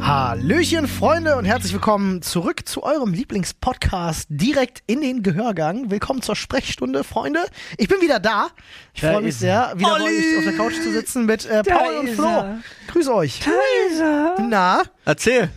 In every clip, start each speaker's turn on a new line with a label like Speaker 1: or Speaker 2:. Speaker 1: Hallöchen, Freunde, und herzlich willkommen zurück zu eurem Lieblingspodcast direkt in den Gehörgang. Willkommen zur Sprechstunde, Freunde. Ich bin wieder da. Ich
Speaker 2: Da
Speaker 1: freue mich
Speaker 2: ist
Speaker 1: sehr, wieder bei
Speaker 2: Olli.
Speaker 1: euch auf der Couch zu sitzen mit äh,
Speaker 3: Da
Speaker 1: Paul und
Speaker 3: ist
Speaker 1: Flo.
Speaker 3: er.
Speaker 1: Grüß euch.
Speaker 3: Kaiser.
Speaker 1: Na,
Speaker 2: Erzähl.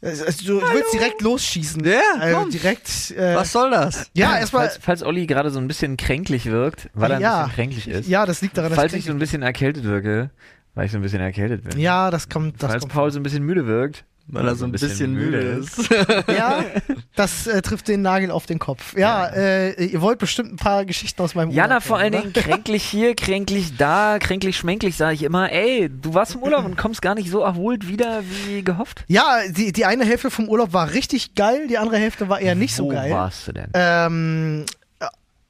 Speaker 1: äh, du willst direkt losschießen.
Speaker 2: Ja,
Speaker 1: also
Speaker 2: komm.
Speaker 1: direkt. Äh,
Speaker 2: Was soll das?
Speaker 1: Ja, erstmal.
Speaker 3: Äh, Falls, falls Olli gerade so ein bisschen kränklich wirkt, weil er ein
Speaker 1: Ja.
Speaker 3: bisschen kränklich ist.
Speaker 1: Ja, das liegt daran, dass
Speaker 3: falls
Speaker 1: ich-
Speaker 3: ich so ein bisschen erkältet wirke, weil ich so ein bisschen erkältet bin.
Speaker 1: Ja, das kommt. Das
Speaker 3: falls
Speaker 1: kommt.
Speaker 3: Paul so ein bisschen müde wirkt,
Speaker 2: Weil er so ein bisschen müde ist.
Speaker 1: Ja, das äh, trifft den Nagel auf den Kopf. Ja, Äh, ihr wollt bestimmt ein paar Geschichten aus meinem
Speaker 3: Jana
Speaker 1: Urlaub
Speaker 3: vor allen
Speaker 1: hören,
Speaker 3: Dingen kränklich hier, kränklich da, kränklich schmänklich, sage ich immer. Ey, du warst im Urlaub und kommst gar nicht so erholt wieder wie gehofft.
Speaker 1: Ja, die, die eine Hälfte vom Urlaub war richtig geil, die andere Hälfte war eher nicht so
Speaker 3: Wo
Speaker 1: geil.
Speaker 3: warst du denn?
Speaker 1: Ähm,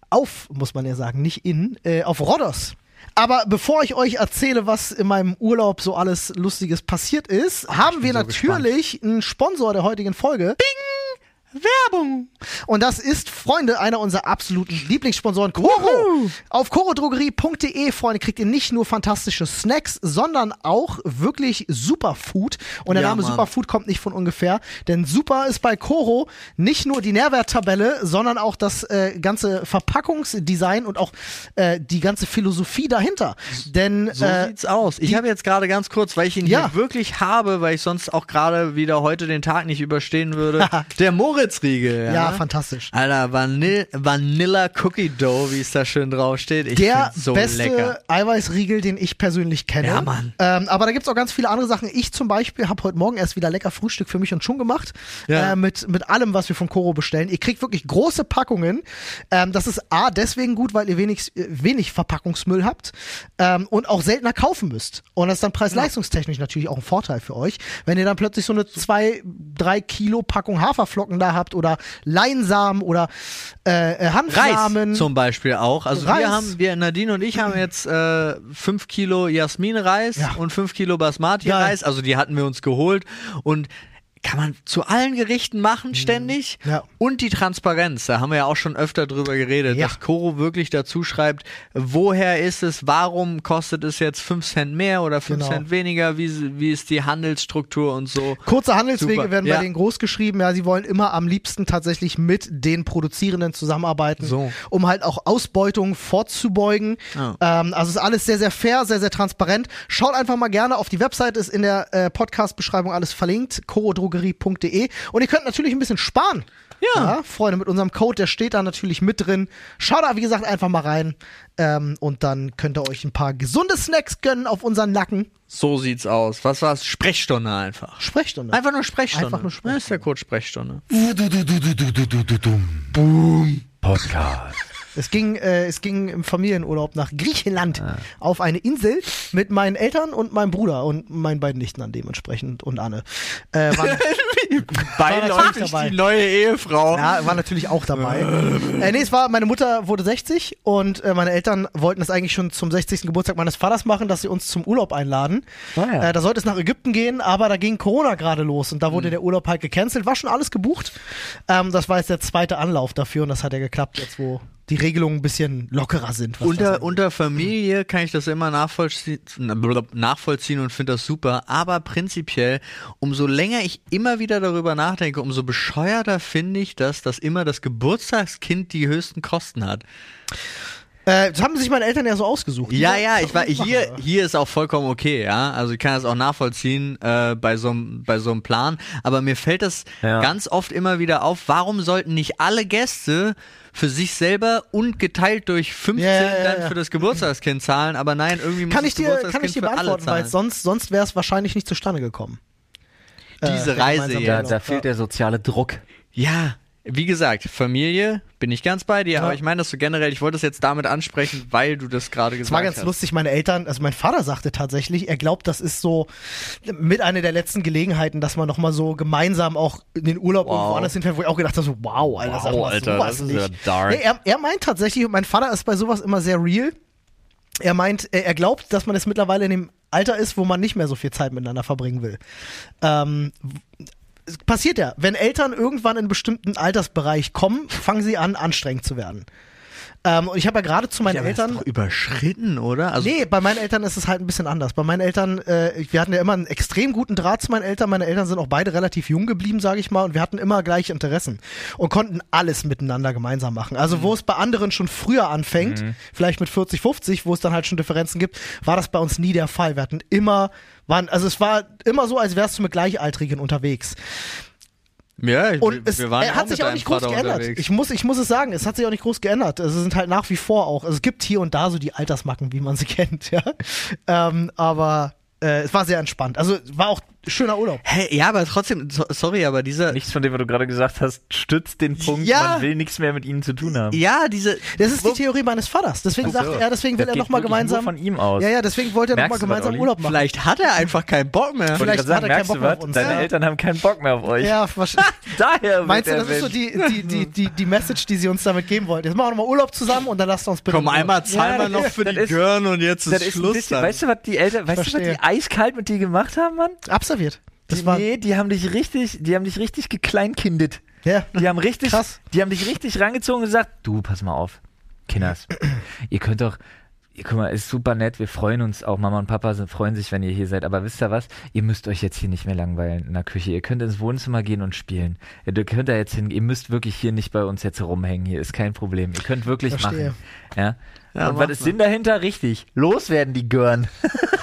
Speaker 1: auf, muss man ja sagen, nicht in, äh, auf Rhodos. Aber bevor ich euch erzähle, was in meinem Urlaub so alles Lustiges passiert ist, haben wir natürlich einen Sponsor der heutigen Folge. Werbung. Und das ist, Freunde, einer unserer absoluten Lieblingssponsoren, Koro. Auf korodrogerie.de, Freunde, kriegt ihr nicht nur fantastische Snacks, sondern auch wirklich Superfood. Und der
Speaker 2: Ja,
Speaker 1: Name
Speaker 2: Mann.
Speaker 1: Superfood kommt nicht von ungefähr, denn Super ist bei Koro nicht nur die Nährwerttabelle, sondern auch das äh, ganze Verpackungsdesign und auch äh, die ganze Philosophie dahinter. Denn
Speaker 2: So
Speaker 1: äh,
Speaker 2: sieht's aus. Ich habe jetzt gerade ganz kurz, weil ich ihn
Speaker 1: Ja.
Speaker 2: hier wirklich habe, weil ich sonst auch gerade wieder heute den Tag nicht überstehen würde. der Moritz-Riegel. Ja, ne?
Speaker 1: ja, fantastisch.
Speaker 2: Alter, Vanil Vanilla Cookie Dough, wie es da schön drauf steht. Ich
Speaker 1: der
Speaker 2: find's so
Speaker 1: beste
Speaker 2: lecker.
Speaker 1: Eiweißriegel, den ich persönlich kenne.
Speaker 2: Ja, Mann.
Speaker 1: Ähm, aber da gibt's auch ganz viele andere Sachen. Ich zum Beispiel habe heute Morgen erst wieder lecker Frühstück für mich und schon gemacht.
Speaker 2: Ja.
Speaker 1: Äh, mit, mit allem, was wir von Koro bestellen. Ihr kriegt wirklich große Packungen. Ähm, das ist A, deswegen gut, weil ihr wenig, äh, wenig Verpackungsmüll habt ähm, und auch seltener kaufen müsst. Und das ist dann preis-leistungstechnisch natürlich auch ein Vorteil für euch. Wenn ihr dann plötzlich so eine zwei, drei Kilo Packung Haferflocken da habt oder Leinsamen oder äh, äh,
Speaker 2: Reis
Speaker 1: Hanfsamen.
Speaker 2: zum Beispiel auch. Also
Speaker 1: Reis.
Speaker 2: wir haben, wir Nadine und ich haben jetzt äh, 5 Kilo Jasmin-Reis
Speaker 1: Ja.
Speaker 2: und 5 Kilo Basmati-Reis. Also die hatten wir uns geholt und kann man zu allen Gerichten machen ständig.
Speaker 1: Mhm. Ja.
Speaker 2: Und die Transparenz, da haben wir ja auch schon öfter drüber geredet,
Speaker 1: Ja.
Speaker 2: dass Koro wirklich dazu schreibt, woher ist es, warum kostet es jetzt 5 Cent mehr oder 5
Speaker 1: Genau.
Speaker 2: Cent weniger, wie, wie ist die Handelsstruktur und so.
Speaker 1: Kurze Handelswege
Speaker 2: Super,
Speaker 1: werden bei
Speaker 2: ja.
Speaker 1: denen groß geschrieben. Ja, sie wollen immer am liebsten tatsächlich mit den Produzierenden zusammenarbeiten,
Speaker 2: So. Ah.
Speaker 1: um halt auch Ausbeutung vorzubeugen.
Speaker 2: Ja.
Speaker 1: Ähm, also ist alles sehr, sehr fair, sehr, sehr transparent. Schaut einfach mal gerne auf die Website, ist in der äh, Podcast-Beschreibung alles verlinkt, chorodrogerie.de. Und ihr könnt natürlich ein bisschen sparen.
Speaker 2: Ja.
Speaker 1: Freunde, mit unserem Code, der steht da natürlich mit drin. Schaut da, wie gesagt, einfach mal rein. Ähm, und dann könnt ihr euch ein paar gesunde Snacks gönnen auf unseren Nacken.
Speaker 2: So sieht's aus. Was war's? Sprechstunde einfach.
Speaker 1: Sprecht uns.
Speaker 2: Einfach nur Sprechstunde.
Speaker 1: Einfach nur Sprechstunde.
Speaker 2: Ja, ist ja kurz Sprechstunde.
Speaker 1: Es ging, äh, es ging im Familienurlaub nach Griechenland
Speaker 3: Ah.
Speaker 1: auf eine Insel mit meinen Eltern und meinem Bruder und meinen beiden Nichten dann dementsprechend und Anne. Äh, waren,
Speaker 2: Beiläufig
Speaker 1: dabei.
Speaker 2: die neue Ehefrau.
Speaker 1: ja, war natürlich auch dabei. Äh, nee, es war, meine Mutter wurde 60 und äh, meine Eltern wollten das eigentlich schon zum 60. Geburtstag meines Vaters machen, dass sie uns zum Urlaub einladen.
Speaker 3: Ah, ja.
Speaker 1: äh, da sollte es nach Ägypten gehen, aber da ging Corona gerade los und da
Speaker 3: Mhm.
Speaker 1: wurde der Urlaub halt gecancelt. War schon alles gebucht. Ähm, das war jetzt der zweite Anlauf dafür und das hat ja geklappt, jetzt wo die Regelungen ein bisschen lockerer sind. was das
Speaker 2: Unter, unter Familie kann ich das immer nachvollziehen, nachvollziehen und finde das super. Aber prinzipiell, umso länger ich immer wieder darüber nachdenke, umso bescheuerter finde ich das, dass immer das Geburtstagskind die höchsten Kosten hat.
Speaker 1: Äh, das haben sich meine Eltern ja so ausgesucht.
Speaker 2: Ja,
Speaker 1: Die-
Speaker 2: ja, ich war
Speaker 1: machen
Speaker 2: hier,
Speaker 1: wir.
Speaker 2: hier ist auch vollkommen okay, ja. Also ich kann das auch nachvollziehen äh, bei so einem bei so einem Plan, aber mir fällt das
Speaker 3: Ja.
Speaker 2: ganz oft immer wieder auf, warum sollten nicht alle Gäste für sich selber und geteilt durch 15
Speaker 1: Ja, ja, ja,
Speaker 2: dann
Speaker 1: ja.
Speaker 2: für das Geburtstagskind zahlen, aber nein, irgendwie muss
Speaker 1: Kann
Speaker 2: das
Speaker 1: ich dir, kann ich
Speaker 2: Geburtstagskind
Speaker 1: dir
Speaker 2: für alle
Speaker 1: beantworten, weil
Speaker 2: zahlen.
Speaker 1: sonst, sonst wäre es wahrscheinlich nicht zustande gekommen.
Speaker 2: Diese
Speaker 1: der
Speaker 2: Reise
Speaker 1: gemeinsame
Speaker 2: hier.
Speaker 3: Da,
Speaker 1: Urlaub,
Speaker 3: da fehlt der soziale Druck.
Speaker 2: Ja, wie gesagt, Familie bin ich ganz bei dir, aber ich meine das so generell, ich wollte das jetzt damit ansprechen, weil du das gerade gesagt
Speaker 1: Es war ganz
Speaker 2: hast.
Speaker 1: lustig, meine Eltern, also mein Vater sagte tatsächlich, er glaubt, das ist so mit einer der letzten Gelegenheiten, dass man nochmal so gemeinsam auch in den Urlaub
Speaker 2: Wow.
Speaker 1: irgendwo anders hinfährt, wo ich auch gedacht habe, so, wow, Alter,
Speaker 2: Wow,
Speaker 1: sag mal
Speaker 2: Alter,
Speaker 1: sowas
Speaker 2: das ist
Speaker 1: nicht.
Speaker 2: ja dark.
Speaker 1: Nee, er, er meint tatsächlich, und mein Vater ist bei sowas immer sehr real, er meint, er, er glaubt, dass man jetzt mittlerweile in dem Alter ist, wo man nicht mehr so viel Zeit miteinander verbringen will. Ähm, es passiert ja, wenn Eltern irgendwann in einen bestimmten Altersbereich kommen, fangen sie an, anstrengend zu werden. Ähm, und ich habe ja gerade zu meinen
Speaker 2: Ja, aber das ist
Speaker 1: Eltern.
Speaker 2: doch überschritten, oder? Also,
Speaker 1: Nee, bei meinen Eltern ist es halt ein bisschen anders. Bei meinen Eltern, äh, wir hatten ja immer einen extrem guten Draht zu meinen Eltern. Meine Eltern sind auch beide relativ jung geblieben, sage ich mal, und wir hatten immer gleiche Interessen und konnten alles miteinander gemeinsam machen. Also wo es bei anderen schon früher anfängt, vielleicht mit 40, 50, wo es dann halt schon Differenzen gibt, war das bei uns nie der Fall. Wir hatten immer, waren, also es war immer so, als wärst du mit Gleichaltrigen unterwegs.
Speaker 2: ja, ich-
Speaker 1: Und es
Speaker 2: wir waren
Speaker 1: äh,
Speaker 2: ja
Speaker 1: hat
Speaker 2: auch
Speaker 1: sich
Speaker 2: mit
Speaker 1: auch
Speaker 2: deinem
Speaker 1: nicht groß
Speaker 2: Vater
Speaker 1: geändert.
Speaker 2: unterwegs.
Speaker 1: Ich muss, ich muss es sagen, es hat sich auch nicht groß geändert. Also Es sind halt nach wie vor auch, also es gibt hier und da so die Altersmacken, wie man sie kennt, ja. Ähm, aber äh, es war sehr entspannt. Also war auch schöner Urlaub.
Speaker 2: Hey, ja, aber trotzdem, so, sorry, aber dieser.
Speaker 3: Nichts von dem, was du gerade gesagt hast, stützt den Punkt,
Speaker 2: Ja.
Speaker 3: man will nichts mehr mit ihnen zu tun haben.
Speaker 2: ja, diese.
Speaker 1: Das ist
Speaker 2: Wo-
Speaker 1: die Theorie meines Vaters. Deswegen
Speaker 3: Ach so.
Speaker 1: sagt er, deswegen will
Speaker 3: Das
Speaker 1: er
Speaker 3: geht
Speaker 1: nochmal
Speaker 3: wirklich nur
Speaker 1: gemeinsam.
Speaker 3: von ihm aus.
Speaker 1: Ja, ja, deswegen wollte er nochmal
Speaker 3: Merkst du was,
Speaker 1: gemeinsam
Speaker 3: Olli?
Speaker 1: Urlaub machen.
Speaker 2: Vielleicht hat er einfach keinen Bock mehr.
Speaker 1: Vielleicht
Speaker 3: Wollte ich gerade
Speaker 1: hat er keinen
Speaker 3: merkst du
Speaker 1: Bock mehr auf
Speaker 3: was?
Speaker 1: uns.
Speaker 3: Deine
Speaker 1: Ja.
Speaker 3: Eltern haben keinen Bock mehr auf euch.
Speaker 1: Ja, wahrscheinlich.
Speaker 3: Daher
Speaker 1: Meinst du,
Speaker 3: wird
Speaker 1: das ist so
Speaker 3: erwähnt.
Speaker 1: die, die, die, die, die Message, die sie uns damit geben wollte? Jetzt machen wir nochmal Urlaub zusammen und dann lasst uns bitte.
Speaker 2: Komm, einmal
Speaker 3: Ja,
Speaker 2: zahlen wir
Speaker 3: das
Speaker 2: noch
Speaker 3: ist-
Speaker 2: für
Speaker 3: das
Speaker 2: die
Speaker 3: ist-
Speaker 2: Görn und jetzt ist,
Speaker 3: Das ist ein
Speaker 2: Schluss.
Speaker 3: bisschen,
Speaker 2: dann.
Speaker 3: weißt du, was die Eltern, weißt du, was
Speaker 1: verstehe.
Speaker 3: die eiskalt mit dir gemacht haben, Mann?
Speaker 1: Absolviert. Das
Speaker 3: Die-
Speaker 1: war,
Speaker 3: nee, die haben dich richtig, die haben dich richtig gekleinkindet.
Speaker 1: ja.
Speaker 3: Die haben richtig,
Speaker 1: Krass.
Speaker 3: die haben dich richtig rangezogen und gesagt, du, pass mal auf, Kinders, ihr könnt doch, ihr guck mal, ist super nett, wir freuen uns auch, Mama und Papa sind, freuen sich, wenn ihr hier seid, aber wisst ihr was, ihr müsst euch jetzt hier nicht mehr langweilen in der Küche, ihr könnt ins Wohnzimmer gehen und spielen, ihr könnt da jetzt hin, ihr müsst wirklich hier nicht bei uns jetzt rumhängen, hier ist kein Problem, ihr könnt wirklich
Speaker 1: Verstehe.
Speaker 3: machen. Ja?
Speaker 2: Ja,
Speaker 3: und
Speaker 2: macht
Speaker 3: was ist
Speaker 2: mal.
Speaker 3: Sinn dahinter? Richtig, loswerden die Görn.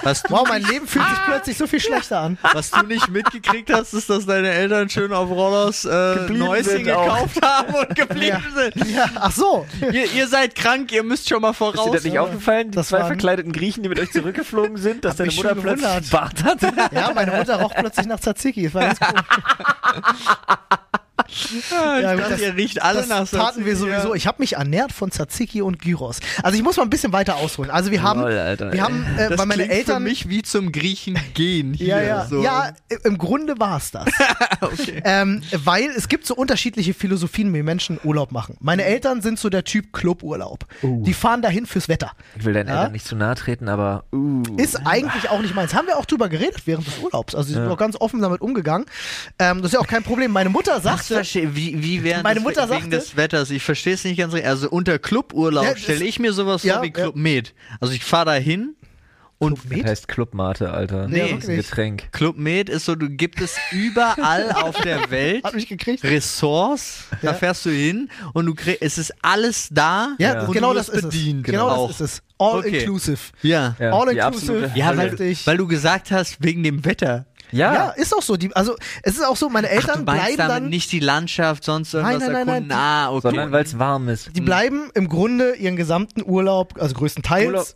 Speaker 2: was, du,
Speaker 1: Wow, mein Leben fühlt sich plötzlich so viel schlechter an.
Speaker 2: was du nicht mitgekriegt hast, ist, dass deine Eltern schön auf Rollers äh,
Speaker 3: Geblieben
Speaker 2: Neuschen
Speaker 3: sind auch.
Speaker 2: gekauft haben und geblieben sind.
Speaker 1: Ja, ach so.
Speaker 2: Ihr, ihr seid krank, ihr müsst schon mal
Speaker 3: Ist dir
Speaker 2: voraus.
Speaker 3: das nicht aufgefallen, die
Speaker 1: Das
Speaker 3: zwei
Speaker 1: waren-
Speaker 3: verkleideten Griechen, die mit euch zurückgeflogen sind, dass
Speaker 1: Hab
Speaker 3: deine
Speaker 1: mich
Speaker 3: Mutter
Speaker 1: schon
Speaker 3: plötzlich einen Bart hatte?
Speaker 1: Ja, meine Mutter roch plötzlich nach Tzatziki. Das war ganz cool.
Speaker 2: Ja,
Speaker 1: Ja,
Speaker 2: ich
Speaker 1: gut,
Speaker 2: dachte,
Speaker 1: das-
Speaker 2: ihr riecht alle nach
Speaker 1: das taten wir
Speaker 2: Saziki, ja.
Speaker 1: sowieso. Ich habe mich ernährt von Tzatziki und Gyros. Also ich muss mal ein bisschen weiter ausholen. Also wir haben,
Speaker 3: Lol, Alter,
Speaker 1: wir
Speaker 3: ey.
Speaker 1: haben, äh,
Speaker 2: Das
Speaker 1: weil meine
Speaker 2: klingt für
Speaker 1: Eltern,
Speaker 2: mich wie zum Griechen gehen hier.
Speaker 1: ja, ja,
Speaker 2: so.
Speaker 1: ja, i- im Grunde war es das. ähm, weil es gibt so unterschiedliche Philosophien, wie Menschen Urlaub machen. Meine
Speaker 2: Mhm.
Speaker 1: Eltern sind so der Typ Cluburlaub.
Speaker 2: Oh.
Speaker 1: Die fahren dahin fürs Wetter.
Speaker 3: Ich will deinen
Speaker 1: Ja?
Speaker 3: Eltern nicht zu nahe treten, aber uh,
Speaker 1: Ist eigentlich auch nicht meins. Haben wir auch drüber geredet während des Urlaubs. Also sie sind auch ganz offen damit umgegangen. Ähm, das ist ja auch kein Problem. Meine Mutter
Speaker 2: Das
Speaker 1: sagte,
Speaker 2: verstehe, wie, wie wären
Speaker 1: Meine
Speaker 2: das
Speaker 1: Mutter
Speaker 2: wegen
Speaker 1: sagte-
Speaker 2: des Wetters? Ich verstehe es nicht ganz richtig. Also unter Cluburlaub
Speaker 1: Ja, das-
Speaker 2: stelle ich mir sowas
Speaker 1: ja,
Speaker 2: vor wie
Speaker 1: ja.
Speaker 2: Club Med. Also ich fahre da hin und
Speaker 1: Club Med?
Speaker 3: heißt Clubmate, Alter.
Speaker 1: Nee,
Speaker 3: das ist ein
Speaker 1: wirklich.
Speaker 3: Getränk.
Speaker 2: Club Med ist so, du gibt es überall auf der Welt
Speaker 1: hat mich gekriegt.
Speaker 2: Ressorts, da
Speaker 1: Ja.
Speaker 2: fährst du hin und du kriegst, es ist alles da
Speaker 1: Ja,
Speaker 2: und
Speaker 1: das- genau
Speaker 2: du
Speaker 1: das
Speaker 2: wirst
Speaker 1: ist
Speaker 2: bedient.
Speaker 1: es. Genau
Speaker 2: auch.
Speaker 1: das ist es. All
Speaker 2: Okay.
Speaker 1: inclusive.
Speaker 2: Ja. Ja,
Speaker 3: Ja,
Speaker 1: All
Speaker 3: die
Speaker 1: inclusive.
Speaker 3: absolute
Speaker 2: weil,
Speaker 1: heftig.
Speaker 2: weil du gesagt hast, wegen dem Wetter.
Speaker 1: ja.
Speaker 3: Ja,
Speaker 1: ist auch so. Die, also es ist auch so, meine
Speaker 2: Ach, du
Speaker 1: Eltern
Speaker 2: meinst
Speaker 1: bleiben
Speaker 2: damit
Speaker 1: dann.
Speaker 2: nicht die Landschaft, sonst irgendwas
Speaker 1: nein, nein, nein,
Speaker 2: erkunden. ah, okay.
Speaker 3: sondern weil es warm ist.
Speaker 1: Die bleiben im Grunde ihren gesamten Urlaub, also größtenteils,
Speaker 3: Urlaub.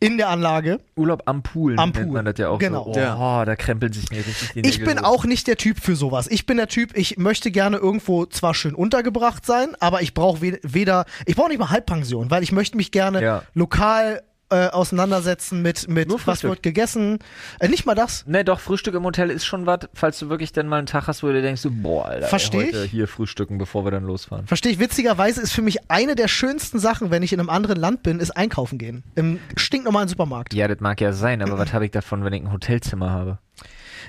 Speaker 1: in der Anlage.
Speaker 3: Urlaub am Pool,
Speaker 1: Am
Speaker 3: nennt
Speaker 1: Pool,
Speaker 3: man das ja auch
Speaker 1: genau.
Speaker 3: so. Oh,
Speaker 2: Ja.
Speaker 3: da krempeln sich mir richtig die Nägel
Speaker 1: Ich bin
Speaker 3: hoch.
Speaker 1: auch nicht der Typ für sowas. Ich bin der Typ, ich möchte gerne irgendwo zwar schön untergebracht sein, aber ich brauche we weder, ich brauche nicht mal Halbpension, weil ich möchte mich gerne
Speaker 3: Ja.
Speaker 1: lokal äh, auseinandersetzen mit, mit
Speaker 3: Nur
Speaker 1: was
Speaker 3: Frühstück.
Speaker 1: wird gegessen. Äh, nicht mal das.
Speaker 3: Ne, doch, Frühstück im Hotel ist schon was, falls du wirklich dann mal einen Tag hast, wo du dir denkst, so, boah, Alter, ey,
Speaker 1: Versteh
Speaker 3: heute
Speaker 1: ich.
Speaker 3: hier frühstücken, bevor wir dann losfahren.
Speaker 1: Verstehe ich, witzigerweise ist für mich eine der schönsten Sachen, wenn ich in einem anderen Land bin, ist einkaufen gehen. Im stinknormalen Supermarkt.
Speaker 3: Ja, das mag ja sein, aber was habe ich davon, wenn ich ein Hotelzimmer habe?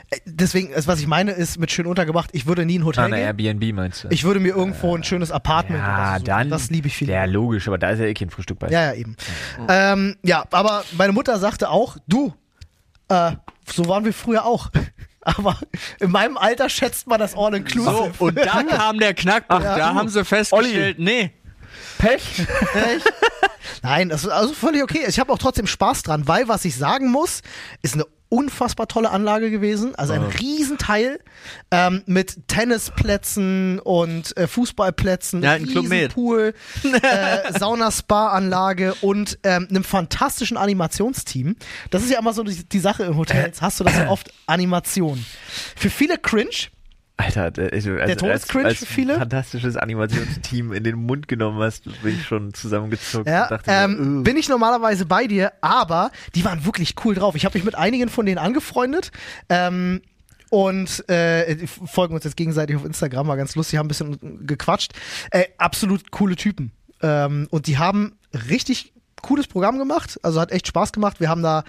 Speaker 1: Äh, Deswegen, also was ich meine, ist mit schön untergebracht, ich würde nie in ein
Speaker 3: Ah,
Speaker 1: Hotel
Speaker 3: eine
Speaker 1: gehen.
Speaker 3: Airbnb meinst du?
Speaker 1: Ich würde mir irgendwo ein schönes Apartment
Speaker 3: ja,
Speaker 1: oder so suchen.
Speaker 3: dann.
Speaker 1: Das liebe ich viel.
Speaker 3: Ja, logisch, aber da ist ja eh kein Frühstück bei.
Speaker 1: Ja, ja, eben. Ähm, ja, aber meine Mutter sagte auch, du, äh, so waren wir früher auch. Aber in meinem Alter schätzt man das
Speaker 2: So,
Speaker 1: All-Inclusive.
Speaker 2: und da kam der Knackpunkt.
Speaker 1: Ach,
Speaker 2: da
Speaker 1: du.
Speaker 2: haben sie festgestellt, nee.
Speaker 3: Pech!
Speaker 1: Nein, das ist also völlig okay. Ich habe auch trotzdem Spaß dran, weil was ich sagen muss, ist eine unfassbar tolle Anlage gewesen. Also
Speaker 2: Ah.
Speaker 1: ein Riesenteil ähm, mit Tennisplätzen und äh, Fußballplätzen,
Speaker 2: Ja, ein Club Med.
Speaker 1: Pool, äh, Sauna-Spa-Anlage und ähm, einem fantastischen Animationsteam. Das ist ja immer so die, die Sache im Hotels. Hast du das ja oft? Animation. Für viele cringe,
Speaker 3: Alter, der, also, also
Speaker 1: Tod ist
Speaker 3: als,
Speaker 1: cringe
Speaker 3: als
Speaker 1: für viele.
Speaker 3: fantastisches Animationsteam in den Mund genommen hast, bin ich schon zusammengezuckt
Speaker 1: Ja,
Speaker 3: und dachte
Speaker 1: ähm,
Speaker 3: mir, uh,
Speaker 1: bin ich normalerweise bei dir, aber die waren wirklich cool drauf. Ich habe mich mit einigen von denen angefreundet. Ähm, und äh, die folgen uns jetzt gegenseitig auf Instagram, war ganz lustig, haben ein bisschen gequatscht. Äh, absolut coole Typen. Ähm, und die haben richtig cooles Programm gemacht, also hat echt Spaß gemacht. Wir haben da.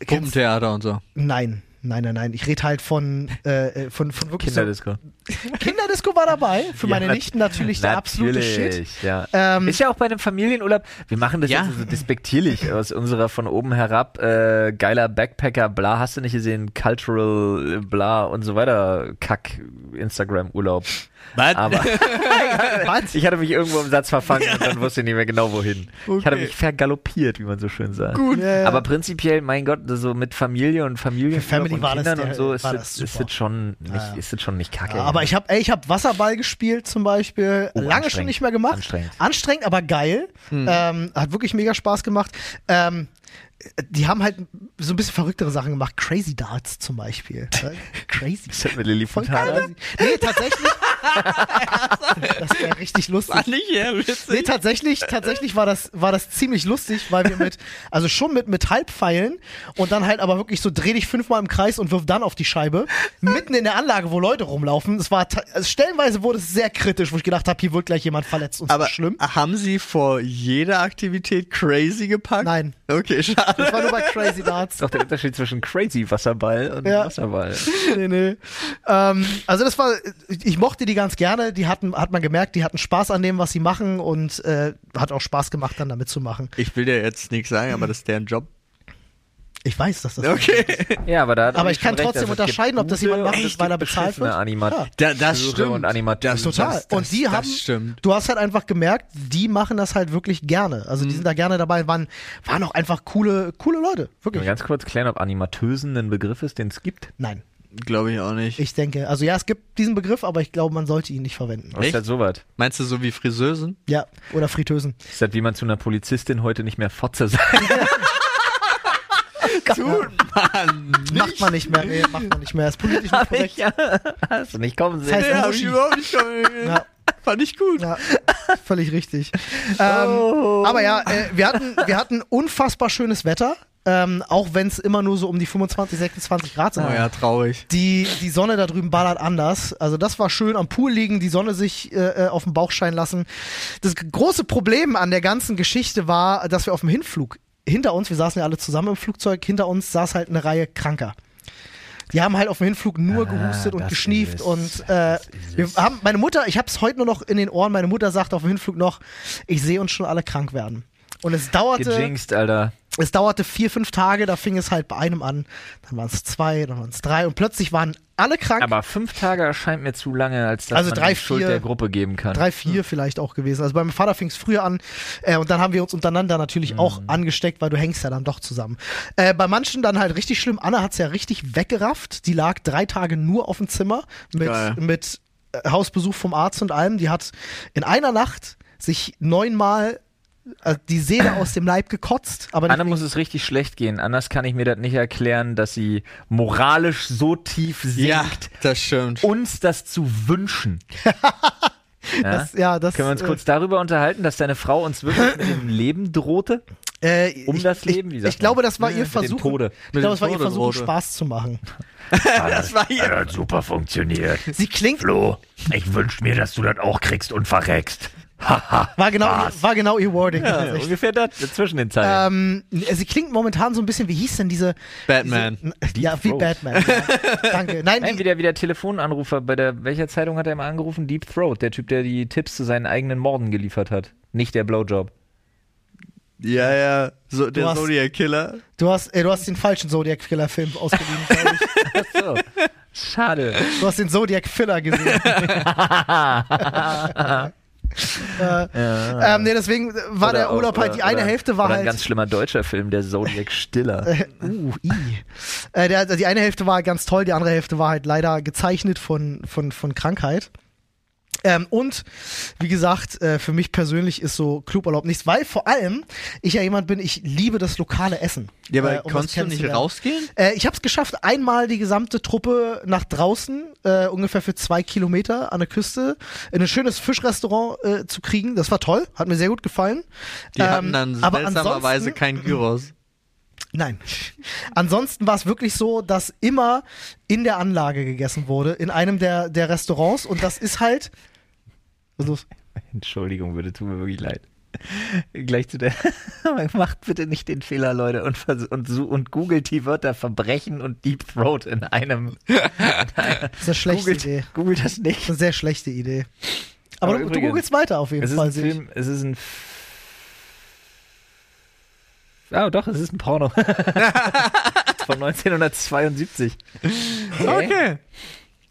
Speaker 1: kennst-
Speaker 2: Puppentheater und so.
Speaker 1: Nein, Nein, nein, nein. Ich rede halt von, äh, von, von wirklich so-
Speaker 3: Kinderdisco.
Speaker 1: Kinderdisco war dabei. Für
Speaker 3: Ja,
Speaker 1: meine
Speaker 3: nat-
Speaker 1: Nichten natürlich der absolute Shit.
Speaker 3: Ja.
Speaker 1: Ähm,
Speaker 3: ist ja auch bei einem Familienurlaub. Wir machen das
Speaker 2: Ja.
Speaker 3: jetzt so despektierlich aus unserer von oben herab äh, geiler Backpacker, bla, hast du nicht gesehen, Cultural, bla und so weiter, Kack, Instagram-Urlaub. Aber ich hatte mich irgendwo im Satz verfangen und dann wusste ich nicht mehr genau wohin. Ich hatte
Speaker 2: Okay.
Speaker 3: mich vergaloppiert, wie man so schön sagt. Gut.
Speaker 1: Ja, ja.
Speaker 3: Aber prinzipiell, mein Gott, so mit Familie und Familie
Speaker 1: Für Family
Speaker 3: und
Speaker 1: war das
Speaker 3: Kindern
Speaker 1: der-
Speaker 3: und so ist
Speaker 1: war
Speaker 3: das,
Speaker 1: das
Speaker 3: ist
Speaker 1: super.
Speaker 3: das schon nicht, ist das schon nicht kacke.
Speaker 1: Ja, aber ich habe ich hab Wasserball gespielt zum Beispiel.
Speaker 3: Oh,
Speaker 1: Lange schon
Speaker 3: anstrengend.
Speaker 1: nicht mehr gemacht.
Speaker 3: Anstrengend. Hm.
Speaker 1: Anstrengend, aber geil. Ähm, hat wirklich mega Spaß gemacht. Ähm, die haben halt so ein bisschen verrücktere Sachen gemacht. Crazy Darts zum Beispiel. Äh, Crazy.
Speaker 3: ist das mit Lilly
Speaker 1: Voll
Speaker 3: Fontana?
Speaker 1: geil. ne? Nee, tatsächlich. das wäre richtig lustig.
Speaker 2: nicht her, witzig.
Speaker 1: Nee, tatsächlich, tatsächlich war das, war das ziemlich lustig, weil wir mit, also schon mit, mit Halbpfeilen und dann halt aber wirklich so dreh dich fünfmal im Kreis und wirf dann auf die Scheibe, mitten in der Anlage, wo Leute rumlaufen. Es war, ta- also stellenweise wurde es sehr kritisch, wo ich gedacht habe, hier wird gleich jemand verletzt und so
Speaker 2: Aber
Speaker 1: schlimm.
Speaker 2: haben sie vor jeder Aktivität crazy gepackt?
Speaker 1: Nein.
Speaker 2: Okay, schade.
Speaker 1: Das war nur bei Crazy Darts.
Speaker 3: Das ist doch der Unterschied zwischen Crazy Wasserball und
Speaker 1: Ja.
Speaker 3: Wasserball.
Speaker 1: nee, nee. Ähm, also das war, ich mochte die ganz gerne. Die hatten, hat man gemerkt, die hatten Spaß an dem, was sie machen und äh, hat auch Spaß gemacht, dann damit zu machen.
Speaker 2: Ich will dir jetzt nichts sagen, aber das ist deren Job.
Speaker 1: Ich weiß, dass das.
Speaker 2: Okay.
Speaker 3: Ja, aber da hat
Speaker 1: Aber
Speaker 3: Olli
Speaker 1: ich kann
Speaker 3: schon recht,
Speaker 1: trotzdem
Speaker 3: also es gibt
Speaker 1: unterscheiden, ob das jemand
Speaker 3: gute
Speaker 1: macht,
Speaker 3: und
Speaker 1: das, weil er
Speaker 3: es gibt
Speaker 1: bezahlt wird.
Speaker 3: beschissene Anima
Speaker 1: Ja.
Speaker 2: Da, das
Speaker 3: Akteure
Speaker 2: stimmt.
Speaker 3: und Animatoren.
Speaker 2: Das-
Speaker 1: Total.
Speaker 2: das-
Speaker 1: und die
Speaker 2: das
Speaker 1: haben,
Speaker 2: stimmt.
Speaker 1: du hast halt einfach gemerkt, die machen das halt wirklich gerne. Also die
Speaker 2: Mhm.
Speaker 1: sind da gerne dabei, waren, waren auch einfach coole, coole Leute.
Speaker 3: Können
Speaker 1: Wirklich.
Speaker 3: wir ganz kurz klären, ob Animatösen ein Begriff ist, den es gibt?
Speaker 1: Nein,
Speaker 2: Glaube ich auch nicht.
Speaker 1: ich denke, also ja, es gibt diesen Begriff, aber ich glaube, man sollte ihn nicht verwenden.
Speaker 3: Was
Speaker 2: Echt?
Speaker 3: ist das sowas?
Speaker 2: Meinst du so wie Friseusen?
Speaker 1: Ja, oder Fritösen.
Speaker 3: Ist das, wie man zu einer Polizistin heute nicht mehr Fotze sagt?
Speaker 2: Tut man
Speaker 1: Macht man nicht mehr, nee, macht man nicht mehr. Ist politisch nicht korrekt.
Speaker 3: ja. Hast du nicht kommen sehen.
Speaker 1: Das heißt-
Speaker 2: Ja, hab ich überhaupt nicht schon.
Speaker 1: Ja.
Speaker 2: Fand ich gut.
Speaker 1: Ja, völlig richtig. Ähm,
Speaker 2: Oh.
Speaker 1: Aber ja, äh, wir, hatten, wir hatten unfassbar schönes Wetter, ähm, auch wenn es immer nur so um die 25, 26 Grad sind.
Speaker 2: Oh ja, traurig.
Speaker 1: Die, die Sonne da drüben ballert anders. Also das war schön, am Pool liegen, die Sonne sich äh, äh, auf den Bauch scheinen lassen. Das g- große Problem an der ganzen Geschichte war, dass wir auf dem Hinflug, hinter uns, wir saßen ja alle zusammen im Flugzeug, hinter uns saß halt eine Reihe Kranker. Die haben halt auf dem Hinflug nur
Speaker 3: Ah,
Speaker 1: gehustet und
Speaker 3: das
Speaker 1: geschnieft
Speaker 3: ist-
Speaker 1: und äh,
Speaker 3: das ist
Speaker 1: wir
Speaker 3: es.
Speaker 1: haben, meine Mutter, ich hab's heute nur noch in den Ohren, meine Mutter sagt auf dem Hinflug noch, ich sehe uns schon alle krank werden. Und es dauerte,
Speaker 3: Gejinxt, Alter.
Speaker 1: es dauerte vier, fünf Tage, da fing es halt bei einem an, dann waren es zwei, dann waren es drei und plötzlich waren alle krank.
Speaker 3: Aber fünf Tage erscheint mir zu lange, als dass
Speaker 1: Also
Speaker 3: man
Speaker 1: drei,
Speaker 3: die Schuld
Speaker 1: vier-
Speaker 3: der Gruppe geben kann.
Speaker 1: drei, vier vielleicht auch gewesen. Also beim Vater fing es früher an äh, und dann haben wir uns untereinander natürlich auch
Speaker 3: Hm.
Speaker 1: angesteckt, weil du hängst ja dann doch zusammen. Äh, bei manchen dann halt richtig schlimm. Anna hat's ja richtig weggerafft. Die lag drei Tage nur auf dem Zimmer mit,
Speaker 2: Geil.
Speaker 1: mit äh, Hausbesuch vom Arzt und allem. Die hat in einer Nacht sich neunmal äh, die Seele aus dem Leib gekotzt, aber
Speaker 3: Anna
Speaker 1: nicht
Speaker 3: muss es richtig schlecht gehen, anders kann ich mir das nicht erklären, dass sie moralisch so tief sinkt,
Speaker 2: Ja, das stimmt.
Speaker 3: uns das zu wünschen. ja?
Speaker 1: das, ja, das,
Speaker 3: Können wir uns
Speaker 1: äh,
Speaker 3: kurz darüber unterhalten, dass deine Frau uns wirklich mit dem Leben drohte?
Speaker 1: äh,
Speaker 3: um
Speaker 1: ich,
Speaker 3: das
Speaker 1: ich-
Speaker 3: Leben, wie sagt
Speaker 1: Ich glaube,
Speaker 3: man?
Speaker 1: das war
Speaker 3: Ja,
Speaker 1: ihr
Speaker 3: mit dem
Speaker 1: Versuch.
Speaker 3: Tode.
Speaker 1: Ich
Speaker 2: Mit
Speaker 1: glaube,
Speaker 2: dem
Speaker 1: das war ihr
Speaker 2: Tode,
Speaker 1: Versuch,
Speaker 2: Tode.
Speaker 1: Spaß zu machen.
Speaker 2: Das war ihr.
Speaker 3: hat super funktioniert.
Speaker 1: Sie klingt
Speaker 3: Flo, ich wünsche mir, dass du das auch kriegst und verreckst.
Speaker 1: war genau war genau ihr Wording.
Speaker 3: Ja,
Speaker 1: tatsächlich.
Speaker 3: ungefähr das, zwischen den Zeilen.
Speaker 1: Ähm, sie klingt momentan so ein bisschen, wie hieß denn diese.
Speaker 2: Batman.
Speaker 1: Diese, ja, wie
Speaker 3: Throat.
Speaker 1: Batman. Ja. Danke. Nein,
Speaker 3: Nein,
Speaker 1: die,
Speaker 3: wieder, wieder Telefonanrufer. Bei der, welcher Zeitung hat er immer angerufen? Deep Throat, der Typ, der die Tipps zu seinen eigenen Morden geliefert hat. Nicht der Blowjob.
Speaker 2: Ja, ja. So, der
Speaker 1: hast-
Speaker 2: Zodiac Killer.
Speaker 1: du, hast, äh, du hast den falschen Zodiac-Killer-Film ausgeliehen, glaub ich.
Speaker 3: So. Schade.
Speaker 1: Du hast den Zodiac-Filler gesehen. äh, ähm, nee, deswegen war der Urlaub halt, die eine Hälfte war
Speaker 3: äh, oder
Speaker 1: halt.
Speaker 3: ein ganz schlimmer deutscher Film, der Zodiac Stiller.
Speaker 1: Uh, i. Äh, der, die eine Hälfte war ganz toll, die andere Hälfte war halt leider gezeichnet von, von, von Krankheit. Ähm, und wie gesagt, äh, für mich persönlich ist so Cluburlaub nichts, weil vor allem ich ja jemand bin, ich liebe das lokale Essen.
Speaker 2: Ja, aber
Speaker 1: äh, um das
Speaker 2: konntest du nicht
Speaker 1: kennenzulernen.
Speaker 2: rausgehen?
Speaker 1: Äh, ich habe es geschafft, einmal die gesamte Truppe nach draußen, äh, ungefähr für zwei Kilometer an der Küste, in ein schönes Fischrestaurant äh, zu kriegen. Das war toll, hat mir sehr gut gefallen.
Speaker 2: Die hatten
Speaker 1: Ähm,
Speaker 2: dann
Speaker 1: aber
Speaker 2: seltsamerweise
Speaker 1: ansonsten-
Speaker 2: kein Gyros.
Speaker 1: Nein. Ansonsten war es wirklich so, dass immer in der Anlage gegessen wurde, in einem der, der Restaurants. Und das ist halt. Also,
Speaker 3: Entschuldigung, würde tut mir wirklich leid. Gleich zu der. Macht bitte nicht den Fehler, Leute, und, vers- und, su- und googelt die Wörter Verbrechen und Deep Throat in einem.
Speaker 1: Das ist eine schlechte Idee.
Speaker 3: Googelt, googelt das
Speaker 1: Das
Speaker 3: nicht.
Speaker 1: ist eine sehr schlechte Idee. Aber,
Speaker 3: Aber
Speaker 1: du, du
Speaker 3: übrigens,
Speaker 1: googelst weiter auf jeden
Speaker 3: Es ist
Speaker 1: Fall.
Speaker 3: ein
Speaker 1: sehe ich.
Speaker 3: Film, es ist ein. F- Ah, doch, es ist ein Porno. Von 1972.
Speaker 2: Okay.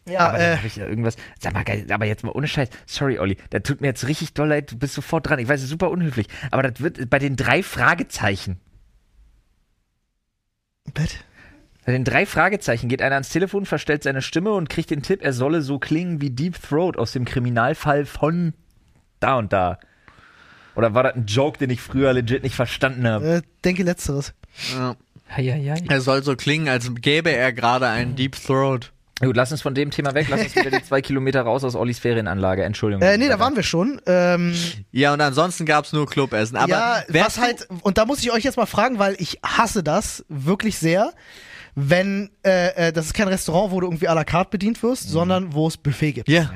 Speaker 1: Ja,
Speaker 3: aber dann
Speaker 1: äh,
Speaker 3: hab ich ja irgendwas. Sag mal, geil, aber jetzt mal ohne Scheiß. Sorry, Olli, da tut mir jetzt richtig doll leid, du bist sofort dran. Ich weiß, es ist super unhöflich. Aber das wird bei den drei Fragezeichen.
Speaker 1: Bett.
Speaker 3: Bei den drei Fragezeichen geht einer ans Telefon, verstellt seine Stimme und kriegt den Tipp, er solle so klingen wie Deep Throat aus dem Kriminalfall von da und da. Oder war das ein Joke, den ich früher legit nicht verstanden habe?
Speaker 1: Äh, denke letzteres.
Speaker 2: Ja.
Speaker 3: Ja, ja,
Speaker 2: Er soll so klingen, als gäbe er gerade
Speaker 1: Mhm.
Speaker 2: einen Deep Throat.
Speaker 3: Gut, lass uns von dem Thema weg. Lass uns wieder die zwei Kilometer raus aus Ollis Ferienanlage. Entschuldigung.
Speaker 1: Äh, nee, da waren wir schon. Ähm,
Speaker 2: Ja, und ansonsten gab's nur Clubessen. Aber
Speaker 1: ja, was
Speaker 2: wärst
Speaker 1: halt, und da muss ich euch jetzt mal fragen, weil ich hasse das wirklich sehr, wenn, äh, äh, das ist kein Restaurant, wo du irgendwie à la carte bedient
Speaker 3: Mhm.
Speaker 1: wirst, sondern wo es Buffet gibt.
Speaker 2: Du, ja.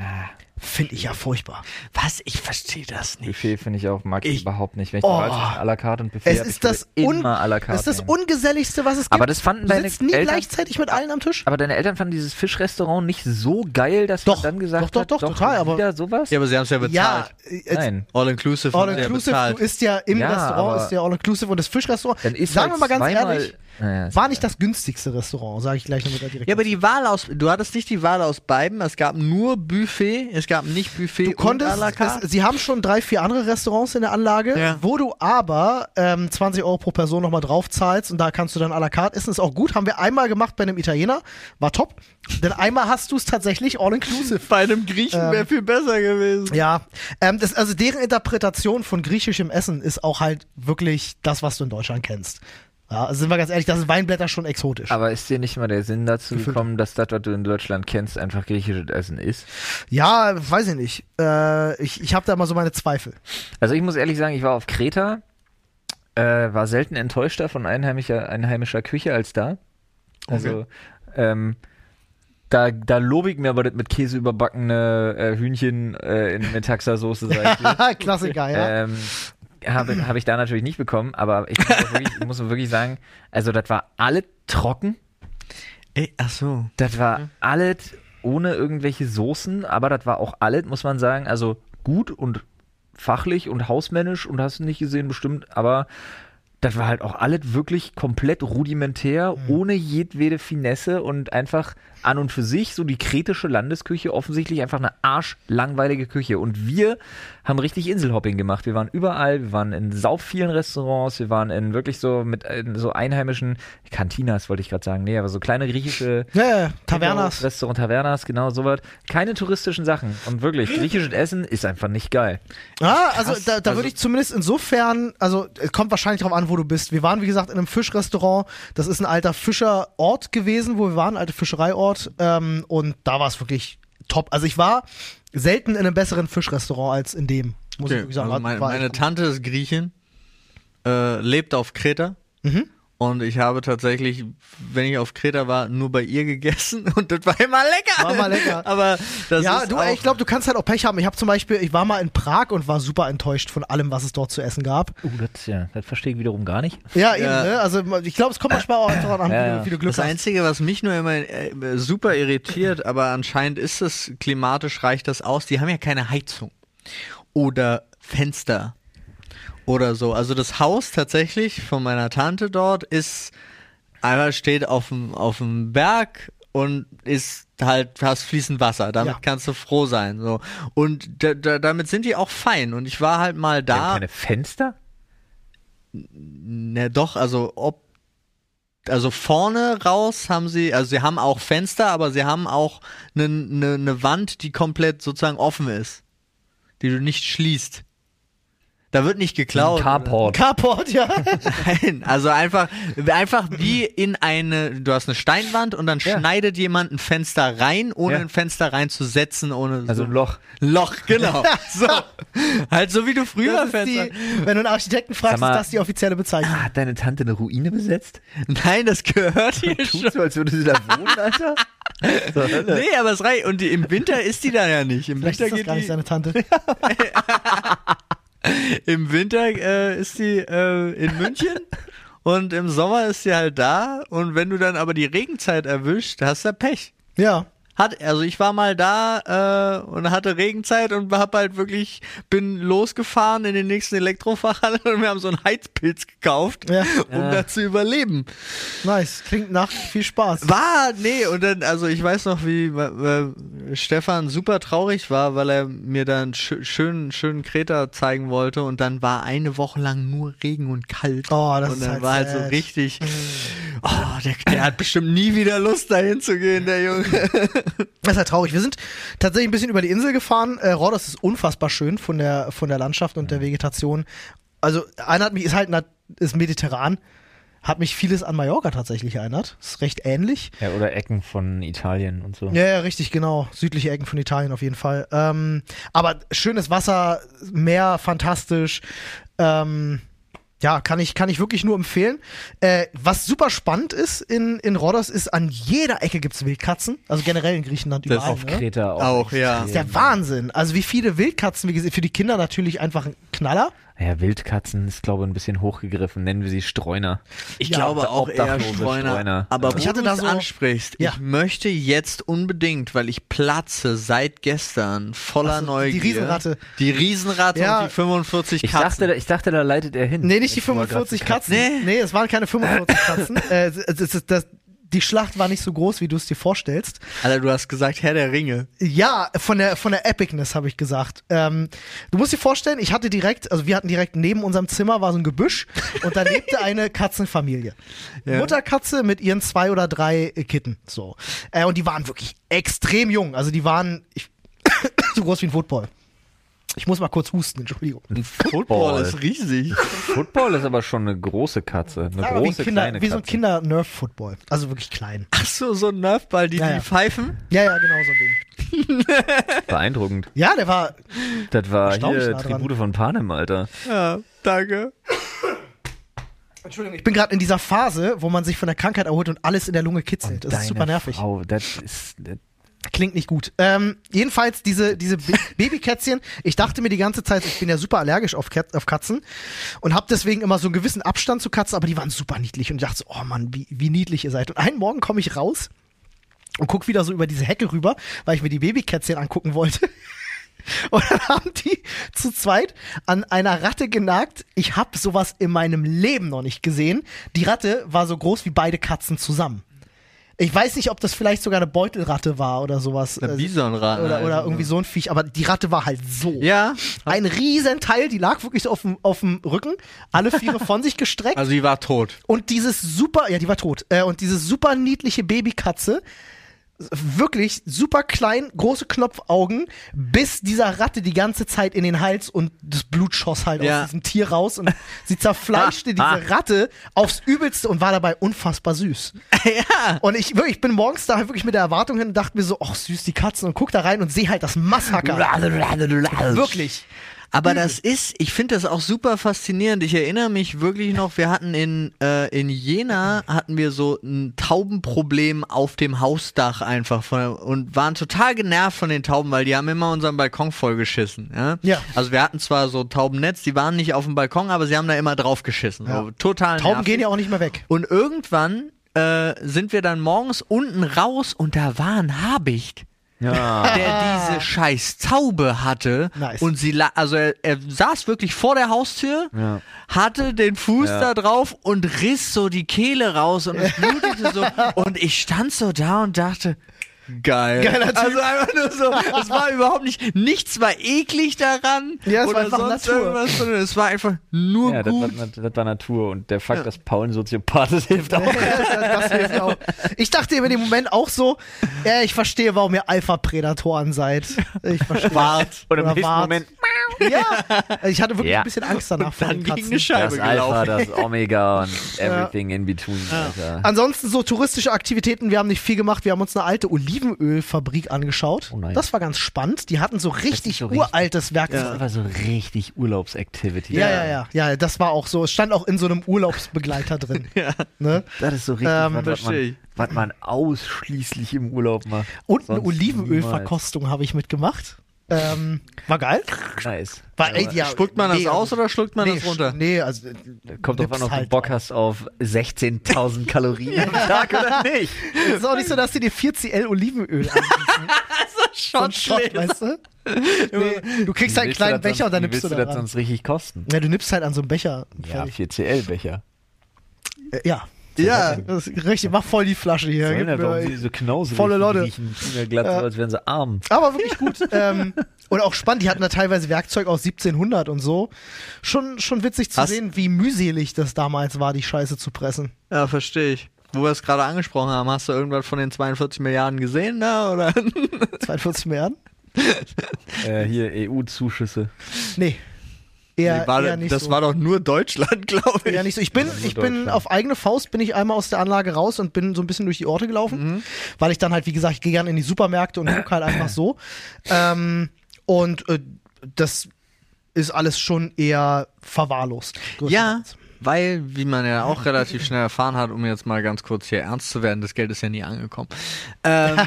Speaker 1: Finde ich ja furchtbar.
Speaker 2: Was? Ich verstehe das nicht.
Speaker 3: Buffet finde ich auch mag ich
Speaker 2: Ich-
Speaker 3: überhaupt nicht. Wenn ich
Speaker 1: Oh.
Speaker 3: oh, à la carte und Buffet
Speaker 1: Es
Speaker 3: hab, ich
Speaker 1: ist das,
Speaker 3: würde
Speaker 1: un
Speaker 3: immer à la carte.
Speaker 1: es ist das
Speaker 3: nehmen.
Speaker 1: ungeselligste, was es gibt.
Speaker 3: Aber das fanden
Speaker 1: du
Speaker 3: deine
Speaker 1: sitzt nie
Speaker 3: Eltern-
Speaker 1: gleichzeitig mit allen am Tisch.
Speaker 3: aber deine Eltern fanden dieses Fischrestaurant nicht so geil, dass
Speaker 1: Doch,
Speaker 3: man dann gesagt
Speaker 1: doch, doch,
Speaker 3: hat,
Speaker 1: doch, total, aber-
Speaker 3: wieder sowas?
Speaker 2: Ja, aber sie haben's ja
Speaker 1: Ja,
Speaker 2: bezahlt.
Speaker 1: äh,
Speaker 3: Nein.
Speaker 2: All-inclusive haben sie ja
Speaker 1: All-Inclusive
Speaker 2: bezahlt.
Speaker 1: ist ja im
Speaker 3: Ja,
Speaker 1: Restaurant,
Speaker 3: aber-
Speaker 1: ist ja All-Inclusive und das Fischrestaurant.
Speaker 3: Dann ist
Speaker 1: Sagen wir
Speaker 3: halt
Speaker 1: mal ganz
Speaker 3: zweimal,
Speaker 1: ehrlich,
Speaker 3: Naja, ist-
Speaker 1: war nicht das günstigste Restaurant, sage ich gleich nochmal direkt.
Speaker 2: Ja, aber die Wahl aus, du hattest nicht die Wahl aus beiden. Es gab nur Buffet, es gab nicht Buffet
Speaker 1: du konntest,
Speaker 2: und à la carte.
Speaker 1: es, sie haben schon drei, vier andere Restaurants in der Anlage,
Speaker 2: Ja.
Speaker 1: wo du aber ähm, 20 Euro pro Person nochmal drauf zahlst und da kannst du dann à la carte essen. Ist auch gut, haben wir einmal gemacht bei einem Italiener, war top. Denn einmal hast du es tatsächlich All-Inclusive.
Speaker 2: Bei einem Griechen wäre viel besser gewesen.
Speaker 1: Ja, ähm, das, also deren Interpretation von griechischem Essen ist auch halt wirklich das, was du in Deutschland kennst. Ja, also sind wir ganz ehrlich, das sind Weinblätter schon exotisch.
Speaker 3: aber ist dir nicht mal der Sinn dazu gekommen, dass das, was du in Deutschland kennst, einfach griechisches Essen ist?
Speaker 1: Ja, weiß ich nicht. Äh, ich ich habe da mal so meine Zweifel.
Speaker 3: Also ich muss ehrlich sagen, ich war auf Kreta, äh, war selten enttäuschter von einheimischer, einheimischer Küche als da. Also ähm, da, da lobe ich mir aber das mit Käse überbackene äh, Hühnchen äh, in mit Taxasoße, sag ich dir.
Speaker 1: Haha, Klassiker, ja.
Speaker 2: Äh.
Speaker 3: Ähm, habe hab ich da natürlich nicht bekommen, aber ich muss, auch wirklich, ich muss wirklich sagen, also das war alle trocken,
Speaker 2: Ey, ach so.
Speaker 3: das war alles ohne irgendwelche Soßen, aber das war auch alles, muss man sagen, also gut und fachlich und hausmännisch und hast du nicht gesehen bestimmt, aber das war halt auch alles wirklich komplett rudimentär, ohne jedwede Finesse und einfach an und für sich so die kretische Landesküche offensichtlich einfach eine arschlangweilige Küche. Und wir haben richtig Inselhopping gemacht. Wir waren überall, wir waren in sau vielen Restaurants, wir waren in wirklich so mit äh, so einheimischen Kantinas, wollte ich gerade sagen, nee, aber so kleine griechische
Speaker 1: Ja, ja, Tavernas.
Speaker 3: Restaurant Tavernas, genau sowas. Keine touristischen Sachen. Und wirklich, griechisches Essen ist einfach nicht geil.
Speaker 1: Ja, also
Speaker 3: krass.
Speaker 1: da, da
Speaker 3: Also-
Speaker 1: würde ich zumindest insofern, also es kommt wahrscheinlich drauf an, wo du bist. Wir waren, wie gesagt, in einem Fischrestaurant. Das ist ein alter Fischerort gewesen, wo wir waren, alte Fischereiort. Ähm, und da war es wirklich top. Also ich war selten in einem besseren Fischrestaurant als in dem, muss ich
Speaker 2: Okay.
Speaker 1: wirklich sagen.
Speaker 2: Also meine,
Speaker 1: War echt
Speaker 2: meine
Speaker 1: gut.
Speaker 2: Tante ist Griechin, äh, lebt auf Kreta.
Speaker 1: Mhm.
Speaker 2: Und ich habe tatsächlich, wenn ich auf Kreta war, nur bei ihr gegessen und das war immer lecker.
Speaker 1: War mal lecker.
Speaker 2: Aber das
Speaker 1: ja,
Speaker 2: ist
Speaker 1: du,
Speaker 2: auch,
Speaker 1: ey, ich glaube, du kannst halt auch Pech haben. Ich habe zum Beispiel, ich war mal in Prag und war super enttäuscht von allem, was es dort zu essen gab.
Speaker 3: Oh, das, ja, das verstehe ich wiederum gar nicht.
Speaker 1: Ja, eben,
Speaker 2: Ja.
Speaker 1: ne? Also ich glaube, es kommt manchmal auch daran an, wie,
Speaker 3: Ja,
Speaker 1: du, wie du Glück
Speaker 2: das
Speaker 1: hast.
Speaker 2: Einzige, was mich nur immer äh, super irritiert, aber anscheinend ist es klimatisch, reicht das aus. Die haben ja keine Heizung oder Fenster oder so. Also das Haus tatsächlich von meiner Tante dort ist einmal steht auf dem, auf dem Berg und ist halt hast fließend Wasser. Damit
Speaker 1: Ja.
Speaker 2: kannst du froh sein. So. Und da, da, damit sind die auch fein. Und ich war halt mal
Speaker 3: Die haben
Speaker 2: da.
Speaker 3: keine Fenster?
Speaker 2: Na doch, also ob also vorne raus haben sie, also sie haben auch Fenster, aber sie haben auch eine ne, ne Wand, die komplett sozusagen offen ist, die du nicht schließt. Da wird nicht
Speaker 1: Genau.
Speaker 2: geklaut.
Speaker 3: Ein Carport.
Speaker 1: Carport, ja.
Speaker 2: Nein, also einfach, einfach wie in eine, du hast eine Steinwand und dann
Speaker 3: Ja.
Speaker 2: schneidet jemand ein Fenster rein, ohne
Speaker 3: Ja.
Speaker 2: ein Fenster reinzusetzen, ohne
Speaker 3: Also
Speaker 2: so
Speaker 3: ein Loch.
Speaker 2: Loch, genau. so. Halt so wie du früher
Speaker 1: Das ist
Speaker 2: Fenster.
Speaker 1: die, wenn du einen Architekten fragst,
Speaker 3: Sag mal-
Speaker 1: ist das die offizielle Bezeichnung.
Speaker 3: Hat deine Tante eine Ruine besetzt?
Speaker 2: Nein, das gehört hier schon.
Speaker 3: Tut so, als würde sie da wohnen, Alter? Zur Hölle.
Speaker 2: Nee, aber es reicht. Und die, im Winter ist die da ja nicht. Im
Speaker 1: Vielleicht
Speaker 2: Winter
Speaker 1: ist das
Speaker 2: geht
Speaker 1: gar nicht
Speaker 2: die.
Speaker 1: seine Tante.
Speaker 2: Im Winter äh, ist sie äh, in München und im Sommer ist sie halt da. Und wenn du dann aber die Regenzeit erwischt, hast du Pech.
Speaker 1: Ja.
Speaker 2: Hat, also ich war mal da äh, und hatte Regenzeit und hab halt wirklich, bin losgefahren in den nächsten Elektrofachhandel und wir haben so einen Heizpilz gekauft,
Speaker 1: Ja.
Speaker 2: um
Speaker 3: Ja.
Speaker 2: da zu überleben.
Speaker 1: Nice. Klingt nach viel Spaß.
Speaker 2: War, nee, und dann, also ich weiß noch, wie äh, Stefan super traurig war, weil er mir dann schö- schönen, schönen Kreta zeigen wollte und dann war eine Woche lang nur Regen und kalt.
Speaker 1: Oh, das
Speaker 2: und
Speaker 1: ist
Speaker 2: dann
Speaker 1: halt
Speaker 2: war halt so
Speaker 1: sad.
Speaker 2: richtig, oh, der, der hat bestimmt nie wieder Lust dahin zu gehen, der Junge.
Speaker 1: Das ist halt traurig. Wir sind tatsächlich ein bisschen über die Insel gefahren. Äh, Rhodos ist unfassbar schön von der, von der Landschaft und der Vegetation. Also erinnert mich, ist halt nat- ist mediterran. Hat mich vieles an Mallorca tatsächlich erinnert. Ist recht ähnlich.
Speaker 3: Ja, oder Ecken von Italien und so.
Speaker 1: Ja, ja, richtig, genau. Südliche Ecken von Italien auf jeden Fall. Ähm, aber schönes Wasser, Meer, fantastisch. Ähm, ja, kann ich, kann ich wirklich nur empfehlen. Äh, was super spannend ist in, in Rhodos, ist, an jeder Ecke gibt's Wildkatzen. Also generell in Griechenland
Speaker 2: Das
Speaker 1: überall.
Speaker 3: Auf
Speaker 1: ne?
Speaker 3: Kreta auch.
Speaker 2: Auch, ja.
Speaker 1: Das
Speaker 3: extrem.
Speaker 1: ist der Wahnsinn. Also wie viele Wildkatzen, wie gesagt, für die Kinder natürlich einfach ein Knaller.
Speaker 3: Ja, Wildkatzen ist, glaube ich, ein bisschen hochgegriffen. Nennen wir sie Streuner.
Speaker 2: Ich
Speaker 1: Ja,
Speaker 2: glaube auch eher
Speaker 3: obdachlose Also
Speaker 2: Streuner.
Speaker 3: Streuner.
Speaker 2: Aber
Speaker 1: Ja.
Speaker 2: wo
Speaker 1: Ich hatte
Speaker 2: du
Speaker 1: da
Speaker 2: es
Speaker 1: so-
Speaker 2: ansprichst,
Speaker 1: Ja.
Speaker 2: ich möchte jetzt unbedingt, weil ich platze seit gestern
Speaker 1: Ach
Speaker 2: voller
Speaker 1: so, die
Speaker 2: Neugier.
Speaker 1: Riesenratte.
Speaker 2: Die Riesenratte
Speaker 1: Ja.
Speaker 2: und die 45
Speaker 3: Ich
Speaker 2: Katzen.
Speaker 3: dachte, da- ich dachte, da leitet er hin.
Speaker 1: Nee, nicht die
Speaker 3: Jetzt, wo er
Speaker 1: 45
Speaker 3: gerade
Speaker 1: Katzen.
Speaker 2: Katzen-
Speaker 1: Nee. nee, es waren keine 45 Katzen. Äh, es, es, es, das, die Schlacht war nicht so groß, wie du es dir vorstellst.
Speaker 2: Alter, du hast gesagt Herr der Ringe.
Speaker 1: Ja, von der, von der Epicness habe ich gesagt. Ähm, du musst dir vorstellen, ich hatte direkt, also wir hatten direkt neben unserem Zimmer war so ein Gebüsch und da lebte eine Katzenfamilie. Mutterkatze mit ihren zwei oder drei äh, Kitten. So. Äh, und die waren wirklich extrem jung. Also die waren ich, so groß wie ein Football. Ich muss mal kurz husten, Entschuldigung.
Speaker 2: Ein
Speaker 3: Football.
Speaker 2: Football ist riesig.
Speaker 3: Football ist aber schon eine große Katze. Eine
Speaker 1: Ja, aber
Speaker 3: große
Speaker 1: wie, Kinder,
Speaker 3: kleine
Speaker 1: wie so ein
Speaker 3: Katze.
Speaker 1: Kinder-Nerf-Football. Also wirklich klein.
Speaker 2: Ach so, so ein Nerfball, die,
Speaker 1: Ja,
Speaker 2: die
Speaker 1: ja.
Speaker 2: pfeifen.
Speaker 1: Ja, ja, genau so ein Ding.
Speaker 3: Beeindruckend.
Speaker 1: Ja, der war.
Speaker 3: Das war
Speaker 1: Erstaunlich
Speaker 3: hier
Speaker 1: nah dran.
Speaker 3: Tribute von Panem, Alter.
Speaker 2: Ja, danke.
Speaker 1: Entschuldigung, ich bin gerade in dieser Phase, wo man sich von der Krankheit erholt und alles in der Lunge kitzelt. Das ist super nervig.
Speaker 3: Frau, das ist, das,
Speaker 1: Klingt nicht gut. Ähm, jedenfalls diese, diese Ba- Babykätzchen. Ich dachte mir die ganze Zeit, ich bin ja super allergisch auf, Kat auf Katzen und habe deswegen immer so einen gewissen Abstand zu Katzen, aber die waren super niedlich und ich dachte so, oh Mann, wie, wie niedlich ihr seid. Und einen Morgen komme ich raus und guck wieder so über diese Hecke rüber, weil ich mir die Babykätzchen angucken wollte. Und dann haben die zu zweit an einer Ratte genagt. Ich habe sowas in meinem Leben noch nicht gesehen. Die Ratte war so groß wie beide Katzen zusammen. Ich weiß nicht, ob das vielleicht sogar eine Beutelratte war oder sowas.
Speaker 2: Eine
Speaker 1: Also-
Speaker 2: Bisonratte.
Speaker 1: Oder, oder
Speaker 2: also.
Speaker 1: irgendwie so ein Viech. Aber die Ratte war halt so.
Speaker 2: Ja,
Speaker 1: Ein Riesenteil, die lag wirklich so auf dem, auf dem Rücken, alle Viere von sich gestreckt.
Speaker 2: also die war tot.
Speaker 1: Und dieses super, ja, die war tot. Äh, und diese super niedliche Babykatze, wirklich super klein, große Knopfaugen, bis dieser Ratte die ganze Zeit in den Hals und das Blut schoss halt
Speaker 2: Ja.
Speaker 1: aus diesem Tier raus und sie zerfleischte diese Ratte aufs Übelste und war dabei unfassbar süß.
Speaker 2: ja.
Speaker 1: Und ich, wirklich, ich bin morgens da halt wirklich mit der Erwartung hin und dachte mir so, ach süß, die Katzen und guck da rein und sehe halt das Massaker. Wirklich.
Speaker 2: Aber das ist, ich finde das auch super faszinierend. Ich erinnere mich wirklich noch, wir hatten in, äh, in Jena, hatten wir so ein Taubenproblem auf dem Hausdach einfach von, und waren total genervt von den Tauben, weil die haben immer unseren Balkon vollgeschissen. Ja?
Speaker 1: Ja.
Speaker 2: Also wir hatten zwar so Taubennetz, die waren nicht auf dem Balkon, aber sie haben da immer draufgeschissen.
Speaker 1: Ja.
Speaker 2: So, total
Speaker 1: Tauben
Speaker 2: nervig.
Speaker 1: gehen ja auch nicht mehr weg.
Speaker 2: Und irgendwann äh, sind wir dann morgens unten raus und da war ein Habicht,
Speaker 3: ja.
Speaker 2: der diese scheiß Taube hatte.
Speaker 1: Nice.
Speaker 2: Und sie, la- also er, er saß wirklich vor der Haustür,
Speaker 3: Ja.
Speaker 2: hatte den Fuß da
Speaker 3: Ja.
Speaker 2: drauf und riss so die Kehle raus und es blutete so. Und ich stand so da und dachte, Geil.
Speaker 1: Geiler Typ.
Speaker 2: Also einfach nur so, es war überhaupt nicht, nichts war eklig daran
Speaker 1: Ja, es war
Speaker 2: oder
Speaker 1: einfach
Speaker 2: sonst
Speaker 1: Natur.
Speaker 2: irgendwas, sondern es war einfach nur
Speaker 3: Ja, das
Speaker 2: gut.
Speaker 3: war, das war Natur und der Fakt, dass Paul ein Soziopath ist, hilft auch.
Speaker 1: das hilft auch. Ich dachte mir in dem Moment auch so, ja, ich verstehe, warum ihr Alpha-Predatoren seid. Ich verstehe.
Speaker 2: Bart.
Speaker 3: Und im
Speaker 1: Oder
Speaker 3: nächsten
Speaker 1: wart.
Speaker 3: Moment
Speaker 1: Ja, Also ich hatte wirklich
Speaker 3: Ja.
Speaker 1: ein bisschen Angst danach vor
Speaker 2: Dann
Speaker 1: den
Speaker 2: gegen eine
Speaker 1: Katzen.
Speaker 2: Scheibe
Speaker 3: das Alpha,
Speaker 2: gelaufen.
Speaker 3: das Omega und everything in between. Alter.
Speaker 1: Ansonsten so touristische Aktivitäten, wir haben nicht viel gemacht. Wir haben uns eine alte Olivenölfabrik angeschaut.
Speaker 3: Oh nein.
Speaker 1: das war ganz spannend. Die hatten so richtig
Speaker 3: so richtig-
Speaker 1: uraltes
Speaker 3: Das
Speaker 1: Werkzeug.
Speaker 3: war so richtig Urlaubsactivity.
Speaker 1: Ja. Ja, ja, ja, Das war auch so. Es stand auch in so einem Urlaubsbegleiter drin. Ne?
Speaker 3: Das ist so richtig,
Speaker 1: Ähm,
Speaker 3: was, was,
Speaker 2: verstehe ich.
Speaker 3: man, was man ausschließlich im Urlaub macht.
Speaker 1: Und eine
Speaker 3: Sonst niemals.
Speaker 1: Olivenölverkostung habe ich mitgemacht. Ähm, war geil.
Speaker 3: Nice.
Speaker 1: War, ey, ja,
Speaker 2: Spuckt man das
Speaker 1: nee,
Speaker 2: aus oder schluckt man
Speaker 1: nee,
Speaker 2: das runter?
Speaker 1: Nee, also. äh,
Speaker 3: Kommt drauf an,
Speaker 1: nippst
Speaker 3: ob du
Speaker 1: halt
Speaker 3: Bock hast auf 16.000 Kalorien am Tag oder nicht.
Speaker 1: Es ist auch nicht so, dass sie dir 4cl Olivenöl
Speaker 2: Schon
Speaker 1: anschott, weißt du? Nee, du kriegst halt einen kleinen Becher und dann nippst du da
Speaker 3: das
Speaker 1: dran.
Speaker 3: sonst richtig kosten?
Speaker 1: Ja, du nippst halt an so einem Becher.
Speaker 3: Ja,
Speaker 1: fertig.
Speaker 3: 4CL-Becher.
Speaker 1: Äh, ja.
Speaker 2: Ja.
Speaker 1: Das ist richtig, mach voll die Flasche hier. Gib mir-
Speaker 3: Warum sind die so knauselig?
Speaker 1: Volle Lotte.
Speaker 3: Die riechen fingerglatt, so, als wären sie arm.
Speaker 1: Aber wirklich gut. ähm, und auch spannend, die hatten da teilweise Werkzeug aus 1700 und so. Schon, schon witzig zu
Speaker 2: Hast-
Speaker 1: sehen, wie mühselig das damals war, die Scheiße zu pressen.
Speaker 2: Ja, verstehe ich. Wo wir es gerade angesprochen haben, hast du irgendwas von den 42 Milliarden gesehen da? Oder?
Speaker 1: 42 Milliarden?
Speaker 3: Äh, hier, EU-Zuschüsse.
Speaker 1: Nee. Eher,
Speaker 2: war,
Speaker 1: eher nicht
Speaker 2: das
Speaker 1: so.
Speaker 2: war doch nur Deutschland, glaube ich.
Speaker 1: ja, nicht so. Ich bin,
Speaker 3: nur
Speaker 1: ich bin
Speaker 3: Deutschland.
Speaker 1: auf eigene Faust bin ich einmal aus der Anlage raus und bin so ein bisschen durch die Orte gelaufen, weil ich dann halt, wie gesagt, ich gehe gerne in die Supermärkte und gucke halt einfach so. Ähm, und äh, das ist alles schon eher verwahrlost.
Speaker 2: Ja,
Speaker 1: größtenteils.
Speaker 2: weil, wie man ja auch relativ schnell erfahren hat, um jetzt mal ganz kurz hier ernst zu werden, das Geld ist ja nie angekommen. Ähm,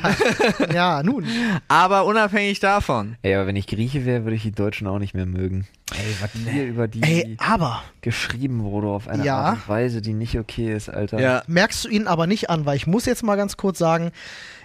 Speaker 1: Ja, nun.
Speaker 2: aber unabhängig davon.
Speaker 3: Ey, aber wenn ich Grieche wäre, würde ich die Deutschen auch nicht mehr mögen. Ey, was hier über die
Speaker 1: Ey, aber
Speaker 3: geschrieben wurde auf eine
Speaker 1: Ja.
Speaker 3: Art und Weise, die nicht okay ist, Alter.
Speaker 2: Ja.
Speaker 1: merkst du ihn aber nicht an, weil ich muss jetzt mal ganz kurz sagen,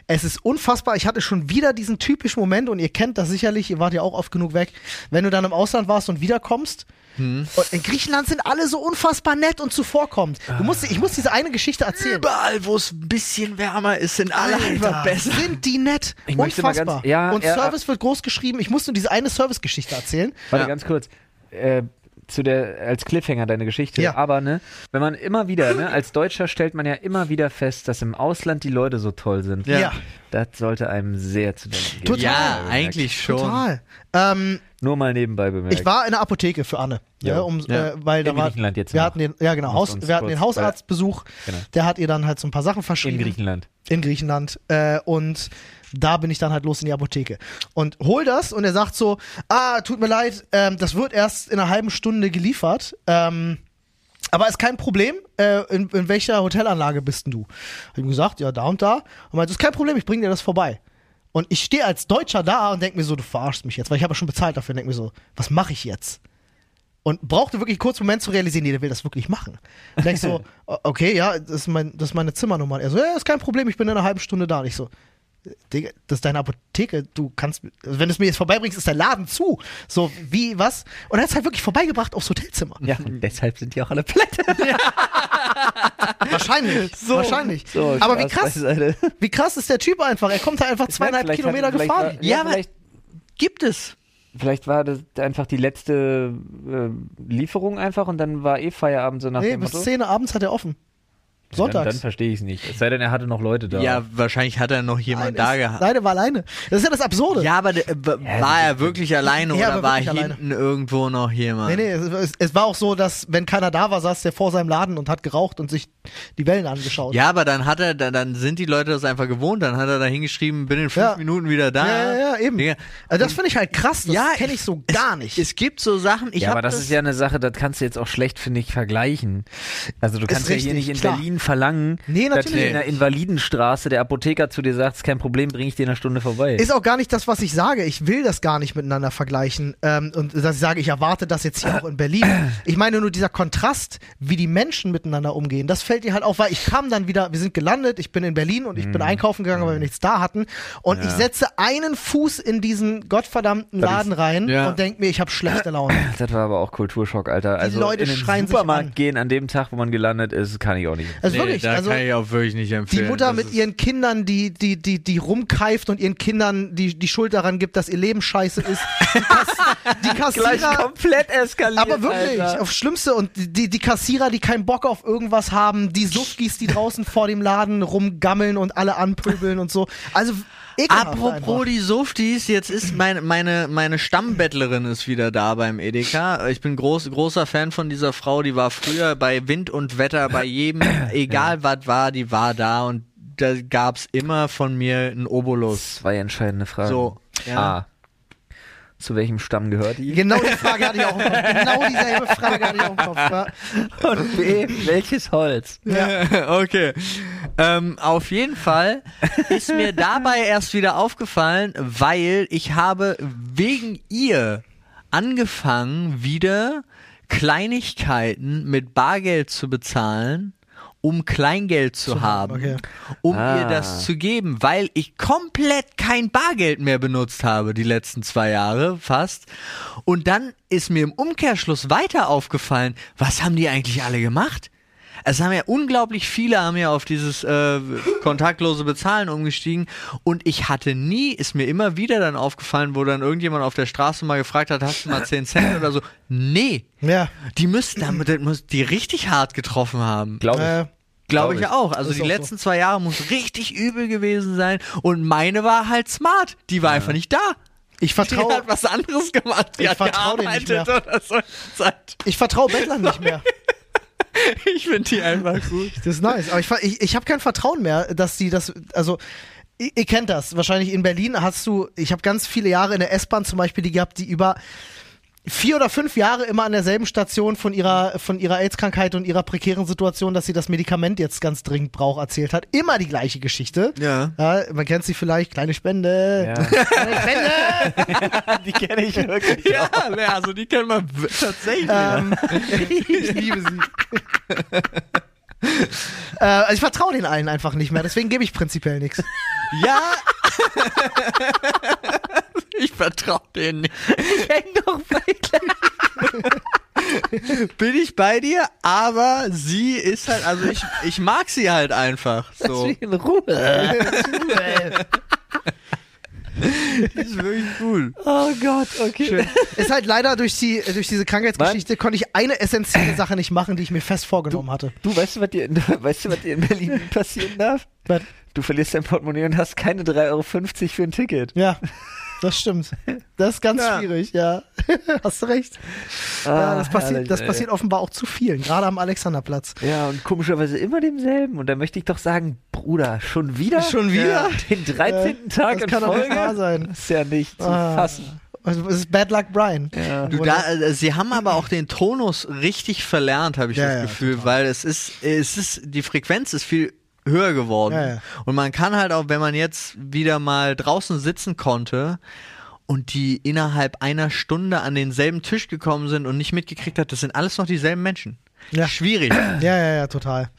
Speaker 1: es ist unfassbar. Ich hatte schon wieder diesen typischen Moment und ihr kennt das sicherlich, ihr wart ja auch oft genug weg, wenn du dann im Ausland warst und wiederkommst.
Speaker 3: Hm.
Speaker 1: Und in Griechenland sind alle so unfassbar nett und zuvorkommend. Du musst, ich muss diese eine Geschichte erzählen.
Speaker 2: Überall, wo es ein bisschen wärmer ist, sind alle einfach besser.
Speaker 1: sind die nett.
Speaker 3: Ich möchte mal
Speaker 1: Unfassbar.
Speaker 3: ganz- ja,
Speaker 1: und
Speaker 3: ja,
Speaker 1: Service wird groß geschrieben. Ich muss nur diese eine Service-Geschichte erzählen.
Speaker 3: Warte,
Speaker 2: Ja.
Speaker 3: ganz kurz. Äh, zu der, als Cliffhanger deine Geschichte.
Speaker 1: Ja.
Speaker 3: Aber, ne, wenn man immer wieder, ne, als Deutscher stellt man ja immer wieder fest, dass im Ausland die Leute so toll sind.
Speaker 2: Ja.
Speaker 1: ja.
Speaker 3: Das sollte einem sehr zu denken geben.
Speaker 1: Total.
Speaker 2: Ja, eigentlich schon.
Speaker 1: Total. Ähm,
Speaker 3: Nur mal nebenbei bemerkt.
Speaker 1: Ich war in der Apotheke für Anne.
Speaker 3: Ja.
Speaker 1: Ja, um,
Speaker 2: Ja.
Speaker 1: Äh, weil da
Speaker 3: In
Speaker 1: war,
Speaker 3: Griechenland jetzt
Speaker 1: Wir
Speaker 3: noch.
Speaker 1: hatten den, ja, genau,
Speaker 3: Muss
Speaker 1: Haus,
Speaker 3: uns
Speaker 1: wir hatten den
Speaker 3: kurz-
Speaker 1: Hausarztbesuch.
Speaker 3: Genau.
Speaker 1: Der hat ihr dann halt so ein paar Sachen verschrieben.
Speaker 3: in Griechenland.
Speaker 1: In Griechenland. Äh, und da bin ich dann halt los in die Apotheke. Und hol das und er sagt so: Ah, tut mir leid, ähm, das wird erst in einer halben Stunde geliefert. Ähm, aber ist kein Problem, äh, in, in welcher Hotelanlage bist denn du? Hab ihm gesagt, ja, da und da. Und meinte, ist kein Problem, ich bring dir das vorbei. Und ich stehe als Deutscher da und denke mir so, du verarschst mich jetzt, weil ich habe ja schon bezahlt dafür und denke mir so, was mache ich jetzt? Und brauchte wirklich kurz einen Moment zu realisieren, nee, der will das wirklich machen. Und denk so, o- okay, ja, das ist, mein, das ist meine Zimmernummer. Und er so, ja, ist kein Problem, ich bin in einer halben Stunde da. Und ich so, Digga, das ist deine Apotheke, du kannst, also wenn du es mir jetzt vorbeibringst, ist dein Laden zu. So, wie, was? Und er hat es halt wirklich vorbeigebracht aufs Hotelzimmer.
Speaker 3: Ja, und deshalb sind die auch alle pleite.
Speaker 1: Wahrscheinlich. Wahrscheinlich. aber wie krass, wie krass ist der Typ einfach? Er kommt da einfach zweieinhalb
Speaker 3: Vielleicht hat-
Speaker 1: Kilometer
Speaker 3: vielleicht
Speaker 1: gefahren.
Speaker 3: War, ja,
Speaker 2: Ja,
Speaker 3: ja
Speaker 2: aber-
Speaker 3: vielleicht,
Speaker 2: Gibt es.
Speaker 3: vielleicht war das einfach die letzte äh, Lieferung einfach und dann war eh Feierabend so nach
Speaker 1: nee,
Speaker 3: dem
Speaker 1: bis
Speaker 3: Motto.
Speaker 1: 10 Uhr abends hat er offen. Sonntags.
Speaker 3: Dann, dann verstehe ich es nicht. Es sei denn, er hatte noch Leute da.
Speaker 2: Ja, wahrscheinlich hat er noch
Speaker 1: Nein,
Speaker 2: jemand
Speaker 1: ist-
Speaker 2: da gehabt.
Speaker 1: Nein, er war alleine. Das ist ja das Absurde.
Speaker 2: Ja, aber der, äh, w- war er wirklich alleine
Speaker 1: Ja,
Speaker 2: oder
Speaker 1: aber
Speaker 2: war
Speaker 1: wirklich
Speaker 2: hinten
Speaker 1: alleine.
Speaker 2: irgendwo noch jemand?
Speaker 1: Nee, nee, es, es, es war auch so, dass wenn keiner da war, saß der vor seinem Laden und hat geraucht und sich die Wellen angeschaut.
Speaker 2: Ja, aber dann hat er, da- dann sind die Leute das einfach gewohnt. Dann hat er da hingeschrieben, bin in fünf
Speaker 1: Ja.
Speaker 2: Minuten wieder da.
Speaker 1: ja, ja, ja eben.
Speaker 2: Digga,
Speaker 1: Also das finde ich halt krass, das
Speaker 2: Ja,
Speaker 1: kenne ich so gar nicht.
Speaker 2: Es gibt so Sachen, ich
Speaker 3: Ja,
Speaker 2: hab
Speaker 3: aber das, ist ja eine Sache, das kannst du jetzt auch schlecht, finde ich, vergleichen. Also du kannst ja
Speaker 1: richtig,
Speaker 3: hier nicht in
Speaker 1: klar.
Speaker 3: Berlin verlangen,
Speaker 1: Nee,
Speaker 3: dass
Speaker 1: natürlich
Speaker 3: in der
Speaker 2: nicht.
Speaker 3: Invalidenstraße der Apotheker zu dir sagt, ist kein Problem, bringe ich dir in einer Stunde vorbei.
Speaker 1: Ist auch gar nicht das, was ich sage. Ich will das gar nicht miteinander vergleichen. Ähm, und dass ich sage, ich erwarte das jetzt hier auch in Berlin. Ich meine nur dieser Kontrast, wie die Menschen miteinander umgehen, das fällt dir halt auf, weil ich kam dann wieder, wir sind gelandet, ich bin in Berlin und ich bin
Speaker 2: Mhm.
Speaker 1: einkaufen gegangen, weil wir nichts da hatten. Und ich setze einen Fuß in diesen gottverdammten Laden rein
Speaker 2: Ja.
Speaker 1: und denke mir, ich habe schlechte Laune.
Speaker 3: das war aber auch Kulturschock, Alter. Also
Speaker 1: Leute
Speaker 3: in den
Speaker 1: schreien sich
Speaker 3: Supermarkt
Speaker 1: an.
Speaker 3: gehen an dem Tag, wo man gelandet ist, kann ich auch nicht.
Speaker 1: Also
Speaker 2: nee,
Speaker 1: wirklich,
Speaker 2: da
Speaker 1: also
Speaker 2: kann ich auch wirklich nicht
Speaker 1: die
Speaker 2: empfehlen.
Speaker 1: Mutter
Speaker 2: Das
Speaker 1: mit
Speaker 2: ist-
Speaker 1: ihren Kindern, die, die, die, die rumkeift und ihren Kindern die, die Schuld daran gibt, dass ihr Leben scheiße ist. Die, Kass, die
Speaker 3: Gleich
Speaker 1: Kassierer,
Speaker 3: komplett eskaliert.
Speaker 1: Aber wirklich,
Speaker 3: Alter.
Speaker 1: aufs Schlimmste. Und die, die Kassierer, die keinen Bock auf irgendwas haben, die Suffis, die draußen vor dem Laden rumgammeln und alle anpöbeln und so. Also, ekelhaft
Speaker 2: Apropos
Speaker 1: einfach.
Speaker 2: die Softies, jetzt ist meine, meine, meine Stammbettlerin ist wieder da beim Edeka. Ich bin groß, großer Fan von dieser Frau, die war früher bei Wind und Wetter, bei jedem, egal was war, die war da und da gab's immer von mir einen Obolus.
Speaker 3: Zwei entscheidende Fragen.
Speaker 2: So, ja.
Speaker 3: A. Zu welchem Stamm gehört die?
Speaker 1: Genau die Frage hatte ich auch im Kopf. Genau dieselbe Frage hatte ich auch im Kopf. Ja.
Speaker 3: Und B. Welches Holz?
Speaker 1: Ja.
Speaker 2: okay. Ähm, auf jeden Fall ist mir dabei erst wieder aufgefallen, weil ich habe wegen ihr angefangen, wieder Kleinigkeiten mit Bargeld zu bezahlen, um Kleingeld zu haben,
Speaker 1: okay.
Speaker 2: um
Speaker 3: Ah.
Speaker 2: ihr das zu geben, weil ich komplett kein Bargeld mehr benutzt habe, die letzten zwei Jahre fast. Und dann ist mir im Umkehrschluss weiter aufgefallen, was haben die eigentlich alle gemacht? Es haben ja unglaublich viele haben ja auf dieses äh, kontaktlose Bezahlen umgestiegen und ich hatte nie, ist mir immer wieder dann aufgefallen, wo dann irgendjemand auf der Straße mal gefragt hat, hast du mal 10 Cent oder so? Nee,
Speaker 1: Ja.
Speaker 2: die müssten damit das muss die richtig hart getroffen haben.
Speaker 3: Glaube ich.
Speaker 1: Äh,
Speaker 2: Glaube
Speaker 3: glaub
Speaker 2: ich
Speaker 3: ich.
Speaker 2: ja auch. Also
Speaker 1: Ist
Speaker 2: die
Speaker 1: auch so.
Speaker 2: letzten zwei Jahre muss richtig übel gewesen sein und meine war halt smart. Die war einfach nicht da.
Speaker 1: ich
Speaker 2: Die
Speaker 1: vertraue
Speaker 2: hat halt was anderes gemacht. Die
Speaker 1: Ich
Speaker 2: hat
Speaker 1: vertrau denen nicht
Speaker 2: gearbeitet oder so.
Speaker 1: ich vertrau Bettlern nicht mehr.
Speaker 2: Ich finde die einfach gut.
Speaker 1: Das ist nice. Aber ich, ver- ich, ich habe kein Vertrauen mehr, dass die das. Also, ihr, ihr kennt das. Wahrscheinlich in Berlin hast du. Ich habe ganz viele Jahre in der S-Bahn zum Beispiel die gehabt, die über vier oder fünf Jahre immer an derselben Station von ihrer, von ihrer AIDS-Krankheit und ihrer prekären Situation, dass sie das Medikament jetzt ganz dringend braucht, erzählt hat. Immer die gleiche Geschichte.
Speaker 2: Ja.
Speaker 1: man kennt sie vielleicht. Kleine Spende.
Speaker 3: Ja.
Speaker 1: Kleine Spende.
Speaker 3: Die kenne ich wirklich.
Speaker 2: Ja, ne, also die kennen wir w- tatsächlich.
Speaker 1: Ähm,
Speaker 2: ich Äh, liebe sie.
Speaker 1: äh, also ich vertraue den allen einfach nicht mehr. Deswegen gebe ich prinzipiell nichts.
Speaker 2: Ja. ich vertraue denen nicht.
Speaker 3: kenne doch
Speaker 2: Bin ich bei dir, aber sie ist halt, also ich, ich mag sie halt einfach. So.
Speaker 3: in Ruhe.
Speaker 2: Die ist wirklich cool.
Speaker 3: Oh Gott, okay.
Speaker 1: Ist halt leider durch, die, durch diese Krankheitsgeschichte konnte ich eine essentielle Sache nicht machen, die ich mir fest vorgenommen hatte.
Speaker 3: Du, weißt du, was dir, in- weißt du, was dir in Berlin nie passieren darf?
Speaker 1: Was?
Speaker 3: Du verlierst dein Portemonnaie und hast keine 3,50 Euro für ein Ticket.
Speaker 1: Ja, das stimmt. Das ist ganz
Speaker 2: Ja.
Speaker 1: schwierig, ja. Hast du recht.
Speaker 3: Ah,
Speaker 1: ja, das passiert, das passiert offenbar auch zu vielen, gerade am Alexanderplatz.
Speaker 3: Ja, und komischerweise immer demselben. Und da möchte ich doch sagen, Bruder, schon wieder?
Speaker 1: Schon wieder?
Speaker 3: Ja, Den 13. Tag
Speaker 1: das
Speaker 3: in
Speaker 1: kann doch
Speaker 3: Folge?
Speaker 1: nicht wahr sein.
Speaker 3: Das ist ja nicht zu
Speaker 1: Ah.
Speaker 3: fassen.
Speaker 1: Also, Es ist Bad Luck Brian.
Speaker 3: Ja.
Speaker 2: Du, da, äh, sie haben aber auch den Tonus richtig verlernt, habe ich
Speaker 1: Ja,
Speaker 2: das
Speaker 1: ja,
Speaker 2: Gefühl, weil es ist, es ist, die Frequenz ist viel höher geworden.
Speaker 1: Ja, ja.
Speaker 2: Und man kann halt auch, wenn man jetzt wieder mal draußen sitzen konnte und die innerhalb einer Stunde an denselben Tisch gekommen sind und nicht mitgekriegt hat, das sind alles noch dieselben Menschen.
Speaker 1: Ja.
Speaker 2: Schwierig.
Speaker 1: Ja, ja, ja, total.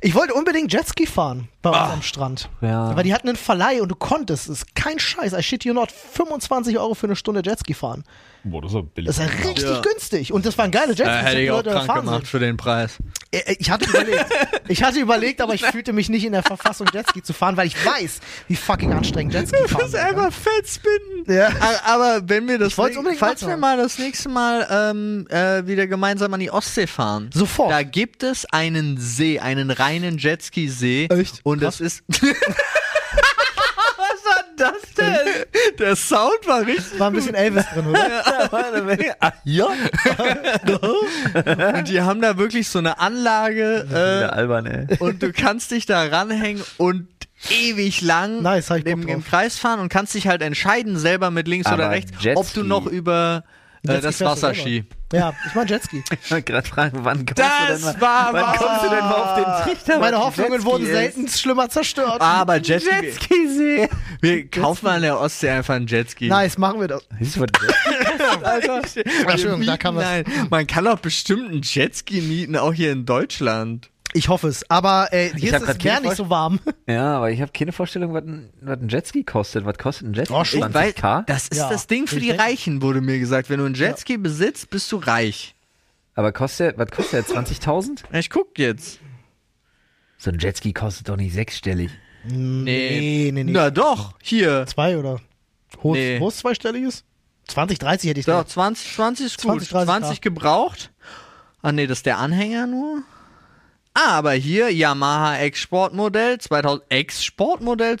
Speaker 1: Ich wollte unbedingt Jetski fahren bei uns am Strand.
Speaker 3: Ah. Ja.
Speaker 1: Aber die hatten einen Verleih und du konntest es. ist Kein Scheiß. I shit you not. 25 Euro für eine Stunde Jetski fahren.
Speaker 4: Boah, das ist ja billig.
Speaker 1: Das ist ja richtig
Speaker 2: Ja.
Speaker 1: günstig. Und das waren geile Jetskis.
Speaker 2: Da hätte
Speaker 1: die
Speaker 2: ich auch
Speaker 1: Leute
Speaker 2: krank
Speaker 1: gefahren sind.
Speaker 2: gemacht für den Preis.
Speaker 1: Äh, Ich hatte überlegt. Ich hatte überlegt, aber ich fühlte mich nicht in der Verfassung, Jetski zu fahren, weil ich weiß, wie fucking anstrengend Jetski fahren ne? ist.
Speaker 2: Fettspinnen.
Speaker 1: Ja.
Speaker 2: A- Aber wenn wir das,
Speaker 1: wollt's
Speaker 2: nä-
Speaker 1: unbedingt
Speaker 2: falls
Speaker 1: machen.
Speaker 2: wir mal das nächste Mal ähm, äh, wieder gemeinsam an die Ostsee fahren,
Speaker 1: Sofort.
Speaker 2: da gibt es einen See, einen reinen Jetski-See.
Speaker 1: Echt?
Speaker 2: Und das ist. Was war das denn? Der Sound war richtig.
Speaker 1: War ein bisschen Elvis drin, oder?
Speaker 2: Ja. und die haben da wirklich so eine Anlage. Äh,
Speaker 3: albern, ey.
Speaker 2: und du kannst dich da ranhängen und ewig lang
Speaker 1: Nice, hab ich Bock
Speaker 2: im, im
Speaker 1: drauf.
Speaker 2: Kreis fahren und kannst dich halt entscheiden, selber mit links
Speaker 3: Aber
Speaker 2: oder rechts,
Speaker 3: Jetski-
Speaker 2: ob du noch über äh,
Speaker 1: Jetski
Speaker 2: das
Speaker 1: fährst du
Speaker 2: Wasser
Speaker 1: selber.
Speaker 2: ski.
Speaker 1: Ja, ich meine Jetski.
Speaker 3: Ich wollte gerade fragen, wann kommst du denn
Speaker 2: Das
Speaker 3: mal,
Speaker 2: war
Speaker 3: wann
Speaker 2: was.
Speaker 3: kommst du denn mal auf den Trichter?
Speaker 1: Meine
Speaker 3: was ein
Speaker 1: Hoffnungen
Speaker 3: Jetski
Speaker 1: wurden
Speaker 3: ist?
Speaker 1: selten schlimmer zerstört.
Speaker 2: Aber Jetski,
Speaker 3: Jetski-See.
Speaker 2: wir wir kaufen mal an der Ostsee einfach einen Jetski.
Speaker 1: Nice, machen wir das.
Speaker 3: Siehst du, was ein Jetski
Speaker 2: Alter.
Speaker 1: Entschuldigung, da kann man's.
Speaker 2: Nein, man kann doch bestimmt einen Jetski mieten, auch hier in Deutschland.
Speaker 1: Ich hoffe es. Aber äh, hier
Speaker 3: hab
Speaker 1: ist es
Speaker 3: grad
Speaker 1: gar
Speaker 3: keine
Speaker 1: nicht so warm.
Speaker 3: Ja, aber ich habe keine Vorstellung, was ein, was ein Jetski kostet. Was kostet ein Jetski?
Speaker 1: Oh, schon.
Speaker 2: Ich weiß,
Speaker 3: 20k?
Speaker 2: das ist
Speaker 1: Ja.
Speaker 2: das Ding für
Speaker 1: Ich
Speaker 2: die
Speaker 1: denk-
Speaker 2: Reichen, wurde mir gesagt. Wenn du einen Jetski besitzt, bist du reich.
Speaker 3: Aber kostet, was kostet er? 20.000?
Speaker 2: Ich guck jetzt.
Speaker 3: So ein Jetski kostet doch nicht sechsstellig.
Speaker 1: Nee, nee, nee.
Speaker 2: Na doch, hier.
Speaker 1: Zwei oder? Hohes,
Speaker 2: Nee.
Speaker 1: hohes zweistelliges? 20, 30 hätte ich
Speaker 2: So,
Speaker 1: gedacht.
Speaker 2: 20, 20 ist gut.
Speaker 1: 20, 30,
Speaker 2: 20
Speaker 1: ja.
Speaker 2: gebraucht. Ah, nee, das ist der Anhänger nur. Ah, aber hier Yamaha X-Sportmodell 2000 X-Sportmodell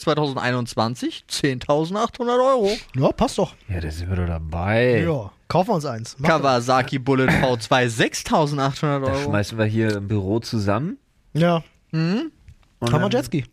Speaker 2: 2021 10.800 Euro.
Speaker 1: Ja, passt doch.
Speaker 3: Ja, da sind wir doch dabei.
Speaker 1: Ja, kaufen wir uns eins. Mach
Speaker 2: Kawasaki Bullet V2 6.800
Speaker 3: Das
Speaker 2: Euro.
Speaker 3: schmeißen wir hier im Büro zusammen.
Speaker 1: das. Ja,
Speaker 3: Und
Speaker 1: haben wir
Speaker 3: dann
Speaker 1: Jetski.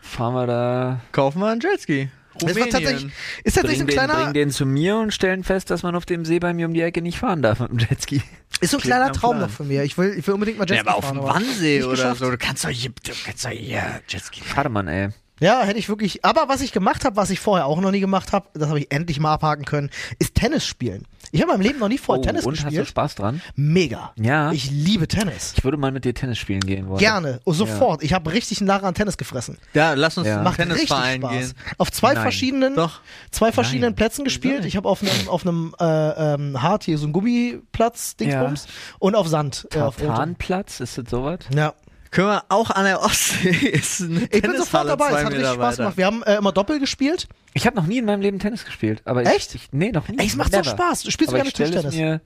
Speaker 3: fahren wir da.
Speaker 2: Kaufen wir einen Jetski.
Speaker 1: Das war
Speaker 2: Rumänien.
Speaker 1: tatsächlich, ist tatsächlich
Speaker 3: Bring
Speaker 1: ein
Speaker 3: den,
Speaker 1: kleiner,
Speaker 3: bring den zu mir und stellen fest, dass man auf dem See bei mir um die Ecke nicht fahren darf mit dem Jetski.
Speaker 1: ist so ein
Speaker 2: Klingt
Speaker 1: kleiner
Speaker 2: nach
Speaker 1: Traum
Speaker 2: Plan.
Speaker 1: noch von mir. Ich will, ich will unbedingt mal
Speaker 2: Ja,
Speaker 1: Jetski
Speaker 2: aber auf
Speaker 1: fahren.
Speaker 2: dem
Speaker 1: aber
Speaker 2: Wannsee
Speaker 1: nicht
Speaker 2: oder
Speaker 1: geschafft.
Speaker 2: so. Du kannst doch hier, du kannst doch hier Jetski.
Speaker 3: Schade, Mann, ey.
Speaker 1: Ja, hätte ich wirklich. Aber was ich gemacht habe, was ich vorher auch noch nie gemacht habe, das habe ich endlich mal abhaken können, ist Tennis spielen. Ich habe in meinem Leben noch nie vorher
Speaker 2: Oh,
Speaker 1: Tennis
Speaker 3: Oh, und hast du
Speaker 1: gespielt.
Speaker 3: Spaß dran?
Speaker 1: Mega.
Speaker 3: Ja.
Speaker 1: Ich liebe Tennis.
Speaker 3: Ich würde mal mit dir Tennis spieren gehen wollen.
Speaker 1: Gerne. Und sofort. Ich habe richtig einen Lager an Tennis gefressen.
Speaker 2: Ja, lass uns
Speaker 3: Ja.
Speaker 2: zum
Speaker 1: Macht richtig
Speaker 2: Tennisverein
Speaker 1: Spaß.
Speaker 2: gehen.
Speaker 1: Auf zwei
Speaker 3: Nein.
Speaker 1: verschiedenen,
Speaker 2: Doch.
Speaker 1: zwei verschiedenen
Speaker 2: Nein.
Speaker 1: Plätzen gespielt. Ich habe auf einem auf einem äh, ähm, Hart hier so einen Gummiplatz Dingsbums und auf Sand. Äh, auf Rotem.
Speaker 3: Tartanplatz, ist das sowas?
Speaker 1: ja.
Speaker 2: Können wir auch an der Ostsee ist eine
Speaker 1: Ich bin sofort
Speaker 2: Tennishalle
Speaker 1: dabei.
Speaker 2: zwei
Speaker 1: Es hat richtig
Speaker 2: Meter
Speaker 1: Spaß
Speaker 2: weiter.
Speaker 1: gemacht. Wir haben äh, immer Doppel gespielt.
Speaker 3: Ich habe noch nie in meinem Leben Tennis gespielt. Aber ich,
Speaker 1: Echt?
Speaker 3: Ich, nee, noch nie.
Speaker 1: Ey, es macht so Spaß. Du spielst
Speaker 3: aber
Speaker 1: gerne
Speaker 3: ich stell es
Speaker 1: Tischtennis.
Speaker 3: Mir,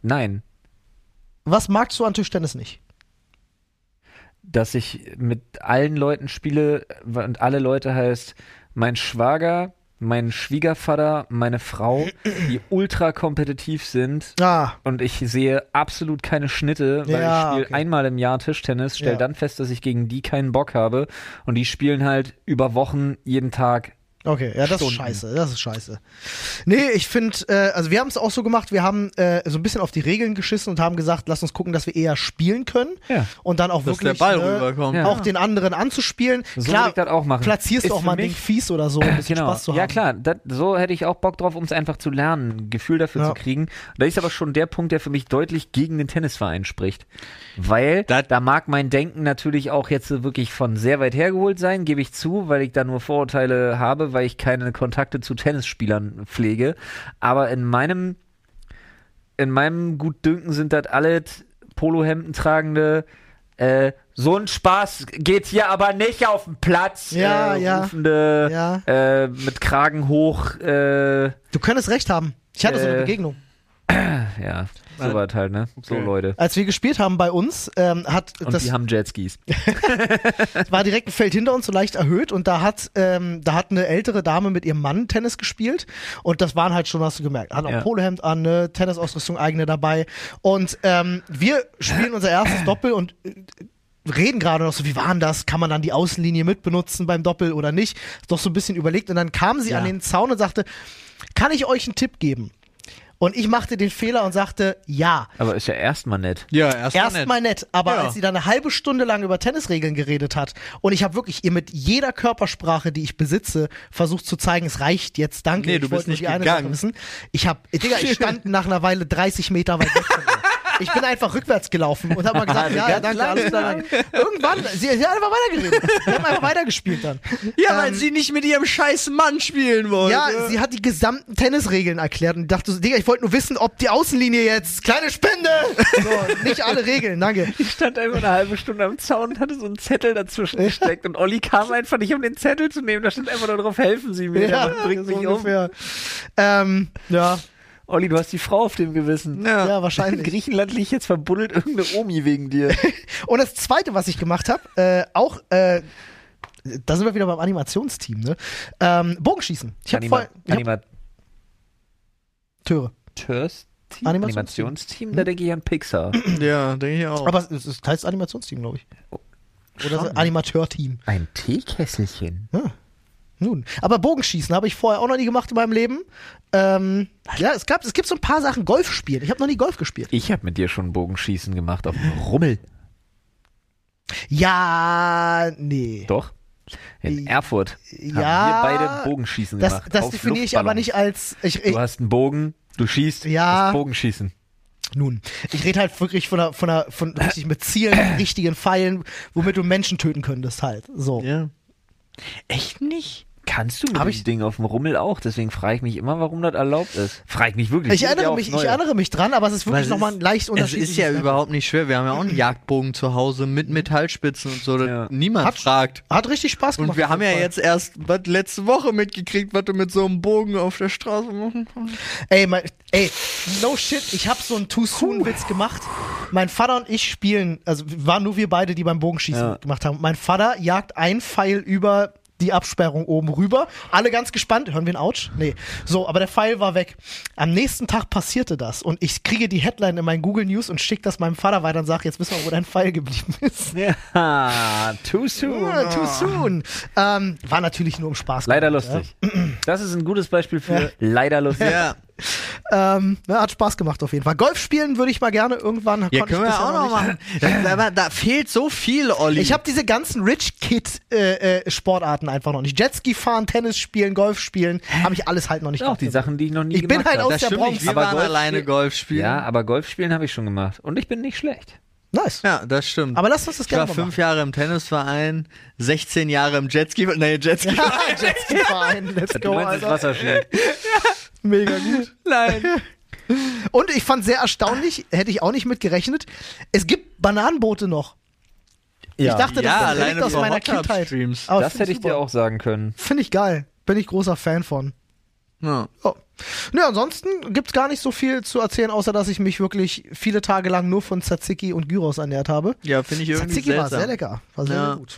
Speaker 3: nein,
Speaker 1: Was magst du an Tischtennis nicht?
Speaker 3: dass ich mit allen Leuten spiele und alle Leute heißt mein Schwager, mein Schwiegervater, meine Frau, die ultra kompetitiv sind.
Speaker 1: Ah,
Speaker 3: Und ich sehe absolut keine Schnitte, weil
Speaker 1: Ja,
Speaker 3: ich spiele
Speaker 1: okay.
Speaker 3: einmal im Jahr Tischtennis, stelle
Speaker 1: Ja.
Speaker 3: dann fest, dass ich gegen die keinen Bock habe. Und die spielen halt über Wochen jeden Tag.
Speaker 1: Okay, ja, das
Speaker 3: Stunden.
Speaker 1: ist scheiße, das ist scheiße. Nee, ich finde, äh, also wir haben es auch so gemacht, wir haben äh, so ein bisschen auf die Regeln geschissen und haben gesagt, lass uns gucken, dass wir eher spielen können
Speaker 3: Ja.
Speaker 1: und dann auch
Speaker 2: Dass
Speaker 1: wirklich
Speaker 2: der Ball
Speaker 1: ne,
Speaker 2: rüberkommt.
Speaker 3: Ja.
Speaker 1: auch den anderen anzuspielen.
Speaker 3: So
Speaker 1: Klar,
Speaker 3: würde ich das auch machen.
Speaker 1: platzierst
Speaker 3: Ist
Speaker 1: du auch
Speaker 3: für
Speaker 1: mal ein
Speaker 3: mich-
Speaker 1: Ding fies oder so, um ein bisschen
Speaker 3: Genau.
Speaker 1: Spaß zu haben.
Speaker 3: ja klar, das, so hätte ich auch Bock drauf, um es einfach zu lernen, ein Gefühl dafür
Speaker 1: Ja.
Speaker 3: zu kriegen. Da ist aber schon der Punkt, der für mich deutlich gegen den Tennisverein spricht. Weil
Speaker 2: Da-
Speaker 3: da mag mein Denken natürlich auch jetzt so wirklich von sehr weit hergeholt sein, gebe ich zu, weil ich da nur Vorurteile habe, weil ich keine Kontakte zu Tennisspielern pflege. Aber in meinem in meinem Gutdünken sind das alle t- Polohemden tragende. Äh, so ein Spaß geht hier aber nicht auf den Platz.
Speaker 1: Ja,
Speaker 3: äh,
Speaker 1: ja.
Speaker 3: Rufende,
Speaker 1: Ja.
Speaker 3: Äh, mit Kragen hoch. Äh,
Speaker 1: Du könntest recht haben. Ich hatte so eine
Speaker 3: Äh,
Speaker 1: Begegnung.
Speaker 3: ja, so was halt, ne? So
Speaker 2: Okay.
Speaker 3: Leute.
Speaker 1: Als wir gespielt haben bei uns, ähm, hat
Speaker 3: Und
Speaker 1: das
Speaker 3: die haben Jetskis.
Speaker 1: war direkt ein Feld hinter uns, so leicht erhöht und da hat, ähm, da hat eine ältere Dame mit ihrem Mann Tennis gespielt und das waren halt schon, hast du gemerkt, hat auch
Speaker 3: Ja.
Speaker 1: Polohemd an, ne? Tennisausrüstung eigene dabei und ähm, wir spielen unser erstes Doppel und äh, reden gerade noch so, wie war denn das? Kann man dann die Außenlinie mitbenutzen beim Doppel oder nicht? Ist doch so ein bisschen überlegt und dann kam sie
Speaker 3: Ja.
Speaker 1: an den Zaun und sagte, kann ich euch einen Tipp geben? Und ich machte den Fehler und sagte, ja.
Speaker 3: Aber ist ja erstmal nett.
Speaker 2: Ja, erstmal nett.
Speaker 1: Erstmal nett, aber
Speaker 2: Ja.
Speaker 1: als sie dann eine halbe Stunde lang über Tennisregeln geredet hat und ich habe wirklich ihr mit jeder Körpersprache, die ich besitze, versucht zu zeigen, es reicht jetzt, danke,
Speaker 2: Nee, du
Speaker 1: ich
Speaker 2: bist
Speaker 1: wollte nur
Speaker 2: nicht
Speaker 1: die eine
Speaker 2: gegangen.
Speaker 1: Sache wissen. Ich habe, Digga, ich stand nach einer Weile 30 Meter weit weg von ihr. Ich bin einfach rückwärts gelaufen und habe mal gesagt,
Speaker 2: Also
Speaker 1: ja, ja, danke, alles klar. danke. Irgendwann, sie, sie hat einfach weitergeredet. Wir haben einfach weitergespielt dann.
Speaker 2: Ja, weil sie nicht mit ihrem scheiß Mann spielen wollte.
Speaker 1: Ähm, Ja, sie hat die gesamten Tennisregeln erklärt und dachte so, Digga, ich wollte nur wissen, ob die Außenlinie jetzt, kleine Spende! So, nicht alle Regeln, danke.
Speaker 3: Ich stand einfach eine halbe Stunde am Zaun und hatte so einen Zettel dazwischen gesteckt. Und Olli kam einfach nicht, um den Zettel zu nehmen. Da stand einfach nur drauf, helfen Sie mir.
Speaker 1: Ja,
Speaker 3: man bringt
Speaker 1: so
Speaker 3: mich um.
Speaker 1: ungefähr. Ähm, ja,
Speaker 3: Olli, du hast die Frau auf dem Gewissen.
Speaker 2: Ja.
Speaker 1: ja,
Speaker 3: In
Speaker 1: wahrscheinlich.
Speaker 3: Griechenland liegt jetzt verbuddelt irgendeine Omi wegen dir.
Speaker 1: Und das Zweite, was ich gemacht habe, äh, auch, äh, da sind wir wieder beim Animationsteam, ne? Ähm, Bogenschießen. Ich habe
Speaker 3: Anima
Speaker 1: voll ich hab
Speaker 3: Animateurs-Team?
Speaker 1: Animationsteam.
Speaker 3: Animationsteam? Da denke ich an Pixar.
Speaker 2: ja denke ich auch.
Speaker 1: Aber es ist teils Animationsteam, glaube ich. Oder so
Speaker 3: Oh. Schon.
Speaker 1: Animateurteam.
Speaker 3: Ein Teekesselchen.
Speaker 1: Nun. Aber Bogenschießen habe ich vorher auch noch nie gemacht in meinem Leben. Ähm, ja, es, gab, es gibt so ein paar Sachen. Golf spielen. Ich habe noch nie Golf gespielt.
Speaker 3: Ich habe mit dir schon Bogenschießen gemacht auf dem Rummel.
Speaker 1: Ja, nee.
Speaker 3: Doch. In Erfurt haben
Speaker 1: Ja,
Speaker 3: wir beide Bogenschießen
Speaker 1: Das,
Speaker 3: gemacht.
Speaker 1: das
Speaker 3: auf
Speaker 1: definiere ich aber
Speaker 3: Luftballons.
Speaker 1: nicht als. Ich, ich,
Speaker 3: Du hast einen Bogen, du schießt,
Speaker 1: Ja.
Speaker 3: das Bogenschießen.
Speaker 1: Nun, ich rede halt wirklich von einer, von einer, von richtig mit Zielen, richtigen Pfeilen, womit du Menschen töten könntest halt. So.
Speaker 2: ja. Echt nicht?
Speaker 3: Kannst du mit
Speaker 1: Hab
Speaker 3: dem
Speaker 1: ich-
Speaker 3: Ding auf dem Rummel auch? Deswegen frage ich mich immer, warum das erlaubt ist. Frag ich mich wirklich.
Speaker 1: Ich
Speaker 3: jedes Jahr
Speaker 1: erinnere
Speaker 3: aufs
Speaker 1: mich, ich
Speaker 3: Neue.
Speaker 1: erinnere mich dran, aber es ist
Speaker 2: Weil
Speaker 1: wirklich
Speaker 2: es
Speaker 1: nochmal ein leicht
Speaker 2: Es
Speaker 1: unterschiedliches.
Speaker 2: ist ja
Speaker 1: Level.
Speaker 2: überhaupt nicht schwer. Wir haben ja auch einen Jagdbogen zu Hause mit Metallspitzen und so. dass
Speaker 3: Ja.
Speaker 2: Niemand
Speaker 1: Hat-
Speaker 2: fragt.
Speaker 1: Hat richtig Spaß gemacht.
Speaker 2: Und wir
Speaker 1: auf
Speaker 2: haben ja
Speaker 1: jeden Fall.
Speaker 2: jetzt erst was letzte Woche mitgekriegt, was du mit so einem Bogen auf der Straße machen kannst.
Speaker 1: Ey, mein, ey, no shit, ich hab so einen too soon Witz gemacht. Mein Vater und ich spielen, also waren nur wir beide, die beim Bogenschießen
Speaker 3: Ja.
Speaker 1: gemacht haben. Mein Vater jagt ein Pfeil über die Absperrung oben rüber. Alle ganz gespannt. Hören wir einen Autsch? Nee. So, aber der Pfeil war weg. Am nächsten Tag passierte das und ich kriege die Headline in meinen Google News und schicke das meinem Vater weiter und sage, jetzt wissen wir, wo dein Pfeil geblieben ist.
Speaker 3: Ja, too soon.
Speaker 1: Ah, Too soon. Ähm, war natürlich nur um Spaß.
Speaker 3: Leider
Speaker 1: gemacht,
Speaker 3: lustig. Das ist ein gutes Beispiel für leider lustig.
Speaker 2: Ja,
Speaker 1: Ja. Ähm, na, hat Spaß gemacht auf jeden Fall. Golf spielen würde ich mal gerne irgendwann.
Speaker 2: ja
Speaker 1: Konnte ich
Speaker 2: können wir
Speaker 1: bisher
Speaker 2: auch noch
Speaker 1: nicht.
Speaker 2: machen. Da, aber da fehlt so viel, Olli.
Speaker 1: Ich habe diese ganzen Rich Kid äh, äh, Sportarten einfach noch nicht. Jetski fahren, Tennis spielen, Golf spielen, habe ich alles halt noch nicht.
Speaker 3: Auch die
Speaker 1: gemacht.
Speaker 3: Sachen, die ich noch nie
Speaker 1: Ich bin
Speaker 3: gemacht
Speaker 1: halt
Speaker 3: habe.
Speaker 1: aus
Speaker 2: das
Speaker 1: der
Speaker 2: stimmt nicht.
Speaker 1: Bronx.
Speaker 2: Wir
Speaker 3: Aber
Speaker 2: waren
Speaker 3: Golf
Speaker 2: alleine
Speaker 3: spiel-
Speaker 2: Golf spielen.
Speaker 3: Ja, aber Golf spielen habe ich schon gemacht. Und ich bin nicht schlecht.
Speaker 1: Nice.
Speaker 2: Ja, das stimmt.
Speaker 1: Aber lass uns das
Speaker 2: ich war
Speaker 1: gerne mal machen.
Speaker 2: fünf Jahre im Tennisverein, 16 Jahre im Jetski. Nee, Jetski.
Speaker 1: Jetski fahren, let's
Speaker 3: Du
Speaker 1: go,
Speaker 3: meinst das
Speaker 1: Alter.
Speaker 3: Wasser schnell.
Speaker 1: Mega gut.
Speaker 3: Nein.
Speaker 1: Und ich fand sehr erstaunlich, hätte ich auch nicht mit gerechnet, es gibt Bananenboote noch.
Speaker 3: Ja.
Speaker 1: Ich dachte,
Speaker 2: Ja,
Speaker 1: das ist direkt
Speaker 2: alleine
Speaker 1: aus
Speaker 2: über
Speaker 1: meiner
Speaker 2: Hot Tub
Speaker 1: Kindheit. Ah.
Speaker 2: Streams.
Speaker 1: Aber
Speaker 3: Das
Speaker 1: find
Speaker 3: hätte ich
Speaker 1: super.
Speaker 3: dir auch sagen können.
Speaker 1: Finde ich geil. Bin ich großer Fan von.
Speaker 2: Ja.
Speaker 1: Ja. Oh. Nö, ansonsten gibt's gar nicht so viel zu erzählen, außer dass ich mich wirklich viele Tage lang nur von Tzatziki und Gyros ernährt habe.
Speaker 2: Ja, finde ich irgendwie
Speaker 1: Tzatziki war
Speaker 2: seltsam.
Speaker 1: sehr lecker. War sehr,
Speaker 2: Ja.
Speaker 1: sehr gut.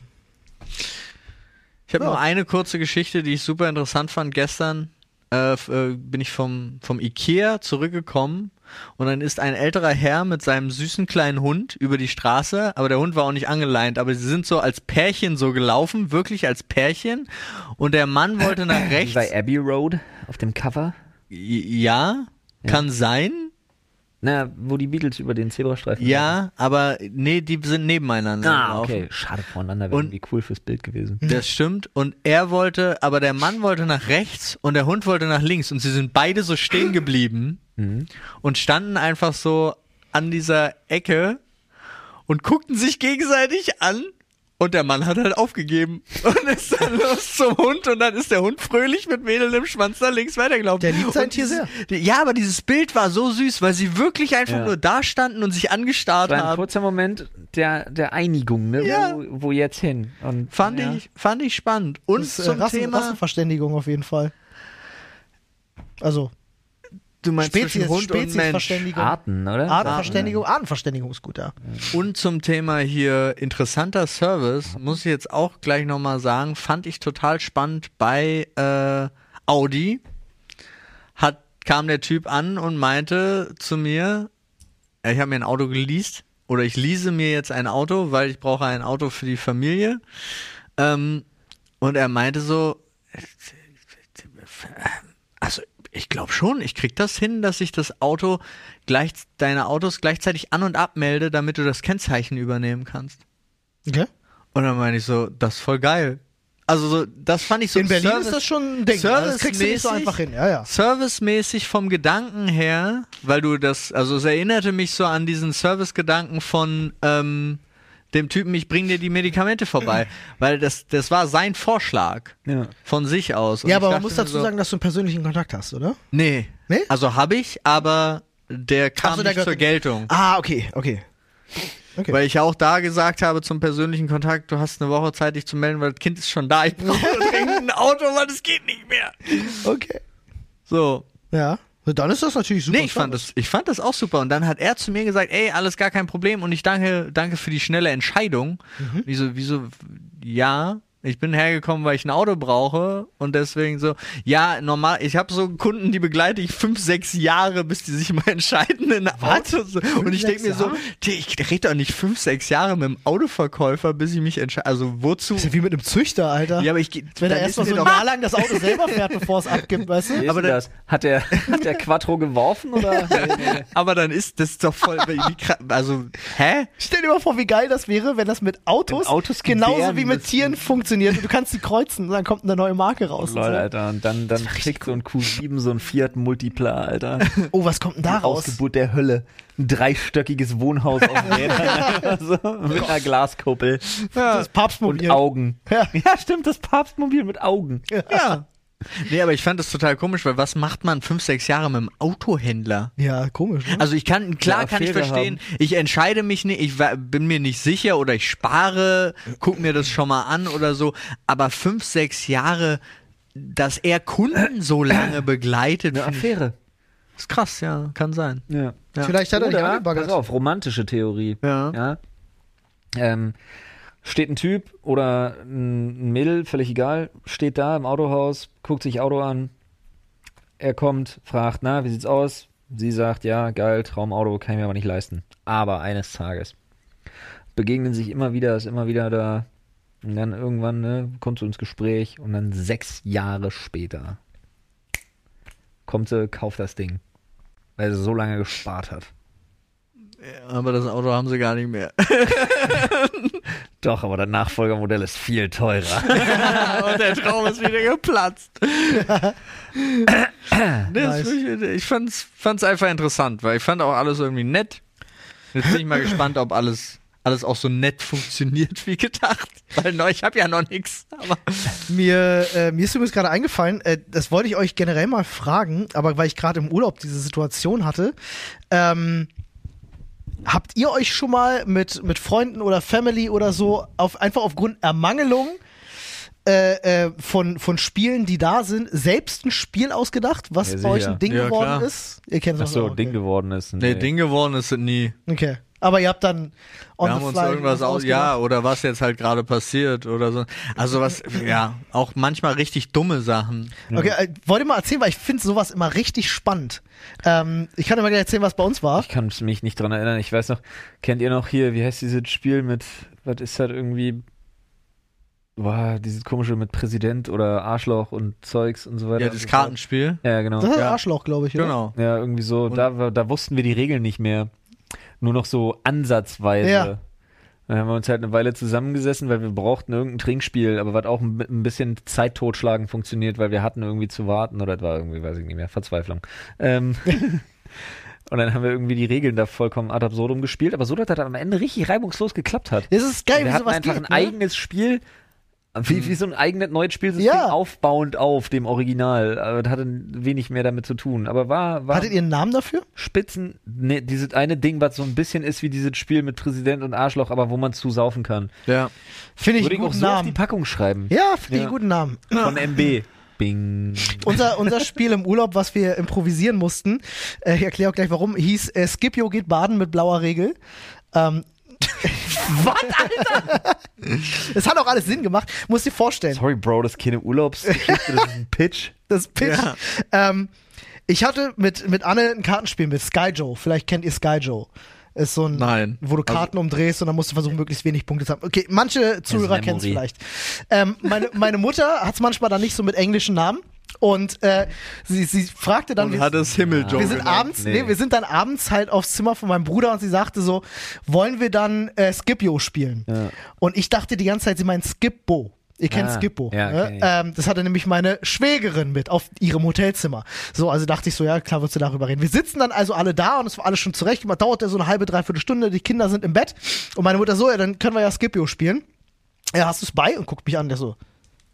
Speaker 2: Ich habe
Speaker 1: Ja.
Speaker 2: noch eine kurze Geschichte, die ich super interessant fand. Gestern äh, f- äh, bin ich vom, vom Ikea zurückgekommen und dann ist ein älterer Herr mit seinem süßen kleinen Hund über die Straße, aber der Hund war auch nicht angeleint, aber sie sind so als Pärchen so gelaufen, wirklich als Pärchen und der Mann wollte nach rechts.
Speaker 3: Bei Abbey Road auf dem Cover.
Speaker 2: Ja, kann sein.
Speaker 3: Na, wo die Beatles über den Zebrastreifen
Speaker 2: Ja, aber nee, die sind nebeneinander
Speaker 3: laufen. Ah,
Speaker 2: gelaufen.
Speaker 3: okay. Schade voreinander, wäre
Speaker 2: Und-
Speaker 3: irgendwie cool fürs Bild gewesen.
Speaker 2: Das stimmt. Und er wollte, aber der Mann wollte nach rechts und der Hund wollte nach links. Und sie sind beide so stehen geblieben
Speaker 1: Mhm.
Speaker 2: und standen einfach so an dieser Ecke und guckten sich gegenseitig an. Und der Mann hat halt aufgegeben und ist dann los zum Hund und dann ist der Hund fröhlich mit wedelndem Schwanz nach links weitergelaufen.
Speaker 1: Der liebt sein
Speaker 2: Und
Speaker 1: Tier
Speaker 2: dieses-
Speaker 1: sehr.
Speaker 2: die- Ja, aber dieses Bild war so süß, weil sie wirklich einfach
Speaker 3: Ja.
Speaker 2: nur da standen und sich angestarrt
Speaker 3: War ein
Speaker 2: haben.
Speaker 3: kurzer Moment der, der Einigung, ne?
Speaker 2: Ja.
Speaker 3: Wo, wo jetzt hin? Und,
Speaker 2: Fand
Speaker 3: ja.
Speaker 2: ich, fand ich spannend. Und
Speaker 1: Das, äh,
Speaker 2: zum
Speaker 1: Rassen,
Speaker 2: Thema.
Speaker 1: Rassenverständigung auf jeden Fall. Also
Speaker 2: Du meinst
Speaker 1: Spezies,
Speaker 2: zwischen Hund und Mensch. Ah,
Speaker 1: Speziesverständigung.
Speaker 3: Arten, oder?
Speaker 1: Artenverständigung, Artenverständigung ist gut, ja.
Speaker 2: Und zum Thema hier interessanter Service, muss ich jetzt auch gleich nochmal sagen, fand ich total spannend bei äh, Audi. Hat, kam der Typ an und meinte zu mir, äh, ich habe mir ein Auto geleast oder ich lease mir jetzt ein Auto, weil ich brauche ein Auto für die Familie. Ähm, und er meinte so, also ich glaube schon, ich krieg das hin, dass ich das Auto gleich deine Autos gleichzeitig an und abmelde, damit du das Kennzeichen übernehmen kannst.
Speaker 1: Okay.
Speaker 2: Und dann meine ich so, das ist voll geil. Also so, das fand ich so
Speaker 1: In Berlin
Speaker 2: Service-
Speaker 1: ist das schon ein Ding. Das kriegst du nicht so
Speaker 2: servicemäßig-
Speaker 1: einfach hin. Ja, ja.
Speaker 2: Servicemäßig vom Gedanken her, weil du das, also es erinnerte mich so an diesen Service-Gedanken von ähm, dem Typen, ich bring dir die Medikamente vorbei. weil das, das war sein Vorschlag
Speaker 3: Ja.
Speaker 2: von sich aus. Und
Speaker 1: Ja,
Speaker 2: ich
Speaker 1: aber man
Speaker 2: dachte
Speaker 1: muss
Speaker 2: mir
Speaker 1: dazu
Speaker 2: so,
Speaker 1: sagen, dass du einen persönlichen Kontakt hast, oder?
Speaker 2: Nee.
Speaker 1: Nee?
Speaker 2: Also habe ich, aber der kam
Speaker 1: Ach so, der
Speaker 2: nicht zur
Speaker 1: gehört-
Speaker 2: Geltung.
Speaker 1: Ah, okay, okay. Okay.
Speaker 2: Weil ich auch da gesagt habe zum persönlichen Kontakt, du hast eine Woche Zeit, dich zu melden, weil das Kind ist schon da. Ich brauche dringend ein Auto, weil das geht nicht mehr.
Speaker 1: okay.
Speaker 2: So.
Speaker 1: Ja. Na, Dann ist das natürlich super.
Speaker 2: Nee, ich fand, das, ich fand das auch super. Und dann hat er zu mir gesagt, ey, alles gar kein Problem und ich danke, danke für die schnelle Entscheidung.
Speaker 1: Mhm.
Speaker 2: Und ich so, wieso, ja, ich bin hergekommen, weil ich ein Auto brauche und deswegen so, ja, normal, ich habe so Kunden, die begleite ich fünf, sechs Jahre, bis die sich mal entscheiden in ein Auto. zu- Und ich denke mir
Speaker 1: sechs
Speaker 2: so,
Speaker 1: Jahre?
Speaker 2: Tja, ich rede doch nicht fünf, sechs Jahre mit dem Autoverkäufer, bis ich mich entscheide. Also wozu?
Speaker 1: Das ist ja wie mit einem Züchter, Alter.
Speaker 2: Ja, aber ich geh-
Speaker 1: Wenn er
Speaker 2: dann
Speaker 1: erstmal
Speaker 2: ist
Speaker 1: so
Speaker 2: mir
Speaker 1: ein
Speaker 2: doch-
Speaker 1: Jahr lang das Auto selber fährt, bevor es abgibt, weißt du?
Speaker 3: Wie ist
Speaker 2: Aber
Speaker 3: aber
Speaker 2: da-
Speaker 3: das? Hat der, hat der Quattro geworfen oder?
Speaker 2: Aber dann ist das doch voll. wie, kra- also, hä?
Speaker 1: Stell dir mal vor, wie geil das wäre, wenn das mit Autos,
Speaker 3: Wenn Autos
Speaker 1: genauso
Speaker 3: gebären
Speaker 1: wie mit
Speaker 3: müssen.
Speaker 1: Tieren funktioniert. Und du kannst sie kreuzen und dann kommt eine neue Marke raus.
Speaker 3: Lol, Alter. Und dann, dann kriegt so ein Q7 so ein Fiat Multipla, Alter.
Speaker 1: Oh, was kommt denn da raus?
Speaker 3: Ausgeburt der Hölle. Ein dreistöckiges Wohnhaus auf Rädern. so, mit einer Glaskuppel.
Speaker 1: Das Papstmobil.
Speaker 3: Und Augen.
Speaker 1: Ja.
Speaker 3: stimmt, das Papstmobil mit Augen.
Speaker 2: Ja. Nee, aber ich fand das total komisch, weil was macht man fünf, sechs Jahre mit dem Autohändler?
Speaker 1: Ja, komisch. Ne?
Speaker 2: Also ich kann, klar
Speaker 3: Eine
Speaker 2: kann ich
Speaker 3: Affäre
Speaker 2: verstehen, ich entscheide mich nicht, ich wa- bin mir nicht sicher oder ich spare, guck mir das schon mal an oder so, aber fünf, sechs Jahre, dass er Kunden so lange begleitet,
Speaker 3: Eine
Speaker 2: find ich-
Speaker 3: Affäre.
Speaker 2: ist krass, ja, kann sein.
Speaker 3: Ja.
Speaker 2: Ja.
Speaker 1: Vielleicht hat er die
Speaker 3: Oder, pass
Speaker 1: angebaggert.
Speaker 3: auf, romantische Theorie.
Speaker 2: Ja.
Speaker 3: ja? Ähm, steht ein Typ oder ein Mädel, völlig egal, steht da im Autohaus, guckt sich Auto an. Er kommt, fragt, na, wie sieht's aus? Sie sagt, ja, geil, Traumauto, kann ich mir aber nicht leisten. Aber eines Tages begegnen sich immer wieder, ist immer wieder da. Und dann irgendwann ne, kommt sie ins Gespräch und dann sechs Jahre später kommt sie, kauft das Ding. Weil sie so lange gespart hat.
Speaker 2: Aber das Auto haben sie gar nicht mehr.
Speaker 3: Doch, aber das Nachfolgermodell ist viel teurer.
Speaker 2: und der Traum ist wieder geplatzt. Das,
Speaker 1: Nice.
Speaker 2: ich ich fand's, fand's einfach interessant, weil ich fand auch alles irgendwie nett. Jetzt bin ich mal gespannt, ob alles, alles auch so nett funktioniert wie gedacht. Weil neu, ich habe ja noch nichts. Aber
Speaker 1: Mir, äh, mir ist übrigens gerade eingefallen, äh, das wollte ich euch generell mal fragen, aber weil ich gerade im Urlaub diese Situation hatte, ähm, habt ihr euch schon mal mit, mit Freunden oder Family oder so auf, einfach aufgrund Ermangelung äh, äh, von, von Spielen, die da sind, selbst ein Spiel ausgedacht, was
Speaker 3: Ja,
Speaker 1: bei euch
Speaker 3: sicher.
Speaker 1: ein Ding
Speaker 2: Ja,
Speaker 1: geworden
Speaker 2: klar.
Speaker 1: ist? Ihr kennt es
Speaker 3: Ach
Speaker 1: auch,
Speaker 3: so,
Speaker 1: okay.
Speaker 3: Ding geworden ist.
Speaker 2: nee, Ding geworden ist es nie.
Speaker 1: Okay. Aber ihr habt dann on
Speaker 2: Wir
Speaker 1: the
Speaker 2: haben uns
Speaker 1: fly
Speaker 2: irgendwas aus, ja, oder was jetzt halt gerade passiert oder so. Also was, ja, auch manchmal richtig dumme Sachen.
Speaker 1: Okay, äh, wollt ihr mal erzählen, weil ich finde sowas immer richtig spannend. Ähm, ich kann dir mal gerne erzählen, was bei uns war.
Speaker 3: Ich kann mich nicht dran erinnern. Ich weiß noch, kennt ihr noch hier, wie heißt dieses Spiel mit, was ist das irgendwie? Boah, dieses komische mit Präsident oder Arschloch und Zeugs und so weiter.
Speaker 2: Ja,
Speaker 3: und
Speaker 2: das
Speaker 3: so fort.
Speaker 1: halt-
Speaker 2: Kartenspiel.
Speaker 3: Ja, genau.
Speaker 1: Das ist
Speaker 2: Ja.
Speaker 1: ein Arschloch, glaube ich, oder?
Speaker 2: Genau.
Speaker 3: Ja, irgendwie so,
Speaker 2: Und-
Speaker 3: da, war- da wussten wir die Regeln nicht mehr. Nur noch so ansatzweise.
Speaker 1: Ja.
Speaker 3: Dann haben wir uns halt eine Weile zusammengesessen, weil wir brauchten irgendein Trinkspiel, aber was auch ein, bi- ein bisschen Zeit totschlagen funktioniert, weil wir hatten irgendwie zu warten oder das war irgendwie, weiß ich nicht mehr, Verzweiflung. Ähm, und dann haben wir irgendwie die Regeln da vollkommen ad absurdum gespielt, aber so, dass das am Ende richtig reibungslos geklappt hat.
Speaker 1: Das ist geil,
Speaker 3: wir
Speaker 1: wie
Speaker 3: hatten
Speaker 1: sowas
Speaker 3: einfach
Speaker 1: geht, ne? Hm.
Speaker 3: ein eigenes Spiel, wie, wie so ein eigenes neues Spielsystem,
Speaker 1: Ja.
Speaker 3: aufbauend auf dem Original. Aber das hatte wenig mehr damit zu tun. Aber war,
Speaker 1: ne?
Speaker 3: war
Speaker 1: Hattet ihr einen Namen dafür?
Speaker 3: Spitzen, ne, dieses eine Ding, was so ein bisschen ist wie dieses Spiel mit Präsident und Arschloch, aber wo man zu saufen kann.
Speaker 2: Ja.
Speaker 1: Finde ich
Speaker 3: Würde
Speaker 1: einen
Speaker 3: ich auch
Speaker 1: guten
Speaker 3: so auf die
Speaker 1: Namen.
Speaker 3: Packung schreiben.
Speaker 1: Ja, finde ich
Speaker 3: Ja.
Speaker 1: einen guten Namen.
Speaker 3: Von MB. Bing.
Speaker 1: Unser, unser Spiel im Urlaub, was wir improvisieren mussten, äh, ich erkläre auch gleich warum, hieß äh, Scipio geht baden mit blauer Regel. Ähm,
Speaker 3: Was?
Speaker 1: es hat auch alles Sinn gemacht, muss dir vorstellen.
Speaker 3: Sorry, Bro, das ist keine Urlaubsgeschichte, das ist ein Pitch.
Speaker 1: Das Pitch.
Speaker 2: Ja.
Speaker 1: Ähm, ich hatte mit, mit Anne ein Kartenspiel mit Sky Joe. Vielleicht kennt ihr Sky Joe. Ist so ein,
Speaker 2: Nein. Also-
Speaker 1: wo du Karten umdrehst und dann musst du versuchen, möglichst wenig Punkte zu haben. Okay, manche Zuhörer
Speaker 3: Memory.
Speaker 1: kennen es vielleicht. Ähm, meine, meine Mutter hat es manchmal dann nicht so mit englischen Namen. Und äh, sie, sie fragte dann,
Speaker 2: Und
Speaker 1: wir-
Speaker 2: hat es Himmeljoe
Speaker 1: wir sind
Speaker 2: genannt.
Speaker 1: abends, nee.
Speaker 3: Nee.
Speaker 1: wir sind dann abends halt aufs Zimmer von meinem Bruder und sie sagte so, wollen wir dann äh, Scipio spielen?
Speaker 3: Ja.
Speaker 1: Und ich dachte die ganze Zeit, sie meint Skipbo. Ihr kennt
Speaker 3: Ah,
Speaker 1: Skippo.
Speaker 3: ja,
Speaker 1: ne?
Speaker 3: kenn ich.
Speaker 1: ähm, das hatte nämlich meine Schwägerin mit auf ihrem Hotelzimmer. So, also dachte ich so, ja, klar, würdest du darüber reden. Wir sitzen dann also alle da und es war alles schon zurecht gemacht. Dauerte so eine halbe, dreiviertel Stunde, die Kinder sind im Bett und meine Mutter so, ja, dann können wir ja Skipio spielen. Ja, hast du es bei? Und guckt mich an, der so,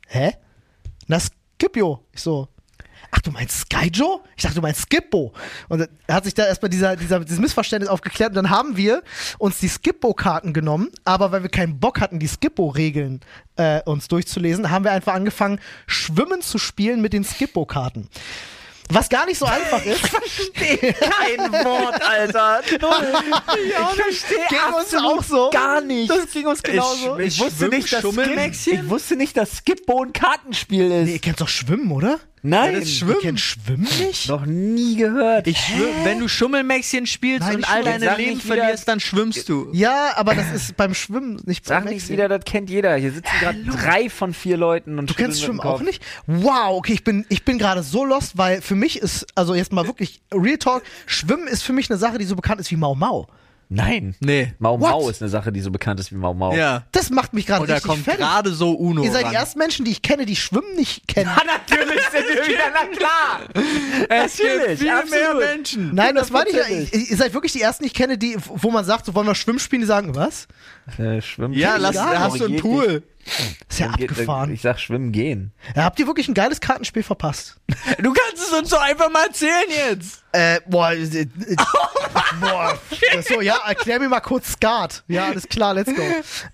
Speaker 1: hä? Na, Skipio. Ich so, ach, du meinst Sky Joe? Ich dachte, du meinst Skippo. Und er hat sich da erstmal dieser, dieser, dieses Missverständnis aufgeklärt. Und dann haben wir uns die Skippo-Karten genommen, aber weil wir keinen Bock hatten, die Skippo-Regeln äh, uns durchzulesen, haben wir einfach angefangen, Schwimmen zu spielen mit den Skippo-Karten. Was gar nicht so einfach ist.
Speaker 3: Kein Wort, Alter. Null. Ich
Speaker 1: Ging
Speaker 3: verstehe
Speaker 1: uns auch so.
Speaker 3: gar nicht.
Speaker 1: Das ging uns genauso.
Speaker 2: schwöre.
Speaker 3: Ich wusste,
Speaker 2: Schwimm-
Speaker 3: nicht, dass Skip,
Speaker 2: Schummelmäxchen?
Speaker 3: ich wusste nicht, dass Skipbo ein Kartenspiel ist.
Speaker 1: Nee, ihr kennt doch Schwimmen, oder?
Speaker 3: Nein,
Speaker 2: das
Speaker 1: Ihr
Speaker 2: Schwimmen.
Speaker 1: kennt Schwimmen nicht?
Speaker 3: noch nie gehört.
Speaker 2: Ich schwöre, wenn du Schummelmäxchen spielst
Speaker 1: Nein,
Speaker 2: und
Speaker 1: ich
Speaker 2: all
Speaker 1: schwöre.
Speaker 2: deine
Speaker 3: Sag
Speaker 2: Leben
Speaker 3: nicht wieder-
Speaker 2: verlierst, dann schwimmst du.
Speaker 1: Ja, aber das ist beim Schwimmen nicht
Speaker 3: Sag
Speaker 1: beim
Speaker 3: nicht
Speaker 1: Wechseln.
Speaker 3: wieder, das kennt jeder. Hier sitzen gerade drei von vier Leuten und
Speaker 1: Du kennst Schwimmen auch nicht? Wow, okay, ich bin, ich bin gerade so lost, weil für mich ist, also jetzt mal wirklich Real Talk, Schwimmen ist für mich eine Sache, die so bekannt ist wie Mau Mau.
Speaker 3: Nein.
Speaker 2: Nee.
Speaker 3: Mau
Speaker 1: What?
Speaker 3: Mau ist eine Sache, die so bekannt ist wie Mau Mau.
Speaker 2: Ja.
Speaker 1: Das macht mich gerade
Speaker 2: Und da
Speaker 1: richtig
Speaker 2: kommt
Speaker 1: fertig.
Speaker 2: gerade so Uno
Speaker 1: Ihr seid
Speaker 2: ran.
Speaker 1: die ersten Menschen, die ich kenne, die Schwimmen nicht kennen.
Speaker 3: natürlich sind wir wieder, na klar.
Speaker 2: es gibt
Speaker 3: Natürlich,
Speaker 2: viel mehr
Speaker 3: absolut.
Speaker 2: Menschen.
Speaker 1: Nein, das meine ich ja.
Speaker 3: hundertprozentig.
Speaker 1: Ihr ihr seid wirklich die ersten, die ich kenne, die, wo man sagt, so wollen wir Schwimmen spielen, die sagen, was?
Speaker 3: Äh, schwimmen.
Speaker 2: Ja,
Speaker 3: gehen.
Speaker 2: lass, da hast du einen
Speaker 3: Korrigiert
Speaker 2: Pool.
Speaker 1: Ist ja
Speaker 3: dich. Geht-
Speaker 1: abgefahren.
Speaker 3: Ich sag schwimmen gehen.
Speaker 1: Ja, habt ihr wirklich ein geiles Kartenspiel verpasst?
Speaker 2: Du kannst es uns doch einfach mal erzählen jetzt.
Speaker 1: Äh, boah, äh, äh, boah. So, ja, erklär mir mal kurz Skat. Ja, alles klar, let's go.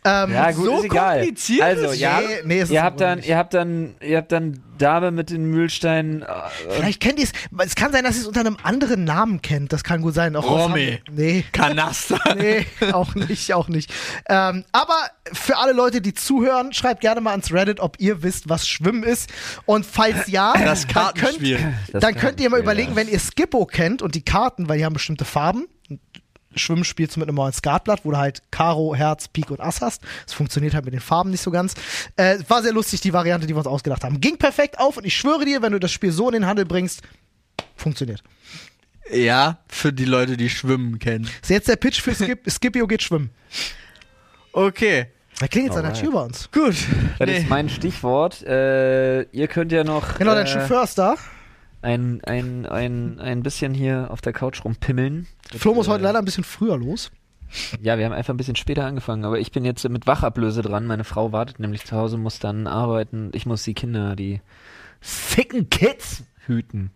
Speaker 1: Ähm,
Speaker 3: Ja, gut,
Speaker 2: so
Speaker 3: ist egal.
Speaker 2: kompliziert
Speaker 3: also,
Speaker 2: ist
Speaker 3: ihr
Speaker 1: es?
Speaker 3: habt,
Speaker 1: Nee, nee, ist es
Speaker 3: ihr habt
Speaker 1: wohl
Speaker 3: dann,
Speaker 1: nicht.
Speaker 3: ihr habt dann, ihr habt dann
Speaker 4: Kadaver mit den Mühlsteinen.
Speaker 1: Vielleicht kennt ihr es. Es kann sein, dass ihr es unter einem anderen Namen kennt. Das kann gut sein. Auch aus
Speaker 2: Romy.
Speaker 1: Hamburg. Nee.
Speaker 2: Kanaster.
Speaker 1: Nee, auch nicht, auch nicht. Ähm, aber für alle Leute, die zuhören, schreibt gerne mal ans Reddit, ob ihr wisst, was Schwimmen ist. Und falls ja,
Speaker 2: Das
Speaker 1: dann könnt,
Speaker 2: Kartenspiel.
Speaker 3: Das
Speaker 1: dann könnt ihr mal
Speaker 3: Kartenspiel,
Speaker 1: überlegen, wenn ihr Skippo kennt und die Karten, weil die haben bestimmte Farben. Schwimmen spielst du mit einem neuen Skatblatt, wo du halt Karo, Herz, Pik und Ass hast. Das funktioniert halt mit den Farben nicht so ganz. Äh, war sehr lustig, die Variante, die wir uns ausgedacht haben. Ging perfekt auf und ich schwöre dir, wenn du das Spiel so in den Handel bringst, funktioniert.
Speaker 2: Ja, für die Leute, die Schwimmen kennen.
Speaker 1: Ist jetzt der Pitch für Skip Skippio geht schwimmen.
Speaker 2: Okay,
Speaker 1: Da klingelt es an der
Speaker 4: Alright.
Speaker 1: Tür bei uns.
Speaker 2: gut.
Speaker 4: Das
Speaker 2: Nee.
Speaker 4: ist mein Stichwort. Äh, ihr könnt ja noch
Speaker 1: Genau, dein
Speaker 4: äh,
Speaker 1: Förster.
Speaker 4: ein, ein, ein, ein bisschen hier auf der Couch rumpimmeln.
Speaker 1: Flo muss
Speaker 4: äh,
Speaker 1: heute leider ein bisschen früher los.
Speaker 4: Ja, wir haben einfach ein bisschen später angefangen, aber ich bin jetzt mit Wachablöse dran. Meine Frau wartet nämlich zu Hause, muss dann arbeiten. Ich muss die Kinder, die sicken Kids hüten.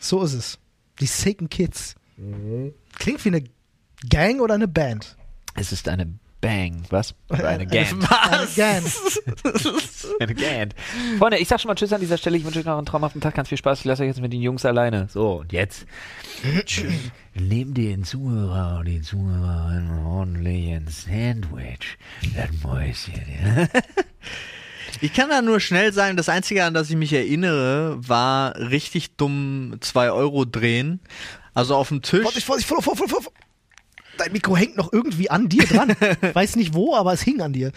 Speaker 1: So ist es. Die Sicken Kids.
Speaker 4: Mhm.
Speaker 1: Klingt wie eine Gang oder eine Band.
Speaker 4: Es ist eine Bang, was? Oder eine Gang.
Speaker 2: Was?
Speaker 1: Gang.
Speaker 4: eine Gang. Freunde, ich sag schon mal Tschüss an dieser Stelle. Ich wünsche euch noch einen traumhaften Tag. Ganz viel Spaß. Ich lasse euch jetzt mit den Jungs alleine.
Speaker 3: So, und jetzt. Tschüss. Nimm den Zuhörer und die Zuhörerin ordentlich ein Sandwich. Das Mäuschen, ja.
Speaker 2: Ich kann da nur schnell sagen, das Einzige, an das ich mich erinnere, war richtig dumm 2 Euro drehen. Also auf dem Tisch.
Speaker 1: Vorsicht, Vorsicht, vor, vor, vor, vor. Dein Mikro hängt noch irgendwie an dir dran. Ich weiß nicht wo, aber es hing an dir.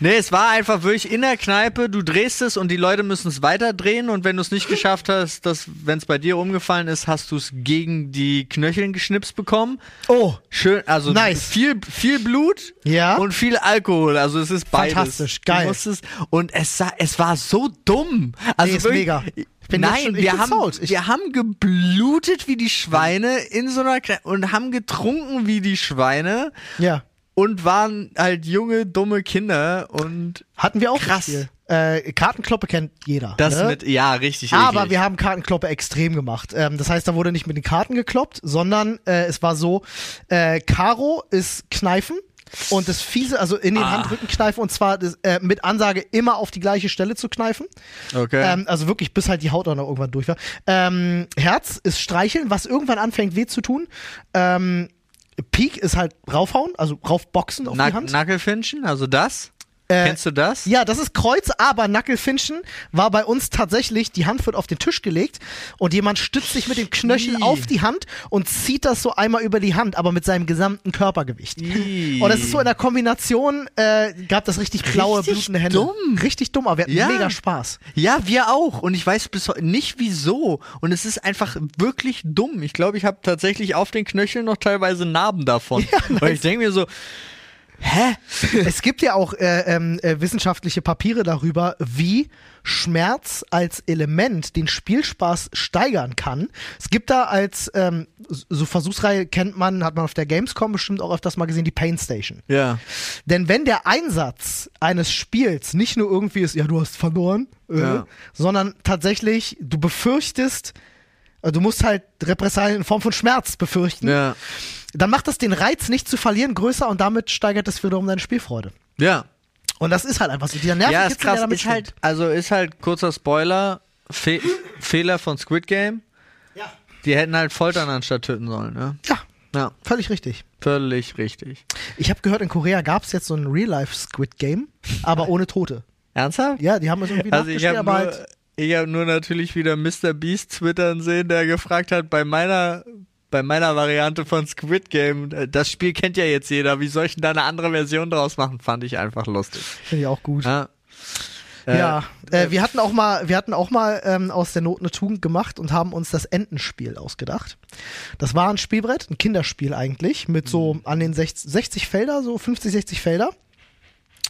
Speaker 2: Nee, es war einfach wirklich in der Kneipe, du drehst es und die Leute müssen es weiterdrehen und wenn du es nicht geschafft hast, wenn es bei dir umgefallen ist, hast du es gegen die Knöcheln geschnipst bekommen.
Speaker 1: Oh,
Speaker 2: Schön, also
Speaker 1: Nice.
Speaker 2: viel, viel Blut
Speaker 1: Ja.
Speaker 2: und viel Alkohol. Also es ist beides.
Speaker 1: Fantastisch,
Speaker 2: Du
Speaker 1: geil.
Speaker 2: musstest, und es, sah, es war so dumm. Also
Speaker 1: Nee, ist
Speaker 2: wirklich-
Speaker 1: mega. Ich bin jetzt
Speaker 2: nein,
Speaker 1: schon- ich
Speaker 2: wir,
Speaker 1: bin
Speaker 2: haben,
Speaker 1: sold. Ich-
Speaker 2: wir haben geblutet wie die Schweine in so einer Kle und haben getrunken wie die Schweine
Speaker 1: ja.
Speaker 2: und waren halt junge, dumme Kinder und
Speaker 1: Hatten wir auch das
Speaker 2: Krass.
Speaker 1: Spiel. Äh, Kartenkloppe kennt jeder.
Speaker 2: das
Speaker 1: ne?
Speaker 2: mit, ja, richtig
Speaker 1: Aber
Speaker 2: eklig.
Speaker 1: wir haben Kartenkloppe extrem gemacht. Ähm, das heißt, da wurde nicht mit den Karten gekloppt, sondern äh, es war so, äh, Karo ist Kneifen und das fiese, also in
Speaker 2: Ah.
Speaker 1: den Handrücken kneifen und zwar das, äh, mit Ansage immer auf die gleiche Stelle zu kneifen.
Speaker 2: okay.
Speaker 1: Ähm, also wirklich, bis halt die Haut auch noch irgendwann durch war. Ähm, Herz ist streicheln, was irgendwann anfängt weh zu tun. Ähm, Peak ist halt raufhauen, also raufboxen auf
Speaker 2: Na
Speaker 1: die Hand.
Speaker 2: Nackelfinchen, also das?
Speaker 1: Äh,
Speaker 2: Kennst du das?
Speaker 1: Ja, das ist Kreuz, aber Nackelfinchen war bei uns tatsächlich, die Hand wird auf den Tisch gelegt und jemand stützt sich mit dem Knöchel
Speaker 2: Ih.
Speaker 1: auf die Hand und zieht das so einmal über die Hand, aber mit seinem gesamten Körpergewicht.
Speaker 2: Ih.
Speaker 1: Und das ist so in der Kombination, äh, gab das richtig blaue,
Speaker 2: Richtig
Speaker 1: blutende Hände.
Speaker 2: dumm.
Speaker 1: Richtig dumm, aber wir hatten
Speaker 2: Ja.
Speaker 1: mega Spaß.
Speaker 2: Ja, wir auch. Und ich weiß bis heute nicht wieso. Und es ist einfach wirklich dumm. Ich glaube, ich habe tatsächlich auf den Knöcheln noch teilweise Narben davon. Weil ich denke mir so, hä?
Speaker 1: es gibt ja auch äh, ähm, äh, wissenschaftliche Papiere darüber, wie Schmerz als Element den Spielspaß steigern kann. Es gibt da als ähm, so Versuchsreihe kennt man, hat man auf der Gamescom bestimmt auch öfters mal gesehen, die Pain Station.
Speaker 2: Ja.
Speaker 1: Denn wenn der Einsatz eines Spiels nicht nur irgendwie ist, ja, du hast verloren, äh,
Speaker 2: Ja.
Speaker 1: sondern tatsächlich, du befürchtest, äh, du musst halt Repressalien in Form von Schmerz befürchten,
Speaker 2: Ja.
Speaker 1: dann macht das den Reiz, nicht zu verlieren, größer und damit steigert es wiederum deine Spielfreude.
Speaker 2: Ja.
Speaker 1: Und das ist halt einfach so. Dieser
Speaker 2: Ja,
Speaker 1: Nervenkitzel,
Speaker 2: ist krass.
Speaker 1: der damit
Speaker 2: Ist halt, also ist halt kurzer Spoiler, Fe Fehler von Squid Game.
Speaker 1: Ja.
Speaker 2: Die hätten halt foltern anstatt töten sollen, ne?
Speaker 1: schwingt. Ja,
Speaker 2: Ja,
Speaker 1: völlig richtig.
Speaker 2: völlig richtig.
Speaker 1: Ich habe gehört, in Korea gab es jetzt so ein Real-Life-Squid-Game, aber ohne Tote.
Speaker 2: Ernsthaft?
Speaker 1: Ja, die haben es irgendwie
Speaker 2: Also ich
Speaker 1: nachgestellt,
Speaker 2: habe
Speaker 1: aber
Speaker 2: nur,
Speaker 1: halt,
Speaker 2: ich hab nur natürlich wieder Mr. Beast twittern sehen, der gefragt hat, bei meiner, bei meiner Variante von Squid Game, äh, das Spiel kennt ja jetzt jeder, wie soll ich denn da eine andere Version draus machen, fand ich einfach lustig.
Speaker 1: finde ich auch gut.
Speaker 2: Ja. Äh,
Speaker 1: Ja, äh, wir hatten auch mal, wir hatten auch mal ähm, aus der Not eine Tugend gemacht und haben uns das Entenspiel ausgedacht. Das war ein Spielbrett, ein Kinderspiel eigentlich, mit so
Speaker 2: Mhm.
Speaker 1: an den 60, 60 Felder, so 50, 60 Felder,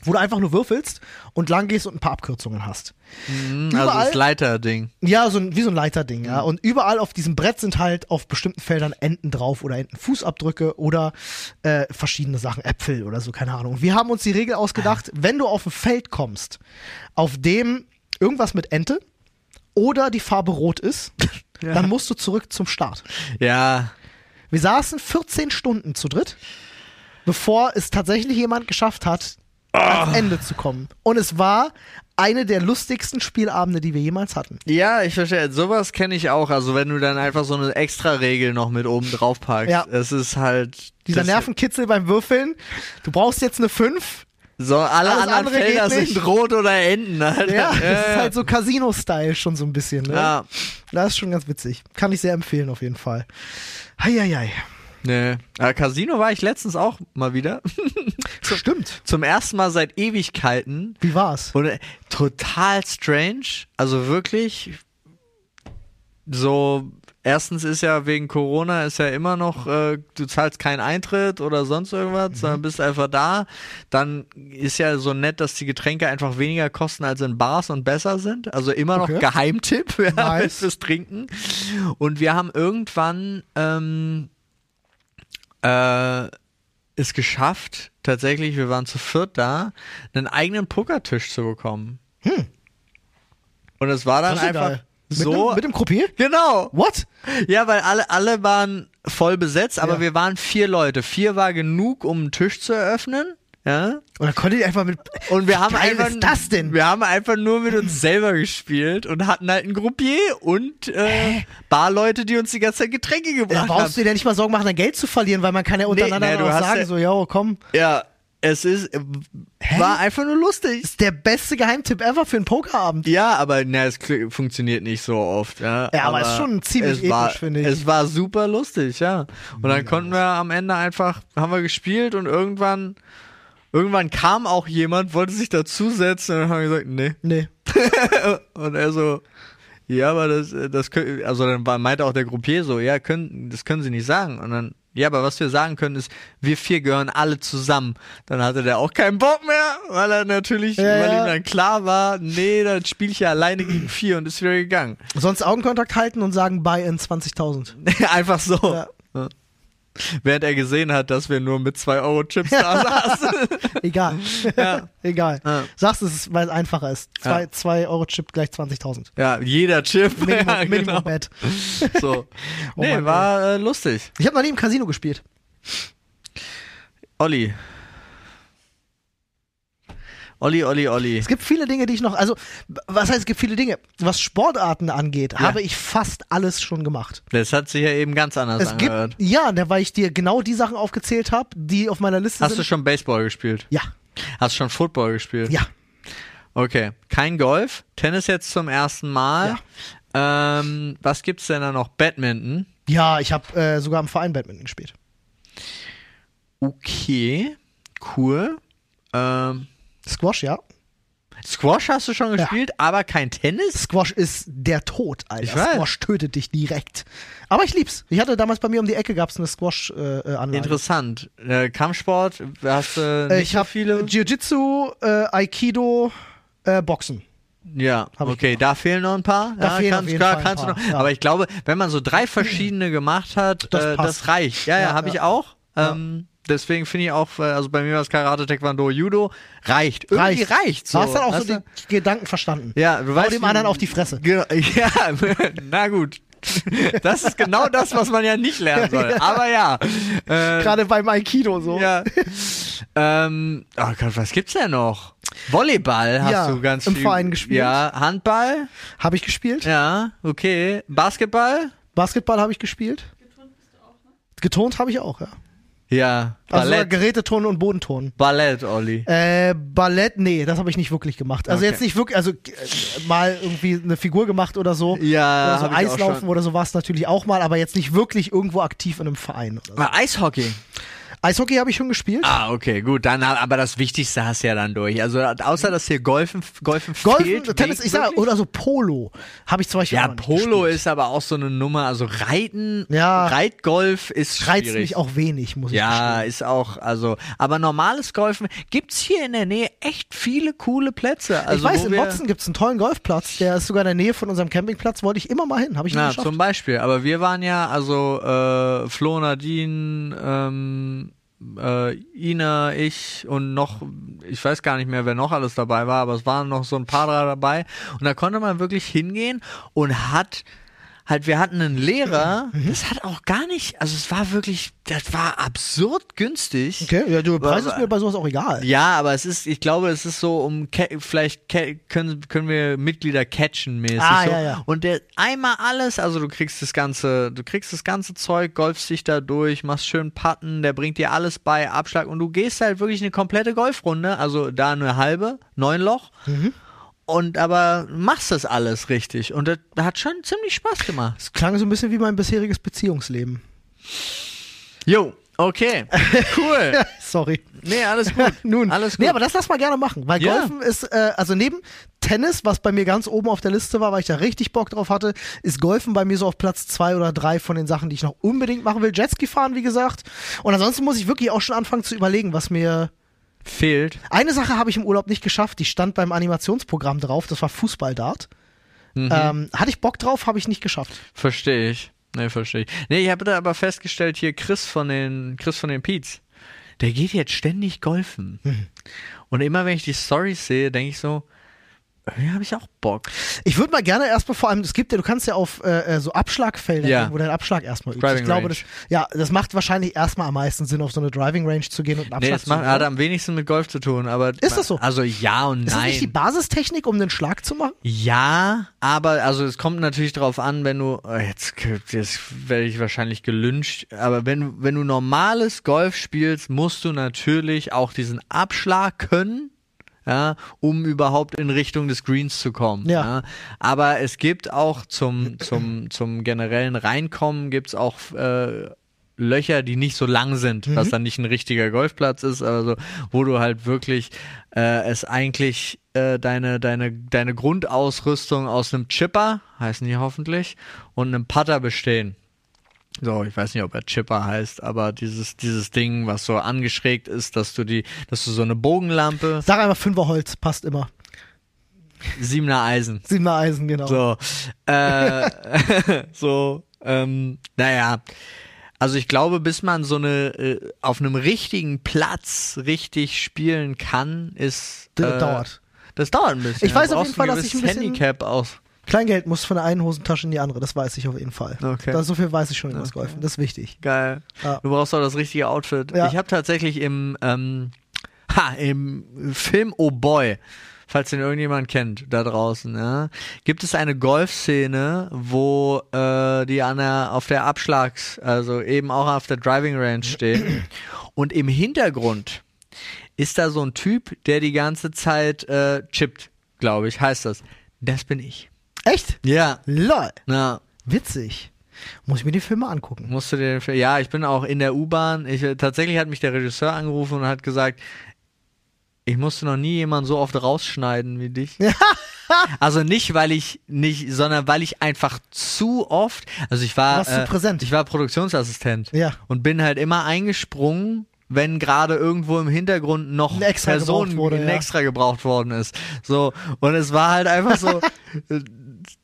Speaker 1: wo du einfach nur würfelst und lang gehst und ein paar Abkürzungen hast.
Speaker 2: Also
Speaker 1: überall-
Speaker 2: das Leiter-Ding.
Speaker 1: Ja, so ein, wie so ein Leiterding, ja. Und überall auf diesem Brett sind halt auf bestimmten Feldern Enten drauf oder Entenfußabdrücke oder äh, verschiedene Sachen, Äpfel oder so, keine Ahnung. Wir haben uns die Regel ausgedacht, wenn du auf ein Feld kommst, auf dem irgendwas mit Ente oder die Farbe rot ist, dann musst du zurück zum Start.
Speaker 2: Ja.
Speaker 1: Wir saßen 14 Stunden zu dritt, bevor es tatsächlich jemand geschafft hat, ans Ende zu kommen. Und es war eine der lustigsten Spielabende, die wir jemals hatten.
Speaker 2: Ja, ich verstehe. Sowas kenne ich auch. Also wenn du dann einfach so eine Extra-Regel noch mit oben drauf packst.
Speaker 1: Ja.
Speaker 2: Es ist halt.
Speaker 1: Dieser
Speaker 2: das-
Speaker 1: Nervenkitzel beim Würfeln. Du brauchst jetzt eine 5.
Speaker 2: So, alle
Speaker 1: Alles
Speaker 2: anderen
Speaker 1: andere
Speaker 2: Felder
Speaker 1: geht nicht.
Speaker 2: sind rot oder Enten. Alter.
Speaker 1: Ja, das ist
Speaker 2: ja.
Speaker 1: halt so Casino-Style schon so ein bisschen. Ne?
Speaker 2: Ja,
Speaker 1: Das ist schon ganz witzig. Kann ich sehr empfehlen auf jeden Fall. Heieiei.
Speaker 2: nee. Aber Casino war ich letztens auch mal wieder.
Speaker 1: Stimmt.
Speaker 2: Zum ersten Mal seit Ewigkeiten.
Speaker 1: Wie war's?
Speaker 2: Und äh, total strange. Also wirklich so. Erstens ist ja wegen Corona ist ja immer noch, äh, du zahlst keinen Eintritt oder sonst irgendwas,
Speaker 1: Mhm.
Speaker 2: sondern bist einfach da. Dann ist ja so nett, dass die Getränke einfach weniger kosten als in Bars und besser sind. Also immer noch
Speaker 1: Okay.
Speaker 2: Geheimtipp ja,
Speaker 1: Nice.
Speaker 2: fürs Trinken. Und wir haben irgendwann ähm, äh, es geschafft, tatsächlich, wir waren zu viert da, einen eigenen Pokertisch zu bekommen. Und es war dann
Speaker 1: Hm. Das ist
Speaker 2: einfach
Speaker 1: egal. Mit
Speaker 2: so.
Speaker 1: Dem, mit dem Croupier?
Speaker 2: genau.
Speaker 1: What?
Speaker 2: Ja, weil alle, alle waren voll besetzt, aber
Speaker 1: Ja.
Speaker 2: wir waren vier Leute. Vier war genug, um einen Tisch zu eröffnen. Ja.
Speaker 1: Und dann konnte ich einfach mit.
Speaker 2: Und wir haben
Speaker 1: Wie geil
Speaker 2: einfach,
Speaker 1: ist das denn?
Speaker 2: Wir haben einfach nur mit uns selber gespielt und hatten halt einen Groupier und äh, Barleute, die uns die ganze Zeit Getränke
Speaker 1: Da
Speaker 2: gebracht haben.
Speaker 1: Äh, brauchst du dir ja nicht mal Sorgen machen, dein Geld zu verlieren, weil man kann ja untereinander
Speaker 2: nee, du
Speaker 1: auch
Speaker 2: hast
Speaker 1: sagen,
Speaker 2: ja-
Speaker 1: so, yo, komm.
Speaker 2: Ja, es ist äh, war einfach nur lustig.
Speaker 1: Ist der beste Geheimtipp ever für einen Pokerabend.
Speaker 2: Ja, aber na, es kli- funktioniert nicht so oft. Ja,
Speaker 1: Ja, aber ist schon ziemlich
Speaker 2: es war,
Speaker 1: episch, finde ich.
Speaker 2: Es war super lustig, ja. Und dann konnten wir am Ende einfach, haben wir gespielt und irgendwann, irgendwann kam auch jemand, wollte sich dazusetzen und dann haben wir gesagt, nee.
Speaker 1: Nee.
Speaker 2: Und er so, ja, aber das, äh, das können, also dann war- meinte auch der Groupier so, ja, können, das können sie nicht sagen. Und dann, ja, aber was wir sagen können ist, wir vier gehören alle zusammen. Dann hatte der auch keinen Bock mehr, weil er natürlich,
Speaker 1: Ja,
Speaker 2: weil
Speaker 1: ja.
Speaker 2: ihm dann klar war, nee, dann spiele ich ja alleine gegen vier und ist wieder gegangen.
Speaker 1: Sonst Augenkontakt halten und sagen Buy in 20.000.
Speaker 2: Einfach so.
Speaker 1: Ja.
Speaker 2: Ja. Während er gesehen hat, dass wir nur mit zwei Euro Chips da saßen.
Speaker 1: Egal.
Speaker 2: Ja.
Speaker 1: Egal.
Speaker 2: Ja.
Speaker 1: Sagst es, weil es einfacher ist. Zwei,
Speaker 2: Ja.
Speaker 1: zwei Euro Chip gleich 20.000.
Speaker 2: Ja, jeder Chip.
Speaker 1: Minimum,
Speaker 2: ja, genau.
Speaker 1: Minimum Bett.
Speaker 2: So.
Speaker 1: Oh
Speaker 2: Nee,
Speaker 1: Mann,
Speaker 2: war äh, lustig.
Speaker 1: Ich habe noch nie im Casino gespielt.
Speaker 2: Olli. Olli, Olli, Olli.
Speaker 1: Es gibt viele Dinge, die ich noch, also b- was heißt, es gibt viele Dinge. Was Sportarten angeht, habe ich fast alles schon gemacht.
Speaker 2: Das hat sich ja eben ganz anders
Speaker 1: Es
Speaker 2: angehört.
Speaker 1: gibt, ja, ne, weil ich dir genau die Sachen aufgezählt habe, die auf meiner Liste
Speaker 2: Hast du
Speaker 1: sind.
Speaker 2: schon Baseball gespielt?
Speaker 1: ja,
Speaker 2: Hast du schon Football gespielt?
Speaker 1: ja.
Speaker 2: Okay. Kein Golf. Tennis jetzt zum ersten Mal. Ähm, was gibt's denn da noch? Badminton.
Speaker 1: Ja, ich habe äh, sogar im Verein Badminton gespielt.
Speaker 2: Okay. Cool. Ähm,
Speaker 1: Squash, ja.
Speaker 2: Squash hast du schon
Speaker 1: Ja.
Speaker 2: gespielt, aber kein Tennis?
Speaker 1: Squash ist der Tod, Alter.
Speaker 2: Ich weiß.
Speaker 1: Squash tötet dich direkt. Aber ich lieb's. Ich hatte damals bei mir um die Ecke gab's eine äh, Squash-Anlage.
Speaker 2: Interessant. Äh, Kampfsport, hast du
Speaker 1: Äh,
Speaker 2: nicht
Speaker 1: ich
Speaker 2: so
Speaker 1: habe
Speaker 2: viele?
Speaker 1: Jiu-Jitsu, äh, Aikido, äh, Boxen.
Speaker 2: Ja,
Speaker 1: Hab ich
Speaker 2: okay, da fehlen noch ein paar.
Speaker 1: Da
Speaker 2: ja,
Speaker 1: fehlen auf
Speaker 2: kannst,
Speaker 1: jeden
Speaker 2: klar,
Speaker 1: Fall ein
Speaker 2: kannst du
Speaker 1: paar,
Speaker 2: noch.
Speaker 1: ja.
Speaker 2: Aber ich glaube, wenn man so drei verschiedene gemacht hat,
Speaker 1: Das
Speaker 2: äh,
Speaker 1: passt.
Speaker 2: das reicht. Ja, ja,
Speaker 1: Ja,
Speaker 2: habe
Speaker 1: ja.
Speaker 2: ich auch. Ähm, Deswegen finde ich auch, äh, also bei mir war es Karate, Taekwondo, Judo, reicht. Irgendwie reicht. so.
Speaker 1: Du hast dann auch
Speaker 2: Weißt
Speaker 1: so
Speaker 2: du?
Speaker 1: die Gedanken verstanden.
Speaker 2: ja, du weißt,
Speaker 1: dem
Speaker 2: wie-
Speaker 1: anderen auf die Fresse.
Speaker 2: Genau, ja, na gut. Das ist genau das, was man ja nicht lernen soll. Aber ja. Äh,
Speaker 1: Gerade beim Aikido so.
Speaker 2: ja. Ähm, oh Gott, was gibt's denn noch? Volleyball hast
Speaker 1: Ja,
Speaker 2: du ganz
Speaker 1: im
Speaker 2: viel.
Speaker 1: Verein gespielt.
Speaker 2: Ja, Handball.
Speaker 1: Habe ich gespielt.
Speaker 2: Ja, okay. Basketball?
Speaker 1: Basketball habe ich gespielt. Getont habe ich auch, ja.
Speaker 2: Ja.
Speaker 1: Also sogar
Speaker 2: Ballett.
Speaker 1: Geräteton und Bodenton.
Speaker 2: Ballett, Olli.
Speaker 1: Äh, Ballett, nee, das habe ich nicht wirklich gemacht. Also
Speaker 2: Okay.
Speaker 1: jetzt nicht wirklich, also äh, mal irgendwie eine Figur gemacht oder so. oder
Speaker 2: Ja,
Speaker 1: so
Speaker 2: hab ich auch
Speaker 1: Also Eislaufen
Speaker 2: schon.
Speaker 1: oder so war es natürlich auch mal, aber jetzt nicht wirklich irgendwo aktiv in einem Verein. Oder so.
Speaker 2: Ah, Eishockey.
Speaker 1: Eishockey habe ich schon gespielt.
Speaker 2: Ah, okay, gut. Dann, aber das Wichtigste hast du ja dann durch. Also außer dass hier Golfen, Golfen
Speaker 1: Golfen,
Speaker 2: fehlt.
Speaker 1: Tennis,
Speaker 2: wenig
Speaker 1: ich sag,
Speaker 2: wirklich.
Speaker 1: oder so Polo habe ich zum Beispiel
Speaker 2: ja,
Speaker 1: auch noch nicht
Speaker 2: Polo
Speaker 1: gespielt.
Speaker 2: ist aber auch so eine Nummer. Also Reiten,
Speaker 1: Ja.
Speaker 2: Reitgolf ist schwierig.
Speaker 1: reizt mich auch wenig, muss ich
Speaker 2: Ja,
Speaker 1: gestehen.
Speaker 2: ist auch, also, aber normales Golfen gibt's hier in der Nähe echt viele coole Plätze. Also,
Speaker 1: ich weiß,
Speaker 2: wo
Speaker 1: in
Speaker 2: wir-
Speaker 1: Botzen gibt es einen tollen Golfplatz, der ist sogar in der Nähe von unserem Campingplatz, wollte ich immer mal hin, habe ich nicht
Speaker 2: Na,
Speaker 1: geschafft.
Speaker 2: zum Beispiel. Aber wir waren ja, also äh, Flo, Nadine, ähm, äh, Ina, ich und noch, ich weiß gar nicht mehr, wer noch alles dabei war, aber es waren noch so ein paar da dabei. Und da konnte man wirklich hingehen und hat halt, wir hatten einen Lehrer,
Speaker 1: Mhm.
Speaker 2: das hat auch gar nicht, also es war wirklich, das war absurd günstig.
Speaker 1: Okay, ja, du, Preis
Speaker 2: Aber-
Speaker 1: ist mir bei sowas auch egal.
Speaker 2: Ja, aber es ist, ich glaube, es ist so um, ca- vielleicht ca- können, können wir Mitglieder catchen mäßig.
Speaker 1: Ah,
Speaker 2: so.
Speaker 1: ja, ja.
Speaker 2: Und der einmal alles, also du kriegst das ganze, du kriegst das ganze Zeug, golfst dich da durch, machst schön Patten, der bringt dir alles bei, Abschlag und du gehst halt wirklich eine komplette Golfrunde, also da eine halbe, neun Loch.
Speaker 1: Mhm.
Speaker 2: Und aber machst das alles richtig und das hat schon ziemlich Spaß gemacht.
Speaker 1: Das klang so ein bisschen wie mein bisheriges Beziehungsleben.
Speaker 2: Jo, okay, cool.
Speaker 1: Sorry.
Speaker 2: Nee, alles gut.
Speaker 1: Nun,
Speaker 2: alles gut.
Speaker 1: nee, aber das lass mal gerne machen, weil
Speaker 2: Ja.
Speaker 1: Golfen ist, äh, also neben Tennis, was bei mir ganz oben auf der Liste war, weil ich da richtig Bock drauf hatte, ist Golfen bei mir so auf Platz zwei oder drei von den Sachen, die ich noch unbedingt machen will. Jetski fahren, wie gesagt. Und ansonsten muss ich wirklich auch schon anfangen zu überlegen, was mir.
Speaker 2: Fehlt.
Speaker 1: Eine Sache habe ich im Urlaub nicht geschafft, die stand beim Animationsprogramm drauf, das war Fußballdart.
Speaker 2: Mhm.
Speaker 1: Ähm, hatte ich Bock drauf, habe ich nicht geschafft.
Speaker 2: Verstehe ich. Nee, verstehe ich. Nee, ich habe da aber festgestellt, hier Chris von den Chris von den Peets, der geht jetzt ständig golfen.
Speaker 1: Hm.
Speaker 2: Und immer wenn ich die Stories sehe, denke ich so, irgendwie habe ich auch Bock.
Speaker 1: Ich würde mal gerne erstmal vor allem, es gibt ja, du kannst ja auf äh, äh, so Abschlagfelder,
Speaker 2: Ja.
Speaker 1: gehen, wo dein Abschlag erstmal übst.
Speaker 2: Driving
Speaker 1: ich glaube,
Speaker 2: Range.
Speaker 1: das, ja, das macht wahrscheinlich erstmal am meisten Sinn, auf so eine Driving Range zu gehen und einen
Speaker 2: Nee,
Speaker 1: Abschlag
Speaker 2: das
Speaker 1: zu
Speaker 2: macht, hat
Speaker 1: machen.
Speaker 2: am wenigsten mit Golf zu tun, aber.
Speaker 1: ne? Ist das so?
Speaker 2: Also ja und
Speaker 1: Ist das
Speaker 2: nein.
Speaker 1: nicht die Basistechnik, um den Schlag zu machen?
Speaker 2: Ja, aber also es kommt natürlich drauf an, wenn du oh, jetzt, jetzt werde ich wahrscheinlich gelünscht, aber wenn wenn du normales Golf spielst, musst du natürlich auch diesen Abschlag können. Ja, um überhaupt in Richtung des Greens zu kommen.
Speaker 1: Ja.
Speaker 2: Aber es gibt auch zum, zum, zum generellen Reinkommen gibt's auch äh, Löcher, die nicht so lang sind, was dann nicht ein richtiger Golfplatz ist, also wo du halt wirklich äh, es eigentlich äh, deine, deine, deine Grundausrüstung aus einem Chipper, heißen die hoffentlich, und einem Putter bestehen. So, ich weiß nicht, ob er Chipper heißt, aber dieses, dieses Ding, was so angeschrägt ist, dass du die, dass du so eine Bogenlampe,
Speaker 1: Sag einfach Fünfer Holz, passt immer.
Speaker 2: siebener Eisen.
Speaker 1: Siebener Eisen, genau.
Speaker 2: So, äh, so, ähm, naja. Also ich glaube, bis man so eine äh, auf einem richtigen Platz richtig spielen kann, ist
Speaker 1: Das
Speaker 2: äh,
Speaker 1: dauert.
Speaker 2: Das dauert ein bisschen.
Speaker 1: Ich weiß
Speaker 2: Du
Speaker 1: auf
Speaker 2: brauchst
Speaker 1: jeden Fall,
Speaker 2: ein
Speaker 1: dass ich
Speaker 2: gewisses
Speaker 1: ein bisschen-
Speaker 2: Handicap aus.
Speaker 1: Kleingeld muss von der einen Hosentasche in die andere, das weiß ich auf jeden Fall.
Speaker 2: Okay.
Speaker 1: Da, so viel weiß ich schon über das Golfen, das ist wichtig.
Speaker 2: Geil.
Speaker 1: Ja.
Speaker 2: Du brauchst auch das richtige Outfit.
Speaker 1: Ja.
Speaker 2: Ich habe tatsächlich im, ähm, ha, im Film Oh Boy, falls den irgendjemand kennt da draußen, ja, gibt es eine Golfszene, wo äh, die an der, auf der Abschlags, also eben auch auf der Driving Range stehen. Und im Hintergrund ist da so ein Typ, der die ganze Zeit äh, chippt, glaube ich, heißt das. Das bin ich.
Speaker 1: Echt?
Speaker 2: Ja.
Speaker 1: Lol,
Speaker 2: Na,
Speaker 1: witzig. Muss ich mir die Filme angucken.
Speaker 2: Musst du den Film. Ja, ich bin auch in der U-Bahn. Ich, tatsächlich hat mich der Regisseur angerufen und hat gesagt, ich musste noch nie jemanden so oft rausschneiden wie dich. also nicht, weil ich nicht, sondern weil ich einfach zu oft, also ich war,
Speaker 1: Warst du präsent?
Speaker 2: ich war Produktionsassistent
Speaker 1: Ja.
Speaker 2: und bin halt immer eingesprungen, wenn gerade irgendwo im Hintergrund noch
Speaker 1: Ein extra
Speaker 2: Personen
Speaker 1: gebraucht wurde,
Speaker 2: ein
Speaker 1: ja.
Speaker 2: extra gebraucht worden ist. So und es war halt einfach so, äh,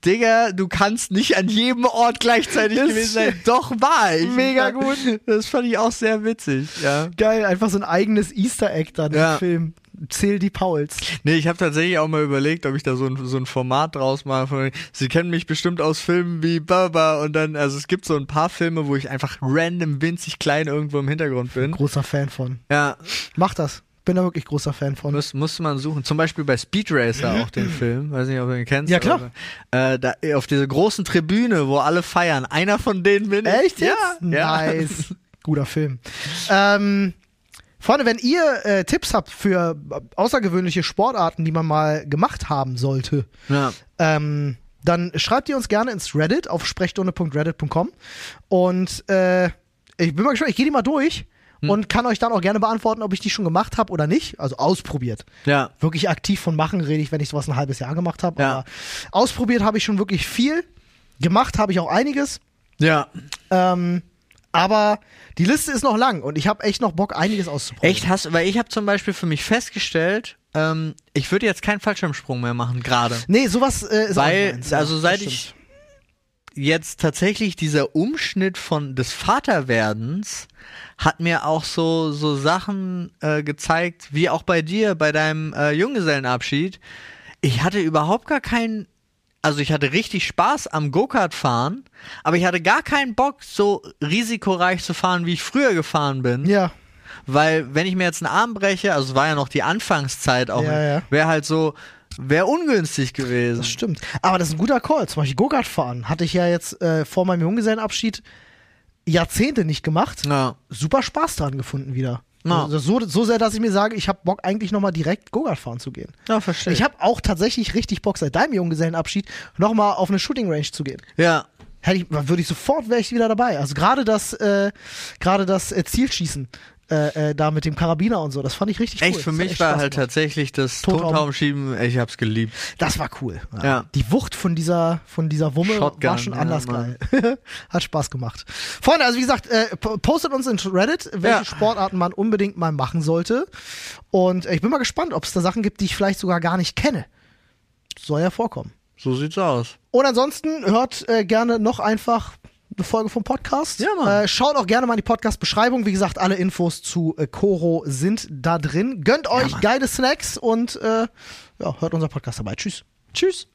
Speaker 2: Digga, du kannst nicht an jedem Ort gleichzeitig gewesen sein. Doch war ich.
Speaker 1: Mega gut.
Speaker 2: Das fand ich auch sehr witzig. Ja.
Speaker 1: Geil, einfach so ein eigenes Easter Egg dann
Speaker 2: Ja.
Speaker 1: im Film. Zähl die Pauls.
Speaker 2: Nee, ich habe tatsächlich auch mal überlegt, ob ich da so ein, so ein Format draus mache. Von, Sie kennen mich bestimmt aus Filmen wie Baba und dann, also es gibt so ein paar Filme, wo ich einfach random winzig klein irgendwo im Hintergrund bin.
Speaker 1: Großer Fan von.
Speaker 2: Ja,
Speaker 1: Mach das. Bin da wirklich großer Fan von.
Speaker 2: muss, musste man suchen. Zum Beispiel bei Speed Racer auch den Film, weiß nicht, ob du ihn kennst.
Speaker 1: Ja, klar.
Speaker 2: Aber, äh, da, auf dieser großen Tribüne, wo alle feiern. Einer von denen bin ich.
Speaker 1: Echt jetzt?
Speaker 2: Ja, ja.
Speaker 1: Nice. Guter Film. Ähm, Freunde, wenn ihr äh, Tipps habt für außergewöhnliche Sportarten, die man mal gemacht haben sollte,
Speaker 2: Ja.
Speaker 1: ähm, dann schreibt ihr uns gerne ins Reddit auf sprechstunde.reddit.com und äh, ich bin mal gespannt, ich gehe die mal durch
Speaker 2: Hm.
Speaker 1: und kann euch dann auch gerne beantworten, ob ich die schon gemacht habe oder nicht. Also ausprobiert.
Speaker 2: ja.
Speaker 1: Wirklich aktiv von machen rede ich, wenn ich sowas ein halbes Jahr gemacht habe.
Speaker 2: Ja.
Speaker 1: Aber ausprobiert habe ich schon wirklich viel. Gemacht habe ich auch einiges.
Speaker 2: Ja.
Speaker 1: Ähm, aber die Liste ist noch lang und ich habe echt noch Bock, einiges auszuprobieren.
Speaker 2: Echt hast, weil ich habe zum Beispiel für mich festgestellt, ähm, ich würde jetzt keinen Fallschirmsprung mehr machen, gerade.
Speaker 1: Nee, sowas äh, ist auch nicht
Speaker 2: Weil,
Speaker 1: meins.
Speaker 2: also
Speaker 1: Ja,
Speaker 2: seit
Speaker 1: das
Speaker 2: ich
Speaker 1: stimmt.
Speaker 2: jetzt tatsächlich dieser Umschnitt von des Vaterwerdens hat mir auch so, so Sachen äh, gezeigt, wie auch bei dir, bei deinem äh, Junggesellenabschied. Ich hatte überhaupt gar keinen also ich hatte richtig Spaß am Go-Kart fahren, aber ich hatte gar keinen Bock, so risikoreich zu fahren, wie ich früher gefahren bin.
Speaker 1: Ja.
Speaker 2: Weil wenn ich mir jetzt einen Arm breche, also es war ja noch die Anfangszeit auch,
Speaker 1: Ja, ja.
Speaker 2: wäre halt so, wäre ungünstig gewesen.
Speaker 1: Das stimmt. Aber das ist ein guter Call. Zum Beispiel Go-Kart fahren hatte ich ja jetzt äh, vor meinem Junggesellenabschied Jahrzehnte nicht gemacht.
Speaker 2: Ja.
Speaker 1: Super Spaß dran gefunden wieder.
Speaker 2: Ja.
Speaker 1: Also so, so sehr, dass ich mir sage, ich habe Bock eigentlich nochmal direkt Go-Kart fahren zu gehen.
Speaker 2: ja, verstehe.
Speaker 1: Ich habe auch tatsächlich richtig Bock seit deinem Junggesellenabschied nochmal auf eine Shooting Range zu gehen.
Speaker 2: ja,
Speaker 1: Hätte ich, würde ich sofort wäre ich wieder dabei. Also gerade das, äh, gerade das äh, Zielschießen äh, äh, da mit dem Karabiner und so, das fand ich richtig
Speaker 2: echt,
Speaker 1: cool.
Speaker 2: für
Speaker 1: Das hat
Speaker 2: mich
Speaker 1: echt
Speaker 2: war
Speaker 1: Spaß
Speaker 2: halt
Speaker 1: gemacht.
Speaker 2: tatsächlich das
Speaker 1: Totraum.
Speaker 2: Totraumschieben, ich hab's geliebt.
Speaker 1: Das war cool.
Speaker 2: Ja.
Speaker 1: Die Wucht von dieser, von dieser Wumme
Speaker 2: Shotgun,
Speaker 1: war schon
Speaker 2: ja,
Speaker 1: anders
Speaker 2: Mann.
Speaker 1: geil. Hat Spaß gemacht. Freunde, also wie gesagt, äh, po- postet uns in Reddit, welche
Speaker 2: Ja.
Speaker 1: Sportarten man unbedingt mal machen sollte. Und äh, ich bin mal gespannt, ob es da Sachen gibt, die ich vielleicht sogar gar nicht kenne. Soll ja vorkommen.
Speaker 2: So sieht's aus.
Speaker 1: Und ansonsten hört äh, gerne noch einfach eine Folge vom Podcast.
Speaker 2: Ja, Mann.
Speaker 1: Äh, schaut auch gerne mal in die Podcast-Beschreibung. Wie gesagt, alle Infos zu äh, Koro sind da drin. Gönnt euch geile Snacks und äh, ja, hört unser Podcast dabei. Tschüss.
Speaker 2: Tschüss.